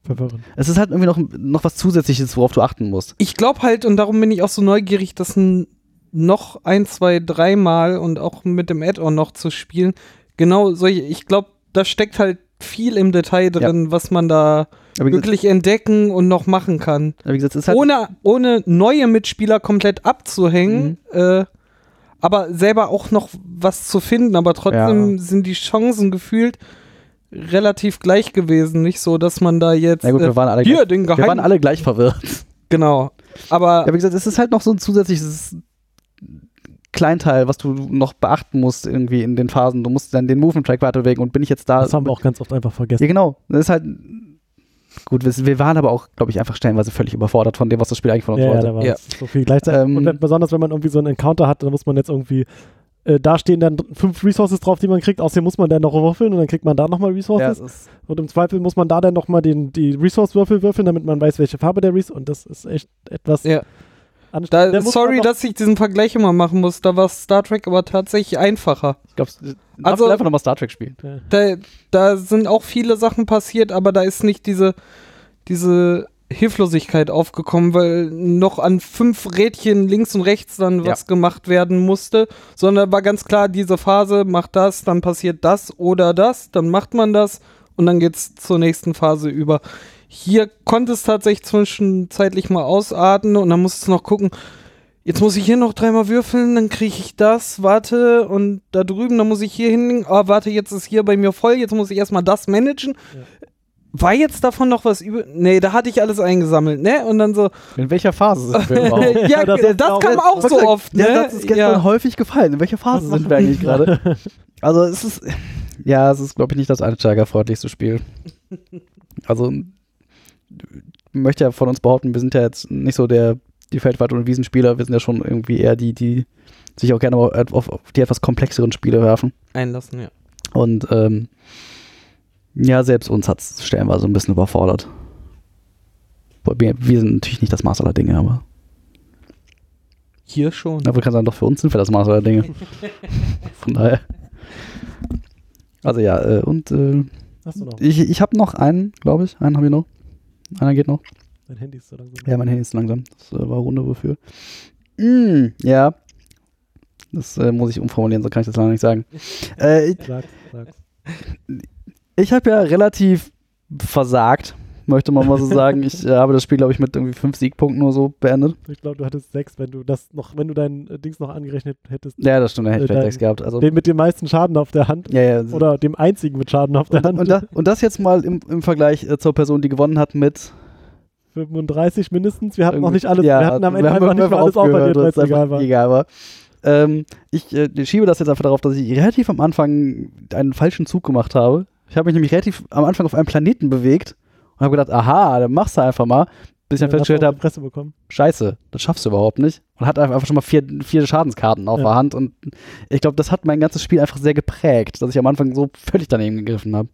[SPEAKER 2] Verwirrend.
[SPEAKER 1] Es ist halt irgendwie noch, noch was Zusätzliches, worauf du achten musst.
[SPEAKER 3] Ich glaube halt, und darum bin ich auch so neugierig, dass n- noch ein, zwei, dreimal und auch mit dem Add-on noch zu spielen, genau solche, ich glaube, da steckt halt viel im Detail drin, was man da
[SPEAKER 1] Aber wie gesagt,
[SPEAKER 3] wirklich entdecken und noch machen kann.
[SPEAKER 1] aber wie gesagt es ist halt.
[SPEAKER 3] ohne, ohne neue Mitspieler komplett abzuhängen,
[SPEAKER 1] Mhm.
[SPEAKER 3] äh, aber selber auch noch was zu finden. Aber trotzdem sind die Chancen gefühlt relativ gleich gewesen. Nicht so, dass man da jetzt
[SPEAKER 1] Na gut, wir waren alle,
[SPEAKER 3] äh,
[SPEAKER 1] gleich,
[SPEAKER 3] hier den
[SPEAKER 1] wir waren
[SPEAKER 3] Geheim.
[SPEAKER 1] alle gleich verwirrt.
[SPEAKER 3] Genau. Aber
[SPEAKER 1] Ja, wie gesagt, es ist halt noch so ein zusätzliches Kleinteil, was du noch beachten musst irgendwie in den Phasen. Du musst dann den Movement-Track weiterbewegen und bin ich jetzt da.
[SPEAKER 2] Das haben wir auch ganz oft einfach vergessen.
[SPEAKER 1] Ja, genau. Das ist halt. Gut, wir, wir waren aber auch, glaube ich, einfach stellenweise völlig überfordert von dem, was das Spiel eigentlich von uns
[SPEAKER 2] Ja, ja,
[SPEAKER 1] wollte.
[SPEAKER 2] da war
[SPEAKER 3] Ja.
[SPEAKER 2] es so viel gleichzeitig.
[SPEAKER 1] genau, Ähm,
[SPEAKER 2] und wenn, besonders, wenn man irgendwie so einen Encounter hat, dann muss man jetzt irgendwie. Äh, da stehen dann dr- fünf Resources drauf, die man kriegt. Außerdem muss man dann noch würfeln und dann kriegt man da nochmal
[SPEAKER 1] ja, es
[SPEAKER 2] Resources.
[SPEAKER 1] ist,
[SPEAKER 2] Und im Zweifel muss man da dann nochmal die Resource-Würfel würfeln, damit man weiß, welche Farbe der Resource. Und das ist echt etwas
[SPEAKER 3] Ja.
[SPEAKER 2] anstrengend.
[SPEAKER 3] da,
[SPEAKER 2] Der muss
[SPEAKER 3] sorry,
[SPEAKER 2] man noch-
[SPEAKER 3] dass ich diesen Vergleich immer machen muss. Da war Star Trek aber tatsächlich einfacher.
[SPEAKER 1] Ich glaube,
[SPEAKER 3] Also-
[SPEAKER 1] also, einfach nochmal Star Trek spielen.
[SPEAKER 3] Da, da sind auch viele Sachen passiert, aber da ist nicht diese, diese Hilflosigkeit aufgekommen, weil noch an fünf Rädchen links und rechts dann
[SPEAKER 1] Ja.
[SPEAKER 3] was gemacht werden musste, sondern war ganz klar, diese Phase macht das, dann passiert das oder das, dann macht man das und dann geht's zur nächsten Phase über. Hier konnte es tatsächlich zwischenzeitlich mal ausarten und dann musst du noch gucken. Jetzt muss ich hier noch dreimal würfeln, dann kriege ich das, warte, und da drüben, dann muss ich hier hin, ah, warte, jetzt ist hier bei mir voll, jetzt muss ich erstmal das managen. War jetzt davon noch was über? Nee, da hatte ich alles eingesammelt, ne? Und dann so, äh,
[SPEAKER 1] In welcher Phase sind [laughs] wir
[SPEAKER 3] ja,
[SPEAKER 1] überhaupt?
[SPEAKER 2] das
[SPEAKER 3] das,
[SPEAKER 2] ist auch-
[SPEAKER 3] kam auch so oft, ne?
[SPEAKER 1] Ja, das ist gestern häufig gefallen. In welcher Phase sind wir eigentlich gerade? Also es ist, ja, es ist, glaube ich, nicht das einsteigerfreundlichste [laughs] Spiel. Also ich möchte ja von uns behaupten, wir sind ja jetzt nicht so der die Feldwart- und Wiesenspieler, wir sind ja schon irgendwie eher die, die sich auch gerne mal auf, auf die etwas komplexeren Spiele werfen.
[SPEAKER 3] Einlassen, ja.
[SPEAKER 1] Und ähm, ja, selbst uns hat es stellenweise ein bisschen überfordert. Wobei Wir, wir sind natürlich nicht das Maß aller Dinge, aber
[SPEAKER 3] Hier schon.
[SPEAKER 1] aber kann sagen, doch für uns sind wir das Maß aller Dinge. Von daher. Also ja, äh, und äh,
[SPEAKER 2] [laughs] Hast du noch?
[SPEAKER 1] ich, ich habe noch einen, glaube ich. Einen habe ich noch. Einer geht noch.
[SPEAKER 2] Mein Handy ist so langsam.
[SPEAKER 1] Ja, mein Handy ist langsam. Das äh, war Runde wofür. Mm, ja. Das äh, muss ich umformulieren, so kann ich das leider nicht sagen. Äh, ich
[SPEAKER 2] Sag, sag.
[SPEAKER 1] ich habe ja relativ versagt, möchte man
[SPEAKER 2] [laughs]
[SPEAKER 1] mal so sagen. Ich äh, habe das Spiel, glaube ich, mit irgendwie fünf Siegpunkten nur so beendet.
[SPEAKER 2] Ich glaube, du hattest sechs, wenn du das noch, wenn du dein äh, Dings noch angerechnet hättest.
[SPEAKER 1] Ja, das stimmt, da hätte ich
[SPEAKER 2] Äh,
[SPEAKER 1] vielleicht sechs gehabt. Also,
[SPEAKER 2] Den mit dem meisten Schaden auf der Hand.
[SPEAKER 1] ja, ja,
[SPEAKER 2] Oder dem einzigen mit Schaden auf der Hand.
[SPEAKER 1] und, da, und das jetzt mal im, im Vergleich äh, zur Person, die gewonnen hat mit
[SPEAKER 2] 35 mindestens. Wir hatten noch
[SPEAKER 1] Irgendwie-
[SPEAKER 2] nicht alles.
[SPEAKER 1] Ja,
[SPEAKER 2] wir hatten am Ende
[SPEAKER 1] haben
[SPEAKER 2] einfach nicht
[SPEAKER 1] irgendwann
[SPEAKER 2] mehr alles
[SPEAKER 1] aufgehört,
[SPEAKER 2] aufaddiert, weil es
[SPEAKER 1] weil's
[SPEAKER 2] egal
[SPEAKER 1] einfach
[SPEAKER 2] war.
[SPEAKER 1] Egal war. Ähm, ich äh, schiebe das jetzt einfach darauf, dass ich relativ am Anfang einen falschen Zug gemacht habe. Ich habe mich nämlich relativ am Anfang auf einem Planeten bewegt und habe gedacht, aha, dann machst du einfach mal. Bis ich dann
[SPEAKER 2] Dann hast du auch
[SPEAKER 1] festgestellt
[SPEAKER 2] die
[SPEAKER 1] habe,
[SPEAKER 2] Presse bekommen.
[SPEAKER 1] scheiße, das schaffst du überhaupt nicht. Und hatte einfach schon mal vier, vier Schadenskarten auf
[SPEAKER 2] Ja.
[SPEAKER 1] der Hand. Und ich glaube, das hat mein ganzes Spiel einfach sehr geprägt, dass ich am Anfang so völlig daneben gegriffen habe.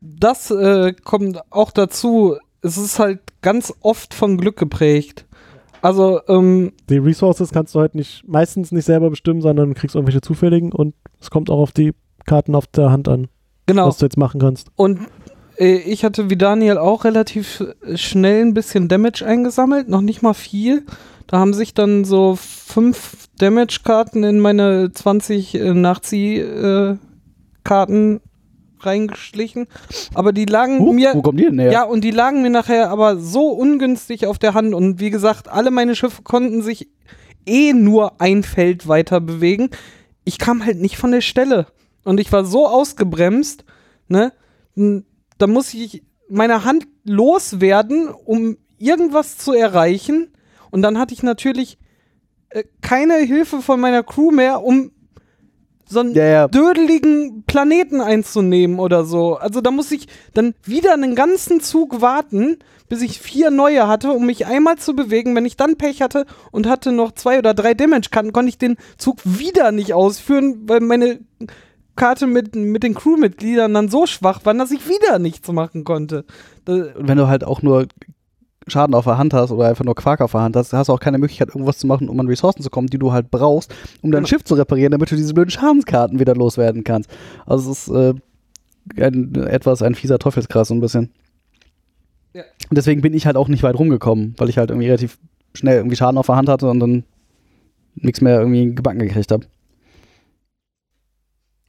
[SPEAKER 3] das äh, kommt auch dazu. Es ist halt ganz oft von Glück geprägt. Also, ähm,
[SPEAKER 2] Die Resources kannst du halt nicht, meistens nicht selber bestimmen, sondern kriegst irgendwelche zufälligen und es kommt auch auf die Karten auf der Hand an,
[SPEAKER 3] genau.
[SPEAKER 2] was du jetzt machen kannst.
[SPEAKER 3] Und äh, ich hatte wie Daniel auch relativ äh, schnell ein bisschen Damage eingesammelt, noch nicht mal viel. Da haben sich dann so fünf Damage-Karten in meine 20 äh, Nachzieh-Karten reingeschlichen. Aber die lagen
[SPEAKER 1] Huch,
[SPEAKER 3] mir.
[SPEAKER 1] Wo kommen die denn her?
[SPEAKER 3] Ja, und die lagen mir nachher aber so ungünstig auf der Hand. Und wie gesagt, alle meine Schiffe konnten sich eh nur ein Feld weiter bewegen. Ich kam halt nicht von der Stelle. Und ich war so ausgebremst, ne? N- Da muss ich meine Hand loswerden, um irgendwas zu erreichen. Und dann hatte ich natürlich äh, keine Hilfe von meiner Crew mehr, um so ein
[SPEAKER 1] ja, ja.
[SPEAKER 3] dödeligen Planeten einzunehmen oder so. Also da muss ich dann wieder einen ganzen Zug warten, bis ich vier neue hatte, um mich einmal zu bewegen. Wenn ich dann Pech hatte und hatte noch zwei oder drei Damage-Karten, konnte ich den Zug wieder nicht ausführen, weil meine Karte mit, mit den Crewmitgliedern dann so schwach war, dass ich wieder nichts machen konnte. Äh, Da,
[SPEAKER 1] Und wenn du halt auch nur Schaden auf der Hand hast oder einfach nur Quark auf der Hand hast, hast du auch keine Möglichkeit, irgendwas zu machen, um an Ressourcen zu kommen, die du halt brauchst, um dein
[SPEAKER 3] Genau.
[SPEAKER 1] Schiff zu reparieren, damit du diese blöden Schadenskarten wieder loswerden kannst. Also es ist äh, ein, etwas ein fieser Teufelskreis so ein bisschen.
[SPEAKER 3] Ja.
[SPEAKER 1] Und deswegen bin ich halt auch nicht weit rumgekommen, weil ich halt irgendwie relativ schnell irgendwie Schaden auf der Hand hatte und dann nichts mehr irgendwie gebacken gekriegt
[SPEAKER 3] [laughs]
[SPEAKER 1] habe.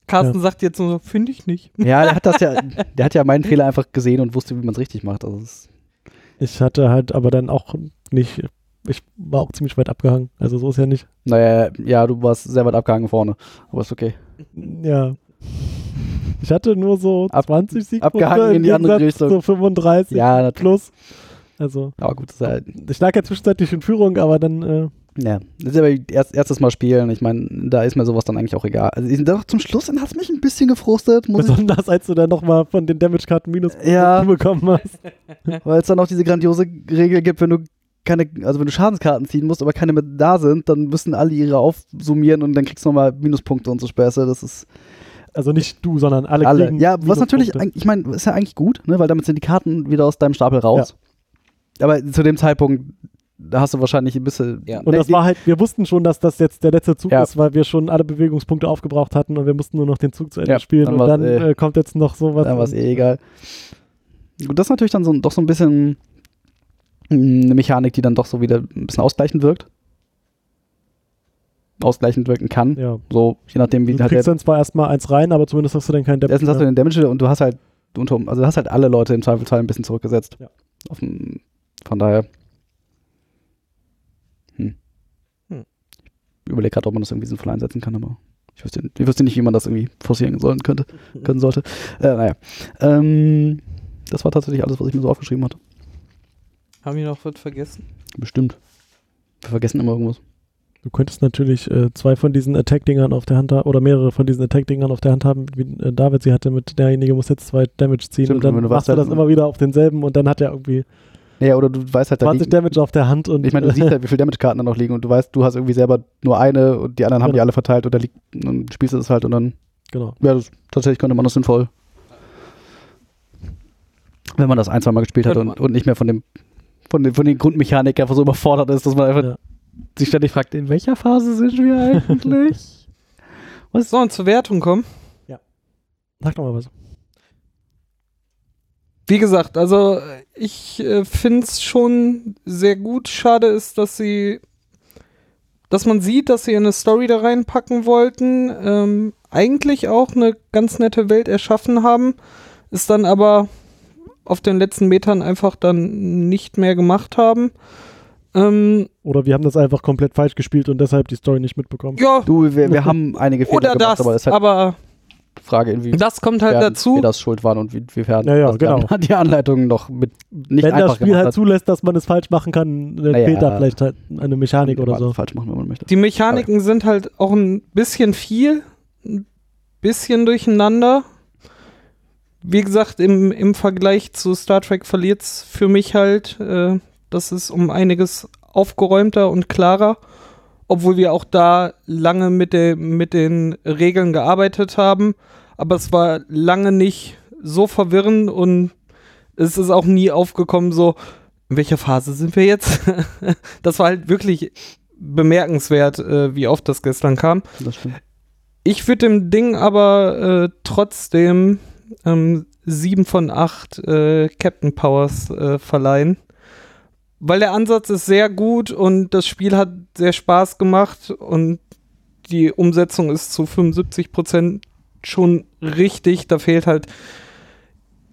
[SPEAKER 3] Carsten sagt jetzt nur so, finde ich nicht.
[SPEAKER 1] Ja, der hat das ja, der hat ja meinen Fehler einfach gesehen und wusste, wie man es richtig macht. Also es ist
[SPEAKER 2] Ich hatte halt aber dann auch nicht, ich war auch ziemlich weit abgehangen. Also so ist ja nicht.
[SPEAKER 1] naja, ja, du warst sehr weit abgehangen vorne, aber ist okay.
[SPEAKER 2] Ja. Ich hatte nur so
[SPEAKER 1] Ab-
[SPEAKER 2] 20 Siegpunkte
[SPEAKER 1] abgehangen in die andere
[SPEAKER 2] Gegensatz
[SPEAKER 1] Richtung.
[SPEAKER 2] zu 35
[SPEAKER 1] Ja, natürlich.
[SPEAKER 2] plus. Also,
[SPEAKER 1] Aber gut, das ist halt,
[SPEAKER 2] ich lag ja zwischenzeitlich in Führung, aber dann, äh,
[SPEAKER 1] ja. Das ist aber erst, erstes Mal spielen. Ich meine, da ist mir sowas dann eigentlich auch egal. Also ich, doch, zum Schluss hat es mich ein bisschen gefrustet, [laughs] muss ich,
[SPEAKER 2] besonders als du dann nochmal von den Damage-Karten minus
[SPEAKER 1] Ja.
[SPEAKER 2] bekommen hast.
[SPEAKER 1] weil es dann auch diese grandiose Regel gibt, wenn du keine, also wenn du Schadenskarten ziehen musst, aber keine mehr da sind, dann müssen alle ihre aufsummieren und dann kriegst du nochmal Minuspunkte und so Späße. Das ist
[SPEAKER 2] Also nicht du, sondern alle,
[SPEAKER 1] alle.
[SPEAKER 2] kriegen
[SPEAKER 1] Ja, was natürlich,
[SPEAKER 2] Minuspunkte.
[SPEAKER 1] eig- ich meine, ist ja eigentlich gut, ne? weil damit sind die Karten wieder aus deinem Stapel raus. Aber zu dem Zeitpunkt, da hast du wahrscheinlich ein bisschen.
[SPEAKER 3] Ja. Und
[SPEAKER 2] Und
[SPEAKER 1] Ne,
[SPEAKER 2] das
[SPEAKER 1] die-
[SPEAKER 2] war halt, wir wussten schon, dass das jetzt der letzte Zug
[SPEAKER 1] Ja.
[SPEAKER 2] ist, weil wir schon alle Bewegungspunkte aufgebraucht hatten und wir mussten nur noch den Zug zu Ende
[SPEAKER 1] Ja,
[SPEAKER 2] spielen.
[SPEAKER 1] dann
[SPEAKER 2] und
[SPEAKER 1] war's,
[SPEAKER 2] dann
[SPEAKER 1] äh,
[SPEAKER 2] äh, kommt jetzt noch sowas.
[SPEAKER 1] Dann war es
[SPEAKER 2] und- äh,
[SPEAKER 1] eh egal. Gut, das ist natürlich dann so, doch so ein bisschen hm, mh, eine Mechanik, die dann doch so wieder ein bisschen ausgleichend wirkt. ausgleichend wirken kann.
[SPEAKER 2] Ja.
[SPEAKER 1] So, je nachdem, eh. wie
[SPEAKER 2] Du
[SPEAKER 1] halt der,
[SPEAKER 2] kriegst dann zwar erstmal eins rein, aber zumindest hast du dann keinen Damage
[SPEAKER 1] erstens hast du
[SPEAKER 2] mehr.
[SPEAKER 1] den Damage und du hast halt unter, also du hast halt alle Leute im Zweifelsfall ein bisschen zurückgesetzt.
[SPEAKER 2] Ja.
[SPEAKER 1] Auf dem, von daher. Hm.
[SPEAKER 3] Hm.
[SPEAKER 1] Ich überlege gerade, ob man das irgendwie sinnvoll einsetzen kann, aber ich wüsste, ich wüsste nicht, wie man das irgendwie forcieren sollen könnte, können sollte. Äh, naja. Ähm, das war tatsächlich alles, was ich mir so aufgeschrieben hatte.
[SPEAKER 3] Haben wir noch was vergessen?
[SPEAKER 1] Bestimmt. Wir vergessen immer irgendwas.
[SPEAKER 2] Du könntest natürlich äh, zwei von diesen Attack-Dingern auf der Hand haben oder mehrere von diesen Attack-Dingern auf der Hand haben, wie äh, David sie hatte, mit derjenige muss jetzt zwei Damage ziehen
[SPEAKER 1] Stimmt,
[SPEAKER 2] und dann
[SPEAKER 1] wenn du
[SPEAKER 2] machst du
[SPEAKER 1] weißt,
[SPEAKER 2] das
[SPEAKER 1] halt-
[SPEAKER 2] immer wieder auf denselben und dann hat er irgendwie
[SPEAKER 1] Naja, oder du weißt halt, da
[SPEAKER 2] 20
[SPEAKER 1] liegen,
[SPEAKER 2] Damage auf der Hand und
[SPEAKER 1] ich meine,
[SPEAKER 2] [laughs]
[SPEAKER 1] du siehst halt, wie viele Damage-Karten da noch liegen und du weißt, du hast irgendwie selber nur eine und die anderen haben die
[SPEAKER 2] Genau.
[SPEAKER 1] alle verteilt und da liegt, und spielst du das halt und dann
[SPEAKER 2] genau.
[SPEAKER 1] Ja, das, tatsächlich könnte man das sinnvoll. Wenn man das ein, zwei Mal gespielt hat
[SPEAKER 3] Könnte
[SPEAKER 1] und, und nicht mehr von dem, von dem, von den Grundmechanik einfach so überfordert ist, dass man einfach
[SPEAKER 2] Ja.
[SPEAKER 1] sich ständig fragt, in welcher Phase sind wir eigentlich?
[SPEAKER 3] Was? Sollen zur Wertung kommen?
[SPEAKER 2] Sag doch mal was.
[SPEAKER 3] Wie gesagt, also ich äh, finde es schon sehr gut. Schade ist, dass sie, dass man sieht, dass sie eine Story da reinpacken wollten, ähm, eigentlich auch eine ganz nette Welt erschaffen haben, ist dann aber auf den letzten Metern einfach dann nicht mehr gemacht haben. Ähm,
[SPEAKER 2] Oder wir haben das einfach komplett falsch gespielt und deshalb die Story nicht mitbekommen.
[SPEAKER 3] ja,
[SPEAKER 1] [laughs] Du, wir, wir haben einige Fehler
[SPEAKER 3] oder
[SPEAKER 1] gemacht,
[SPEAKER 3] das,
[SPEAKER 1] aber das ist halt
[SPEAKER 3] aber
[SPEAKER 1] die Frage, inwiefern
[SPEAKER 3] das kommt halt dazu.
[SPEAKER 1] wir das schuld waren und wie- inwiefern
[SPEAKER 2] Ja, ja,
[SPEAKER 1] das die
[SPEAKER 2] genau.
[SPEAKER 1] An- [laughs] die Anleitung noch mit nicht
[SPEAKER 2] Wenn das
[SPEAKER 1] einfach
[SPEAKER 2] Spiel
[SPEAKER 1] gemacht
[SPEAKER 2] halt
[SPEAKER 1] hat.
[SPEAKER 2] zulässt, dass man es falsch machen kann, dann
[SPEAKER 1] Naja.
[SPEAKER 2] fehlt da vielleicht halt eine Mechanik
[SPEAKER 1] Kann
[SPEAKER 2] oder
[SPEAKER 1] man
[SPEAKER 2] so.
[SPEAKER 1] falsch machen, wenn man möchte.
[SPEAKER 3] Die Mechaniken sind halt auch ein bisschen viel, ein bisschen durcheinander. Wie gesagt, im, im Vergleich zu Star Trek verliert es für mich halt, äh, das ist um einiges aufgeräumter und klarer, obwohl wir auch da lange mit, der, mit den Regeln gearbeitet haben, aber es war lange nicht so verwirrend und es ist auch nie aufgekommen so, in welcher Phase sind wir jetzt? [laughs] das war halt wirklich bemerkenswert, äh, wie oft das gestern kam.
[SPEAKER 1] Das stimmt.
[SPEAKER 3] Ich würde dem Ding aber äh, trotzdem ähm, 7 von 8 äh, Captain Powers äh, verleihen. Weil der Ansatz ist sehr gut und das Spiel hat sehr Spaß gemacht und die Umsetzung ist zu 75 Prozent schon richtig. Da fehlt halt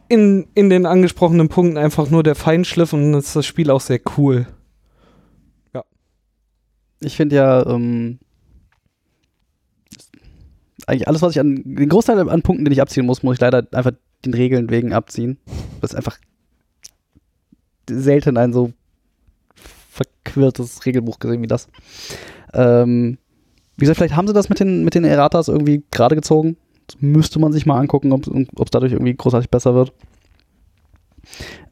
[SPEAKER 3] in, in den angesprochenen Punkten einfach nur der Feinschliff und dann ist das Spiel auch sehr cool.
[SPEAKER 1] Ich finde ja, ähm, eigentlich alles, was ich an, den Großteil an Punkten, den ich abziehen muss, muss ich leider einfach den Regeln wegen abziehen. Das ist einfach selten ein so verquirltes Regelbuch gesehen wie das. Ähm, wie gesagt, vielleicht haben sie das mit den, mit den Erratas irgendwie gerade gezogen. Das müsste man sich mal angucken, ob es dadurch irgendwie großartig besser wird.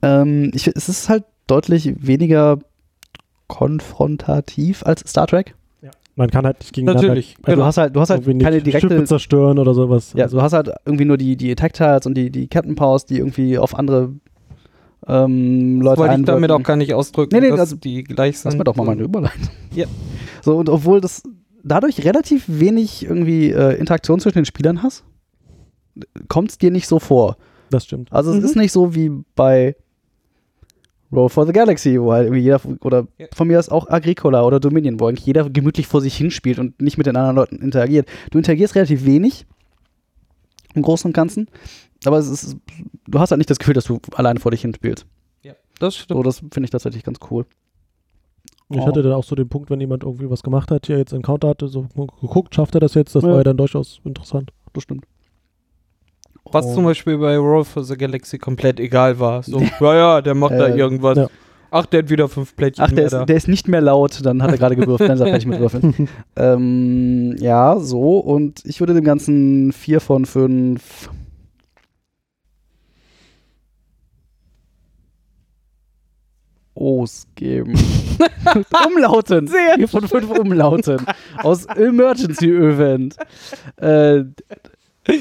[SPEAKER 1] Ähm, ich, es ist halt deutlich weniger konfrontativ als Star Trek.
[SPEAKER 2] Man kann halt nicht gegeneinander
[SPEAKER 3] Natürlich.
[SPEAKER 1] Ja, du hast halt, du hast halt
[SPEAKER 2] irgendwie
[SPEAKER 1] keine
[SPEAKER 2] nicht Schiffe
[SPEAKER 1] direkte.
[SPEAKER 2] zerstören oder sowas. Also,
[SPEAKER 1] Ja, du hast halt irgendwie nur die, die Attack-Tiles und die, die Captain Powers, die irgendwie auf andere ähm, Leute
[SPEAKER 3] Wollte ich
[SPEAKER 1] einwirken.
[SPEAKER 3] damit auch gar nicht ausdrücken,
[SPEAKER 1] Nee, nee,
[SPEAKER 3] dass
[SPEAKER 1] also-
[SPEAKER 3] die gleich sind.
[SPEAKER 1] Lass mir doch mal meine Überleitung.
[SPEAKER 3] [laughs] Ja.
[SPEAKER 1] So, und obwohl das dadurch relativ wenig irgendwie äh, Interaktion zwischen den Spielern hast, kommt es dir nicht so vor.
[SPEAKER 2] das stimmt.
[SPEAKER 1] Also es
[SPEAKER 3] Mhm.
[SPEAKER 1] ist nicht so wie bei Roll for the Galaxy, wo halt irgendwie jeder, oder
[SPEAKER 3] Ja.
[SPEAKER 1] von mir aus auch Agricola oder Dominion, wo eigentlich jeder gemütlich vor sich hinspielt und nicht mit den anderen Leuten interagiert. Du interagierst relativ wenig im Großen und Ganzen, aber es ist, du hast halt nicht das Gefühl, dass du alleine vor dich hinspielst.
[SPEAKER 3] Ja, das stimmt.
[SPEAKER 1] So, das finde ich tatsächlich ganz cool.
[SPEAKER 2] Ich
[SPEAKER 1] Oh.
[SPEAKER 2] hatte dann auch so den Punkt, wenn jemand irgendwie was gemacht hat, hier jetzt Encounter hatte, so geguckt, schafft er das jetzt? Das
[SPEAKER 1] Ja.
[SPEAKER 2] war ja dann durchaus interessant.
[SPEAKER 1] Das stimmt.
[SPEAKER 3] Was
[SPEAKER 1] Oh.
[SPEAKER 3] zum Beispiel bei Roll for the Galaxy komplett egal war.
[SPEAKER 1] [laughs]
[SPEAKER 3] So, ja, ja, der macht da
[SPEAKER 1] Äh,
[SPEAKER 3] irgendwas.
[SPEAKER 2] ja.
[SPEAKER 3] Ach, der hat wieder fünf Plättchen
[SPEAKER 1] Ach, der
[SPEAKER 3] mehr
[SPEAKER 1] ist,
[SPEAKER 3] da.
[SPEAKER 1] der ist nicht mehr laut, dann hat er gerade gewürfelt, dann ist er fertig mit
[SPEAKER 3] [laughs]
[SPEAKER 1] Würfeln. ähm, ja, so, und ich würde dem Ganzen 4 von 5 O's geben. [laughs] Umlauten.
[SPEAKER 3] Sehr
[SPEAKER 1] 4 von 5 Umlauten. Aus Emergency Event. Äh,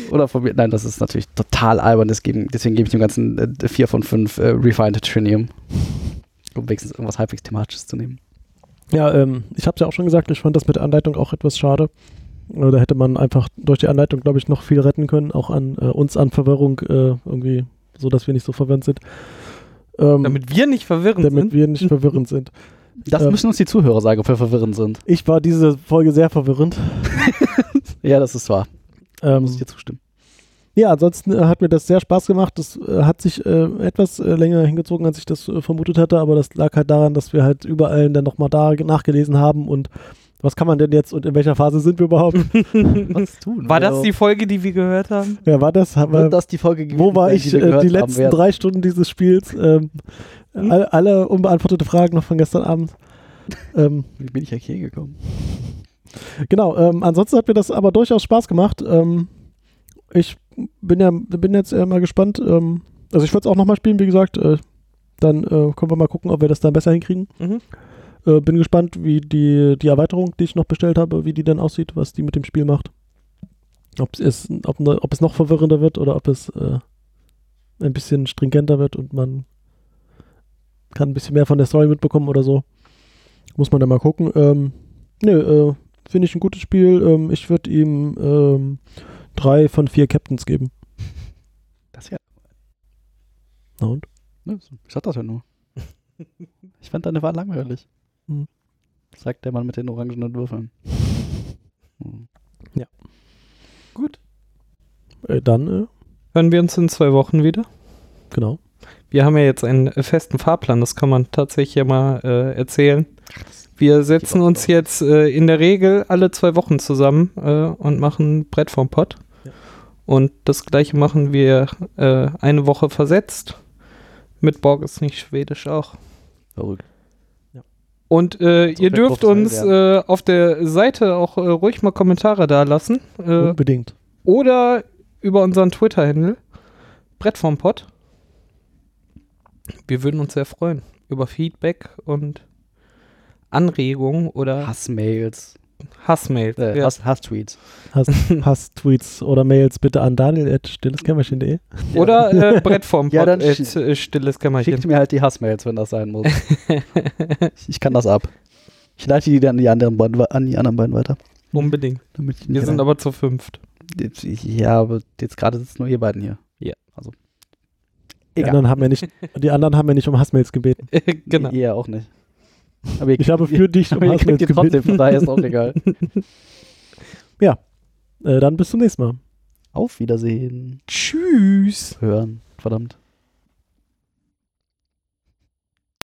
[SPEAKER 1] oder von mir. Nein, das ist natürlich total albern. Deswegen, deswegen gebe ich dem Ganzen äh, 4 von 5 äh, Refined Trinium. Um wenigstens irgendwas halbwegs Thematisches zu nehmen.
[SPEAKER 2] Ja, ähm, ich habe es ja auch schon gesagt, ich fand das mit der Anleitung auch etwas schade. Äh, Da hätte man einfach durch die Anleitung, glaube ich, noch viel retten können, auch an äh, uns an Verwirrung äh, irgendwie, so dass wir nicht so verwirrend sind. Ähm,
[SPEAKER 3] damit wir nicht verwirrend
[SPEAKER 2] damit
[SPEAKER 3] sind.
[SPEAKER 2] wir nicht verwirrend sind.
[SPEAKER 1] Das
[SPEAKER 2] Ähm.
[SPEAKER 1] müssen uns die Zuhörer sagen, ob wir verwirrend sind.
[SPEAKER 2] Ich war diese Folge sehr verwirrend.
[SPEAKER 1] Ja, das ist wahr.
[SPEAKER 2] Ähm,
[SPEAKER 1] Muss ich dir zustimmen.
[SPEAKER 2] ja, ansonsten äh, hat mir das sehr Spaß gemacht. Das äh, hat sich äh, etwas äh, länger hingezogen, als ich das äh, vermutet hatte, aber das lag halt daran, dass wir halt überall dann nochmal da ge- nachgelesen haben und was kann man denn jetzt und in welcher Phase sind wir
[SPEAKER 1] [laughs]
[SPEAKER 2] überhaupt?
[SPEAKER 1] Was tun?
[SPEAKER 3] War das die Folge, die wir gehört haben?
[SPEAKER 2] ja, war das? Haben wir-
[SPEAKER 1] Wird das die Folge gewesen
[SPEAKER 2] Wo war
[SPEAKER 1] sein,
[SPEAKER 2] ich
[SPEAKER 1] wir
[SPEAKER 2] äh,
[SPEAKER 1] gehört
[SPEAKER 2] die
[SPEAKER 1] haben Hm?
[SPEAKER 2] letzten
[SPEAKER 1] werden?
[SPEAKER 2] drei Stunden dieses Spiels? Ähm, alle, alle unbeantwortete Fragen noch von
[SPEAKER 1] [laughs]
[SPEAKER 2] gestern Abend. ähm,
[SPEAKER 1] Wie bin ich ja hier gekommen?
[SPEAKER 2] genau, ähm, ansonsten hat mir das aber durchaus Spaß gemacht. Ähm, ich bin ja bin jetzt äh, mal gespannt. Ähm, also ich würde es auch nochmal spielen, wie gesagt. Äh, dann äh, können wir mal gucken, ob wir das dann besser hinkriegen.
[SPEAKER 3] Mhm.
[SPEAKER 2] Äh, bin gespannt, wie die, die Erweiterung, die ich noch bestellt habe, wie die dann aussieht, was die mit dem Spiel macht. Ob's ist, ob, ne, ob es noch verwirrender wird oder ob es äh, ein bisschen stringenter wird und man kann ein bisschen mehr von der Story mitbekommen oder so. Muss man dann mal gucken. Ähm, nö, äh, finde ich ein gutes Spiel. Ähm, ich würde ihm ähm, drei von vier Captains geben.
[SPEAKER 1] Das ja.
[SPEAKER 2] Na und?
[SPEAKER 1] Ne, ich sag das ja nur. Ich fand deine Wahl langweilig.
[SPEAKER 2] Hm.
[SPEAKER 1] Sagt der Mann mit den orangenen Würfeln. Hm.
[SPEAKER 2] Äh, dann, äh,
[SPEAKER 3] Hören wir uns in zwei Wochen wieder?
[SPEAKER 2] genau.
[SPEAKER 3] Wir haben ja jetzt einen äh, festen Fahrplan, das kann man tatsächlich ja mal äh, erzählen. Wir setzen uns jetzt äh, in der Regel alle zwei Wochen zusammen äh, und machen Brett vom Pott.
[SPEAKER 2] Ja.
[SPEAKER 3] Und das gleiche machen wir äh, eine Woche versetzt. Mit Borg ist nicht schwedisch auch.
[SPEAKER 1] Verrückt.
[SPEAKER 3] Und äh, ihr
[SPEAKER 1] wird
[SPEAKER 3] dürft
[SPEAKER 1] professionell
[SPEAKER 3] uns äh, auf der Seite auch äh, ruhig mal Kommentare da lassen. Äh,
[SPEAKER 2] Unbedingt.
[SPEAKER 3] oder über unseren Twitter-Handle, Brett vom Pott. Wir würden uns sehr freuen über Feedback und Anregungen oder
[SPEAKER 1] Hassmails.
[SPEAKER 3] Hassmail.
[SPEAKER 1] Äh,
[SPEAKER 3] ja.
[SPEAKER 1] Hass, Hasstweets.
[SPEAKER 2] Hast, hast Tweets oder Mails bitte an daniel.stilleskämmerchen.de.
[SPEAKER 1] [laughs]
[SPEAKER 3] Oder äh, Brett vom Pott,
[SPEAKER 1] Ja, dann
[SPEAKER 3] äh,
[SPEAKER 1] schick-
[SPEAKER 3] z- äh, stilles Kämmerchen.
[SPEAKER 1] Schickt mir halt die Hassmails, wenn das sein muss. ich, ich kann das ab. Ich leite die dann an die anderen beiden, we- an die anderen beiden weiter.
[SPEAKER 3] Unbedingt.
[SPEAKER 1] Damit ich
[SPEAKER 3] Wir
[SPEAKER 1] nicht
[SPEAKER 3] sind aber zu fünft. [laughs]
[SPEAKER 1] Jetzt- Ja, aber jetzt gerade sitzen nur ihr beiden hier.
[SPEAKER 3] Ja.
[SPEAKER 1] Also.
[SPEAKER 2] Die
[SPEAKER 1] Egal.
[SPEAKER 2] anderen haben ja nicht, die anderen haben ja nicht um
[SPEAKER 1] [laughs]
[SPEAKER 2] Hassmails gebeten.
[SPEAKER 3] genau.
[SPEAKER 1] Ihr auch nicht. Aber ihr
[SPEAKER 2] Ich habe
[SPEAKER 1] ihr,
[SPEAKER 2] für dich um
[SPEAKER 1] [laughs] aber ihr
[SPEAKER 2] Hassmails
[SPEAKER 1] kriegt die trotzdem,
[SPEAKER 2] gebeten.
[SPEAKER 1] von daher ist auch egal.
[SPEAKER 2] Äh, dann bis zum nächsten Mal.
[SPEAKER 1] Auf Wiedersehen.
[SPEAKER 3] Tschüss.
[SPEAKER 1] Hören. Verdammt.